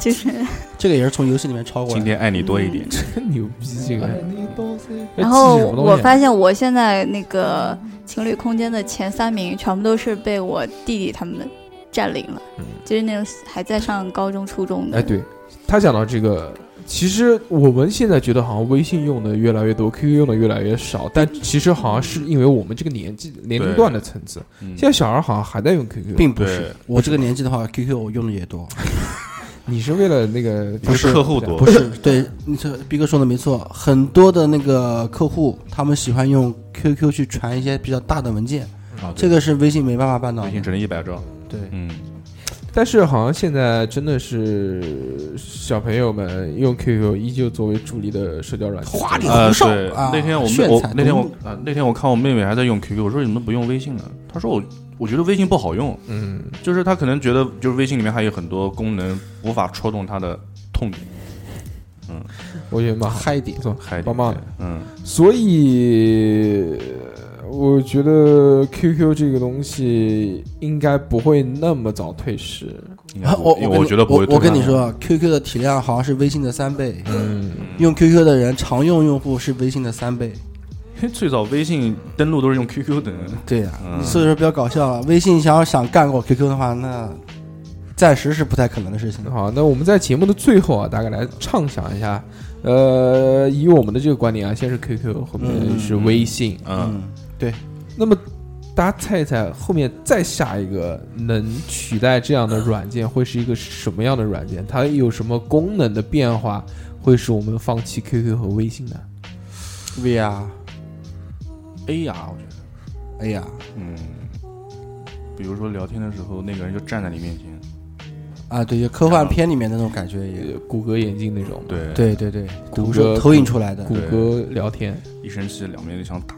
Speaker 6: 就是，
Speaker 3: 这个也是从游戏里面抄过来
Speaker 5: 今
Speaker 3: 的。
Speaker 5: 天爱你多一
Speaker 3: 嗯
Speaker 5: 点。
Speaker 2: 真牛逼，这个
Speaker 4: 哎，你都是
Speaker 6: 嗯然后我
Speaker 2: 现
Speaker 6: 发现我现在那个情侣空间的前三名全部都是被我弟弟他们占领了，
Speaker 2: 嗯
Speaker 6: 就是那种还在上高中、初中的，
Speaker 2: 哎，对他讲到这个。其实我们现在觉得好像微信用的越来越多，QQ 用的越来越少，但其实好像是因为我们这个年纪年龄段的层次，
Speaker 5: 嗯
Speaker 2: 现在小孩好像还在用 QQ，
Speaker 3: 并不
Speaker 5: 对
Speaker 3: 是，我这个年纪的话，QQ 我用的也多。
Speaker 2: 你是为了那个
Speaker 5: 不是客户多
Speaker 3: 不是，对，你这逼哥说的没错，很多的那个客户他们喜欢用 QQ 去传一些比较大的文件，
Speaker 5: 啊，
Speaker 3: 这个是微信没办法办到
Speaker 5: 微
Speaker 3: 的。
Speaker 5: 信只能一百兆，
Speaker 3: 对，
Speaker 5: 嗯，
Speaker 2: 但是好像现在真的是小朋友们用 QQ 依旧作为主力的社交软件，
Speaker 3: 花里
Speaker 5: 呃，
Speaker 3: 胡哨
Speaker 5: 对，
Speaker 3: 啊！
Speaker 5: 那天我妹
Speaker 3: 炫
Speaker 5: 我
Speaker 3: 彩
Speaker 5: 那天我
Speaker 3: 东
Speaker 5: 啊那天我看我妹妹还在用 QQ，我说你们不用微信了，她说我我觉得微信不好用，
Speaker 2: 嗯，
Speaker 5: 就是她可能觉得就是微信里面还有很多功能无法戳动她的痛点，
Speaker 2: 我觉得蛮好，
Speaker 3: 嗨一点
Speaker 2: 不，错，
Speaker 5: 还
Speaker 2: 棒棒
Speaker 5: 对
Speaker 2: 的。
Speaker 5: 嗯，
Speaker 2: 所以呃我觉得 QQ 这个东西应该不会那么早退市。
Speaker 5: 应该
Speaker 3: 啊
Speaker 5: 不
Speaker 3: 我
Speaker 5: 因
Speaker 3: 我跟
Speaker 5: 为我
Speaker 3: 你
Speaker 5: 觉得不
Speaker 3: 我
Speaker 5: 会
Speaker 3: 我跟
Speaker 5: 推
Speaker 3: 你
Speaker 5: 翻的，
Speaker 3: 说，QQ 的体量好像是微信的三倍，
Speaker 2: 嗯，
Speaker 3: 用 QQ 的人常用用户是微信的三倍。
Speaker 5: 因为 最早微信登录都是用 QQ 登，
Speaker 3: 对呀、
Speaker 5: 嗯
Speaker 3: 所以说比较搞笑了。啊微信想要想干过 QQ 的话，那暂时是不太可能的事情。
Speaker 2: 好，那我们在节目的最后啊，大概来畅想一下，呃，以我们的这个观点啊，先是 QQ，后面
Speaker 3: 嗯
Speaker 2: 是微信，
Speaker 5: 嗯，
Speaker 2: 那么。大家猜一猜，后面再下一个能取代这样的软件会是一个什么样的软件？它有什么功能的变化会使我们放弃 QQ 和微信呢？
Speaker 3: ，VR、
Speaker 5: 哎呀，我觉得，
Speaker 3: AR，
Speaker 5: 嗯，比如说聊天的时候，那个人就站在你面前，
Speaker 3: 啊，对，就科幻片里面那种感觉也，
Speaker 2: 呃谷歌眼镜那种，，
Speaker 5: 对，
Speaker 3: 对对对，
Speaker 2: 谷
Speaker 3: 投
Speaker 2: 歌
Speaker 3: 射投影出来的
Speaker 2: 谷，歌聊天，
Speaker 5: 一生气两边就想打，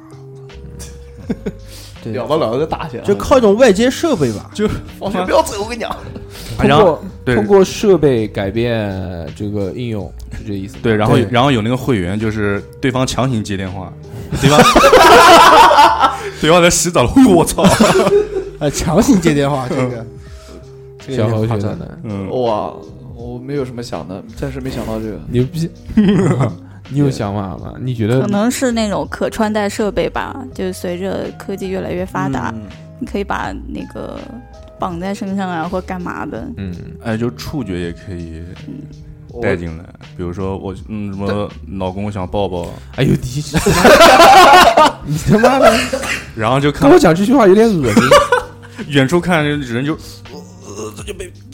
Speaker 3: 对，
Speaker 4: 聊着聊着就打起来了，
Speaker 3: 就靠一种外接设备吧。
Speaker 4: 放学不要走，我跟你讲，
Speaker 2: 通
Speaker 5: 然后
Speaker 2: 过
Speaker 5: 对
Speaker 2: 通过设备改变这个应用，是这意思吗？
Speaker 5: 对，然后
Speaker 3: 对
Speaker 5: 然后有那个会员，就是对方强行接 电话，对方对方在 洗澡了，哎呦我操，
Speaker 3: 呃，强行接电话，这个，这个
Speaker 2: 小
Speaker 3: 有
Speaker 2: 何
Speaker 3: 点
Speaker 2: 觉
Speaker 3: 夸
Speaker 2: 得
Speaker 3: 张。
Speaker 2: 呢？
Speaker 5: 嗯，
Speaker 4: 哇，我没有什么想的，暂时没想到这个。
Speaker 2: 牛逼！你有想法吗？你觉得
Speaker 6: 可能是那种可穿戴设备吧，就是随着科技越来越发达，
Speaker 3: 嗯
Speaker 6: 你可以把那个绑在身上啊，或干嘛的。
Speaker 2: 嗯，
Speaker 5: 哎，就触觉也可以
Speaker 4: 我
Speaker 5: 带进来，比如说我嗯什么老公想抱抱，
Speaker 2: 哎呦，你 你他妈的
Speaker 5: 然后就
Speaker 2: 跟
Speaker 5: 看
Speaker 2: 我讲这句话有点恶心。
Speaker 5: 远处看人就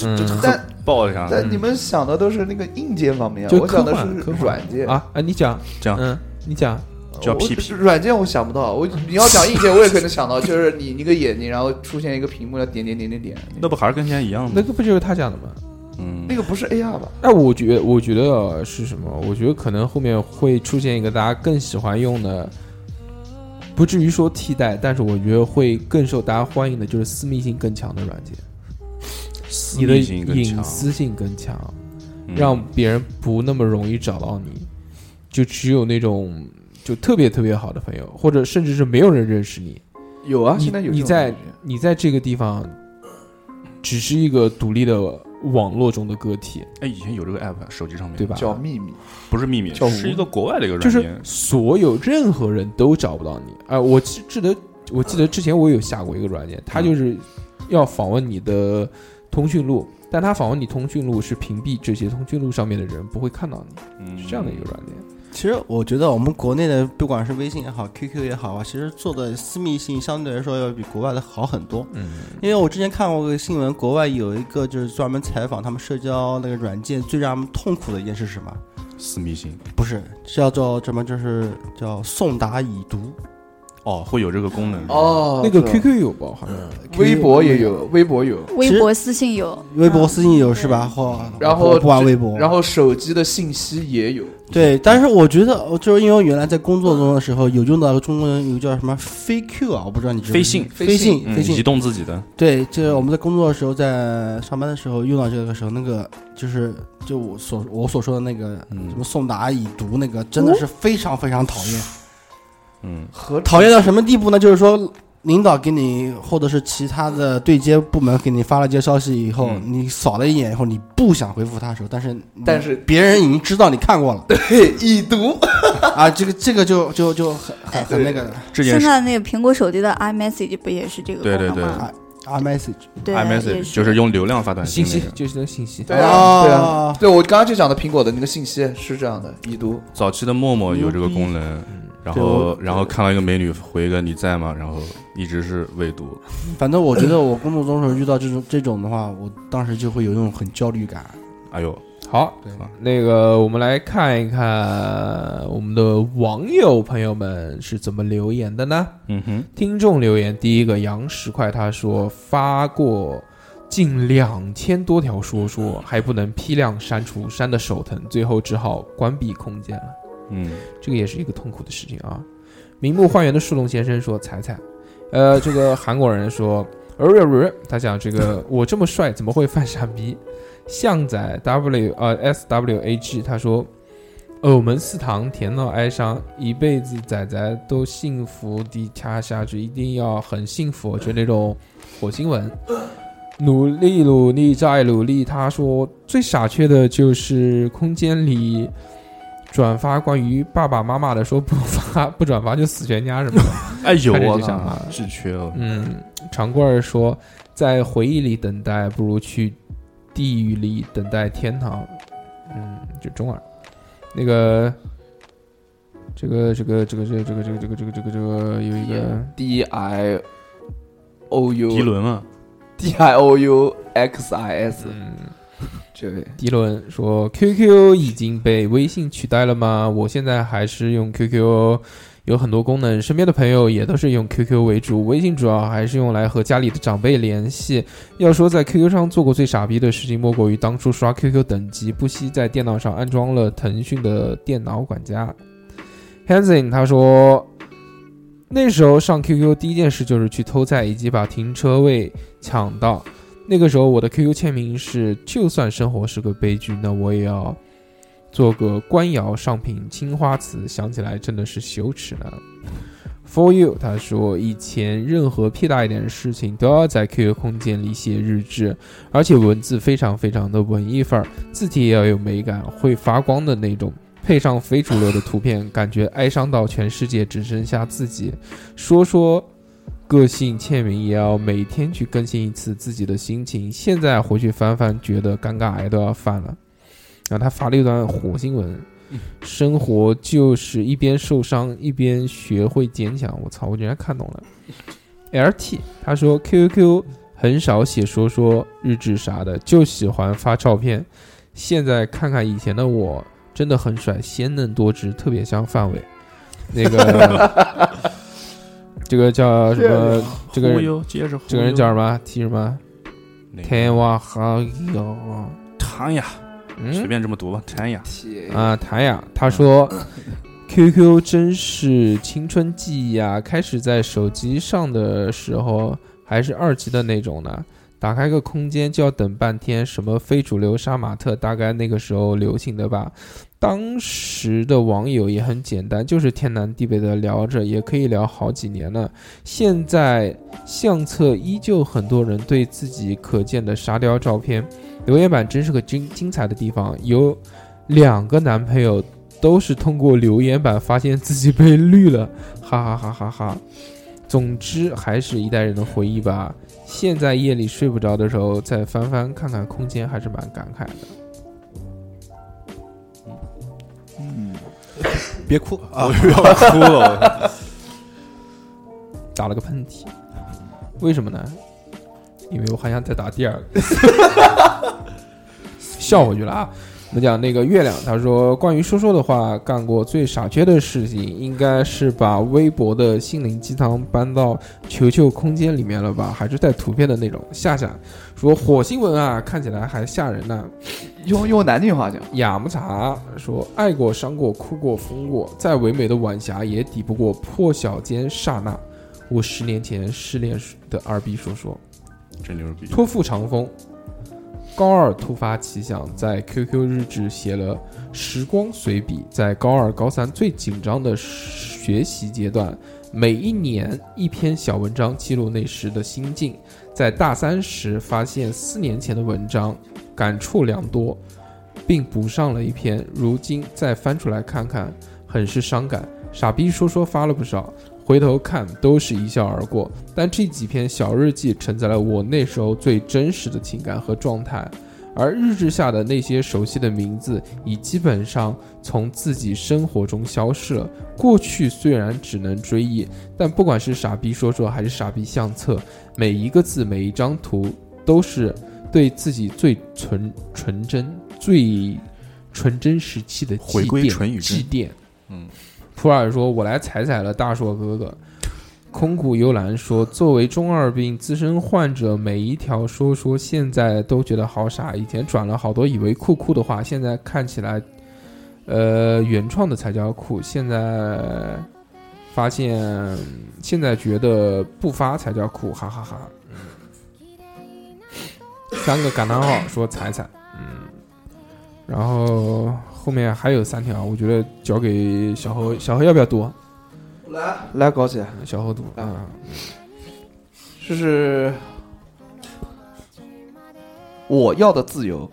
Speaker 2: 嗯
Speaker 4: 但
Speaker 5: 抱一下，
Speaker 4: 但你们想的都是那个硬件方面啊，
Speaker 2: 就
Speaker 4: 我
Speaker 2: 科
Speaker 4: 想的
Speaker 2: 幻
Speaker 4: 是
Speaker 2: 科幻
Speaker 4: 软件。
Speaker 2: 啊啊！你讲
Speaker 5: 这样
Speaker 2: 嗯，你讲
Speaker 5: 叫
Speaker 4: 我
Speaker 5: PP
Speaker 4: 软件我想不到，我你要讲硬件，我也可能想到，就是你一个眼睛，然后出现一个屏幕，要点点点点点。
Speaker 5: 那不还是跟现在一样
Speaker 2: 那
Speaker 5: 吗？
Speaker 2: 个不就是他讲的吗？
Speaker 5: 嗯
Speaker 4: 那，个不是 AR 吧？
Speaker 2: 哎，我觉我觉得呃是什么？我觉得可能后面会出现一个大家更喜欢用的，不至于说替代，但是我觉得会更受大家欢迎的，就是私密性更强的软件，
Speaker 5: 私
Speaker 2: 你的
Speaker 5: 密性更强
Speaker 2: 隐，私性更强，
Speaker 5: 嗯
Speaker 2: 让别人不那么容易找到你，就只有那种就特别特别好的朋友，或者甚至是没有人认识你，
Speaker 4: 有啊，
Speaker 2: 你
Speaker 4: 现在有这种
Speaker 2: 你在
Speaker 4: 软件
Speaker 2: 你在这个地方只是一个独立的网络中的个体，
Speaker 5: 哎以前有这个 app，手机上面
Speaker 2: 对吧？
Speaker 4: 叫秘密，
Speaker 5: 不是秘密，
Speaker 4: 叫
Speaker 5: 是一个国外的一个
Speaker 2: 就
Speaker 5: 软
Speaker 2: 是
Speaker 5: 件，
Speaker 2: 所有任何人都找不到你。哎、我记记得我记得之前我有下过一个软件，它
Speaker 5: 嗯
Speaker 2: 就是要访问你的通讯录，但它访问你通讯录是屏蔽这些通讯录上面的人不会看到你，
Speaker 5: 嗯
Speaker 2: 是这样的一个软件。
Speaker 3: 其实我觉得我们国内的，不管是微信也好，QQ 也好啊，其实做的私密性相对来说要比国外的好很多。
Speaker 2: 嗯，
Speaker 3: 因为我之前看过个新闻，国外有一个就是专门采访他们社交那个软件最让他们痛苦的一件事是什么？
Speaker 5: 私密性
Speaker 3: 不是叫做什么？就是叫送达已读。
Speaker 5: 哦，会有这个功能，
Speaker 4: 哦，
Speaker 2: 那个
Speaker 5: 啊
Speaker 4: 是吧
Speaker 2: QQ 有吧？好像
Speaker 5: 嗯
Speaker 4: 微博也有，微博有，
Speaker 3: 其
Speaker 6: 微
Speaker 3: 实
Speaker 6: 博私信有，
Speaker 3: 微博
Speaker 6: 嗯
Speaker 3: 私信有是吧？或
Speaker 4: 啊然后
Speaker 3: 我不玩微博，
Speaker 4: 然后手机的信息也有，
Speaker 3: 对，但是我觉得，就是因为我原来在工作中的时候有用到中国人有个叫什么飞 Q 啊，我不知道你知不知道
Speaker 5: 飞信
Speaker 3: 飞信
Speaker 5: 嗯
Speaker 3: 飞
Speaker 5: 移
Speaker 3: 信，
Speaker 5: 动自己的，
Speaker 3: 对，就是我们在工作的时候，在上班的时候用到这个时候，那个就是就我所我所说的那个
Speaker 5: 嗯
Speaker 3: 什么送达已读那个，真
Speaker 4: 哦
Speaker 3: 的是非常非常讨厌，
Speaker 5: 嗯，
Speaker 4: 和
Speaker 3: 讨厌到什么地步呢？就是说。领导给你，或者是其他的对接部门给你发了一些消息以后，
Speaker 5: 嗯
Speaker 3: 你扫了一眼以后，你不想回复他的时候，但是
Speaker 4: 但是
Speaker 3: 别人已经知道你看过了，
Speaker 4: 嘿已读，
Speaker 3: 啊，这个这个就就就很很很那个
Speaker 5: 这件
Speaker 6: 嗯现
Speaker 5: 事
Speaker 6: 在那个苹果手机的 iMessage 不也是这个
Speaker 5: 对
Speaker 6: 功能
Speaker 5: 对对
Speaker 6: 吗？
Speaker 3: R 啊 message
Speaker 6: 对啊
Speaker 5: iMessage
Speaker 6: 也
Speaker 5: 就是用流量发短
Speaker 2: 信
Speaker 5: 那
Speaker 2: 息
Speaker 5: 个。
Speaker 2: 就是那信息。
Speaker 4: 对啊，
Speaker 3: 哦
Speaker 4: 对啊，，对我刚刚就讲的苹果的那个信息是这样的，已读，
Speaker 5: 早期的陌陌有这个
Speaker 2: 嗯
Speaker 5: 功能，然后然后看到一个美女回一个你在吗，然后一直是未读，
Speaker 3: 反正我觉得我工作中时候遇到这种这种的话，我当时就会有一种很焦虑感，
Speaker 5: 哎呦，
Speaker 2: 好，
Speaker 5: 对
Speaker 2: 那个我们来看一看我们的网友朋友们是怎么留言的呢？
Speaker 5: 嗯哼，
Speaker 2: 听众留言第一个杨石块他说发过近两千多条说说，还不能批量删除，删的手疼，最后只好关闭空间了。
Speaker 5: 嗯，
Speaker 2: 这个也是一个痛苦的事情啊。名目幻园的树洞先生说：“彩彩，呃，这个韩国人说，呃呃呃，他讲这个我这么帅怎么会犯傻逼？巷仔 W 呃 S W A G 他说，偶门四堂甜到哀伤，一辈子仔仔都幸福地掐下去，一定要很幸福，就那种火星文。”努力，努力，再努力。他说，最傻缺的就是空间里转发关于爸爸妈妈的，说不发不转发就死全家什么的。
Speaker 5: 哎呦
Speaker 2: 看着
Speaker 5: 我
Speaker 2: 就想
Speaker 5: 操
Speaker 2: 骂，
Speaker 5: 智缺哦，
Speaker 2: 嗯，长贵儿说，在回忆里等待，不如去地狱里等待天堂。嗯，就中二。那个，这个，这个，这个，这个，这个，这个，这个，这个，这个，这个有一个
Speaker 4: D I O
Speaker 2: 哎
Speaker 5: 迪
Speaker 4: U
Speaker 5: 伦啊，
Speaker 4: D I O U X I S
Speaker 2: 嗯。
Speaker 4: 这位，
Speaker 2: 迪伦说：“QQ 已经被微信取代了吗？我现在还是用 QQ，有很多功能，身边的朋友也都是用 QQ 为主，微信主要还是用来和家里的长辈联系。要说在 QQ 上做过最傻逼的事情，莫过于当初刷 QQ 等级，不惜在电脑上安装了腾讯的电脑管家。” Hansen 他说。那时候上 QQ 第一件事就是去偷菜，以及把停车位抢到。那个时候我的 QQ 签名是：就算生活是个悲剧，那我也要做个官窑上品青花瓷。想起来真的是羞耻呢。For you，他说以前任何屁大一点的事情都要在 QQ 空间里写日志，而且文字非常非常的文艺范儿，字体也要有美感，会发光的那种，配上非主流的图片，感觉哀伤到全世界只剩下自己。说说个性签名也要每天去更新一次自己的心情。现在回去翻翻，觉得尴尬哎癌都要犯了。然后他发了一段火星文：生活就是一边受伤一边学会坚强。我操，我竟然看懂了。L T 他说 QQ 很少写说说日志啥的，就喜欢发照片。现在看看以前的我，真的很帅，鲜嫩多汁，特别像范伟。那个，这个叫什么？这个
Speaker 5: 忽悠接着忽悠，
Speaker 2: 这个人叫什么？提什么？
Speaker 5: 哪个
Speaker 2: 天哇哈哟，
Speaker 5: 谭雅，随
Speaker 2: 嗯
Speaker 5: 便这么读吧，谭 雅，
Speaker 4: T
Speaker 2: 啊，谭雅，他说，QQ 真是青春记忆啊！开始在手机上的时候还是二级的那种呢，打开个空间就要等半天，什么非主流杀马特，大概那个时候流行的吧。当时的网友也很简单，就是天南地北的聊着，也可以聊好几年呢。现在相册依旧很多人对自己可见的沙雕照片，留言板真是个精精彩的地方。有两个男朋友都是通过留言板发现自己被绿了，哈哈哈哈哈。总之，还是一代人的回忆吧。现在夜里睡不着的时候，再翻翻看看空间，还是蛮感慨的。
Speaker 3: 别哭啊！
Speaker 5: 哭了，
Speaker 2: 打了个喷嚏，为什么呢？因为我还想再打第二个， 笑回去了啊！我们讲那个月亮，他说关于说说的话，干过最傻缺的事情，应该是把微博的心灵鸡汤搬到球球空间里面了吧？还是带图片的那种。夏夏说火星文啊，看起来还吓人呢、
Speaker 4: 用用南京话讲，
Speaker 2: 雅木茶说：“爱过、伤过、哭过、疯过，再唯美的晚霞也抵不过破晓间刹那。”我十年前失恋的二逼说说，
Speaker 5: 真牛逼，
Speaker 2: 托付长风。高二突发奇想，在 QQ 日志写了“时光随笔”。在高二、高三最紧张的学习阶段，每一年一篇小文章记录那时的心境。在大三时发现四年前的文章感触良多，并补上了一篇。如今再翻出来看看，很是伤感。傻逼说说发了不少，回头看都是一笑而过。但这几篇小日记承载了我那时候最真实的情感和状态，而日志下的那些熟悉的名字已基本上从自己生活中消失了。过去虽然只能追忆，但不管是傻逼说说还是傻逼相册，每一个字每一张图都是对自己最纯纯真、最纯真时期的祭
Speaker 5: 回归
Speaker 2: 奠
Speaker 5: 纯与真
Speaker 2: 祭奠。
Speaker 5: 嗯，
Speaker 2: 普洱说：“我来采采了，大硕哥哥。”空谷幽兰说：“作为中二病资深患者，每一条说说现在都觉得好傻。以前转了好多以为酷酷的话，现在看起来，呃，原创的才叫酷。现在发现，现在觉得不发才叫酷，哈哈哈三个感叹号说踩踩，嗯，然后后面还有三条，我觉得交给小何，小何要不要读？
Speaker 4: 来来搞起来，
Speaker 2: 小何读啊，
Speaker 4: 这是我要的自由。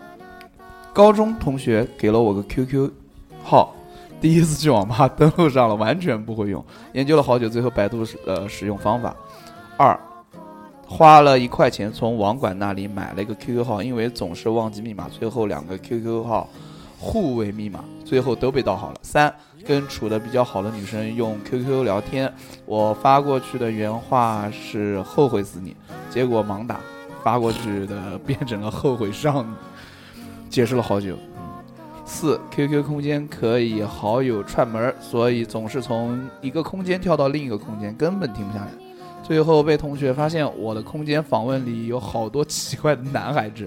Speaker 4: 高中同学给了我个 QQ 号，第一次去网吧登录上了，完全不会用，研究了好久，最后百度呃使用方法。二，花了一块钱从网管那里买了一个 QQ 号，因为总是忘记密码，最后两个 QQ 号互为密码，最后都被盗号了。三，跟处的比较好的女生用 QQ 聊天，我发过去的原话是“后悔死你”，结果盲打，发过去的变成了“后悔上你”，解释了好久。四 QQ 空间可以好友串门儿，所以总是从一个空间跳到另一个空间，根本停不下来。最后被同学发现我的空间访问里有好多奇怪的男孩子。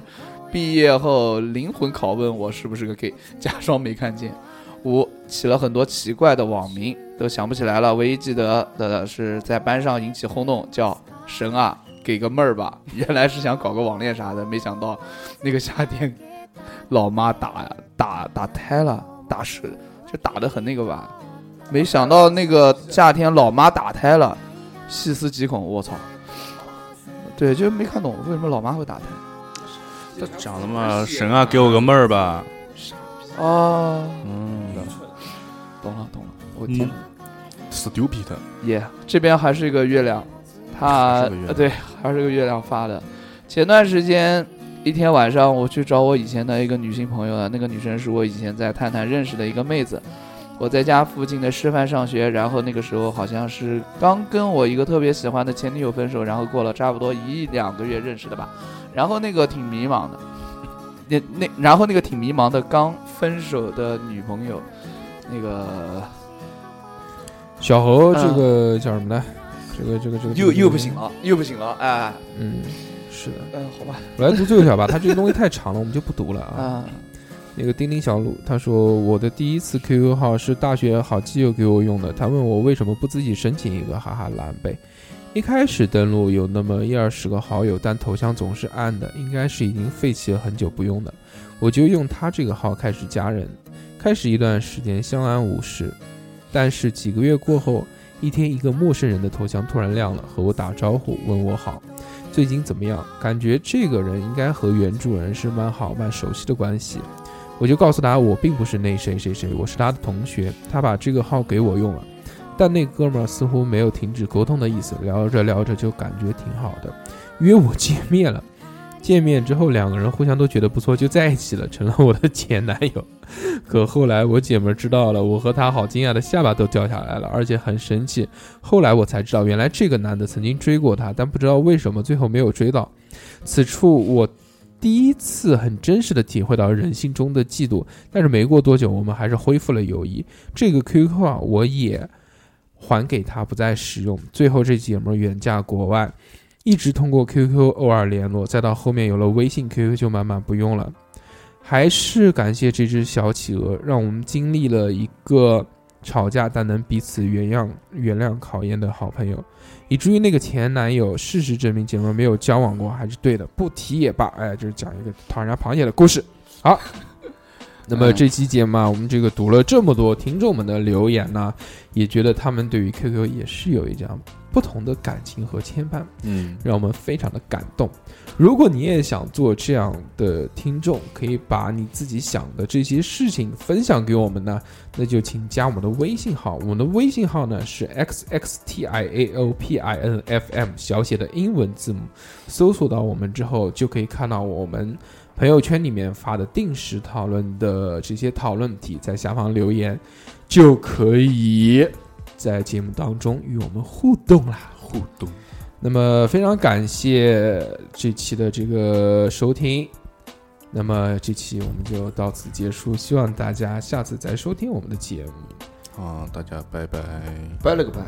Speaker 4: 毕业后灵魂拷问我是不是个 gay，假装没看见。五起了很多奇怪的网名，都想不起来了。唯一记得的是在班上引起轰动，叫“神啊，给个妹儿吧”。 原来是想搞个网恋啥的，没想到那个夏天老妈打打打胎了，打是就打的很那个吧。没想到那个夏天老妈打胎了，细思极恐，我操！对，就没看懂为什么老妈会打胎。
Speaker 5: 他讲了嘛，神啊，给我个妹儿吧。
Speaker 4: 哦，
Speaker 5: 嗯
Speaker 4: 懂了懂了，我听
Speaker 5: 嗯，stupid，
Speaker 4: 耶这边还是一个月亮，他
Speaker 5: 还是个月亮
Speaker 4: 呃对，还是个月亮发的。前段时间一天晚上，我去找我以前的一个女性朋友了，那个女生是我以前在探探认识的一个妹子。我在家附近的师范上学，然后那个时候好像是刚跟我一个特别喜欢的前女友分手，然后过了差不多一两个月认识的吧。然后那个挺迷茫的，那那然后那个挺迷茫的刚分手的女朋友，那个
Speaker 2: 小何这个叫什么呢？这个这个这个
Speaker 4: 啊又又不行，了，又不行了，哎，
Speaker 2: 嗯，是的，
Speaker 4: 嗯，好吧，
Speaker 2: 我来读最后一条吧，它这个东西太长了，我们就不读了啊。
Speaker 4: 啊，
Speaker 2: 那个丁丁小鲁他说，我的第一次 QQ 号是大学好基友给我用的，他问我为什么不自己申请一个，哈哈狼狈。一开始登录有那么一二十个好友，但头像总是暗的，应该是已经废弃了很久不用的。我就用他这个号开始加人，开始一段时间相安无事，但是几个月过后，一天一个陌生人的头像突然亮了，和我打招呼，问我好，最近怎么样？感觉这个人应该和原主人是蛮好、蛮熟悉的关系。我就告诉他我并不是那谁谁谁，我是他的同学，他把这个号给我用了。但那哥们儿似乎没有停止沟通的意思，聊着聊着就感觉挺好的，约我见面了。见面之后，两个人互相都觉得不错，就在一起了，成了我的前男友。可后来我姐们儿知道了，我和她好惊讶的下巴都掉下来了，而且很生气。后来我才知道，原来这个男的曾经追过她，但不知道为什么最后没有追到。此处我第一次很真实的体会到人性中的嫉妒，但是没过多久，我们还是恢复了友谊。这个 QQ 啊，我也还给他，不再使用。最后这姐们儿远嫁国外，一直通过 QQ 偶尔联络，再到后面有了微信，QQ 就慢慢不用了。还是感谢这只小企鹅，让我们经历了一个吵架但能彼此原谅、原谅考验的好朋友。以至于那个前男友，事实证明姐妹没有交往过，还是对的，不提也罢。哎，就是讲一个讨人家螃蟹的故事。好，那么这期节目啊，我们这个读了这么多听众们的留言呢、也觉得他们对于 QQ 也是有一样不同的感情和牵绊，
Speaker 5: 嗯，
Speaker 2: 让我们非常的感动。如果你也想做这样的听众，可以把你自己想的这些事情分享给我们呢，那就请加我们的微信号，我们的微信号呢是 x x t i a o p i n f m 小写的英文字母，搜索到我们之后就可以看到我们朋友圈里面发的定时讨论的这些讨论题，在下方留言就可以在节目当中与我们互动啦。
Speaker 5: 互动，
Speaker 2: 那么非常感谢这期的这个收听。那么这期我们就到此结束，希望大家下次再收听我们的节目。
Speaker 5: 啊，大家拜拜，
Speaker 4: 拜 了个拜，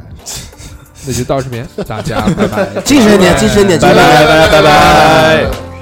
Speaker 2: 那就到这边，大家拜拜，
Speaker 3: 精神点，精神点，
Speaker 5: 拜拜拜拜拜拜。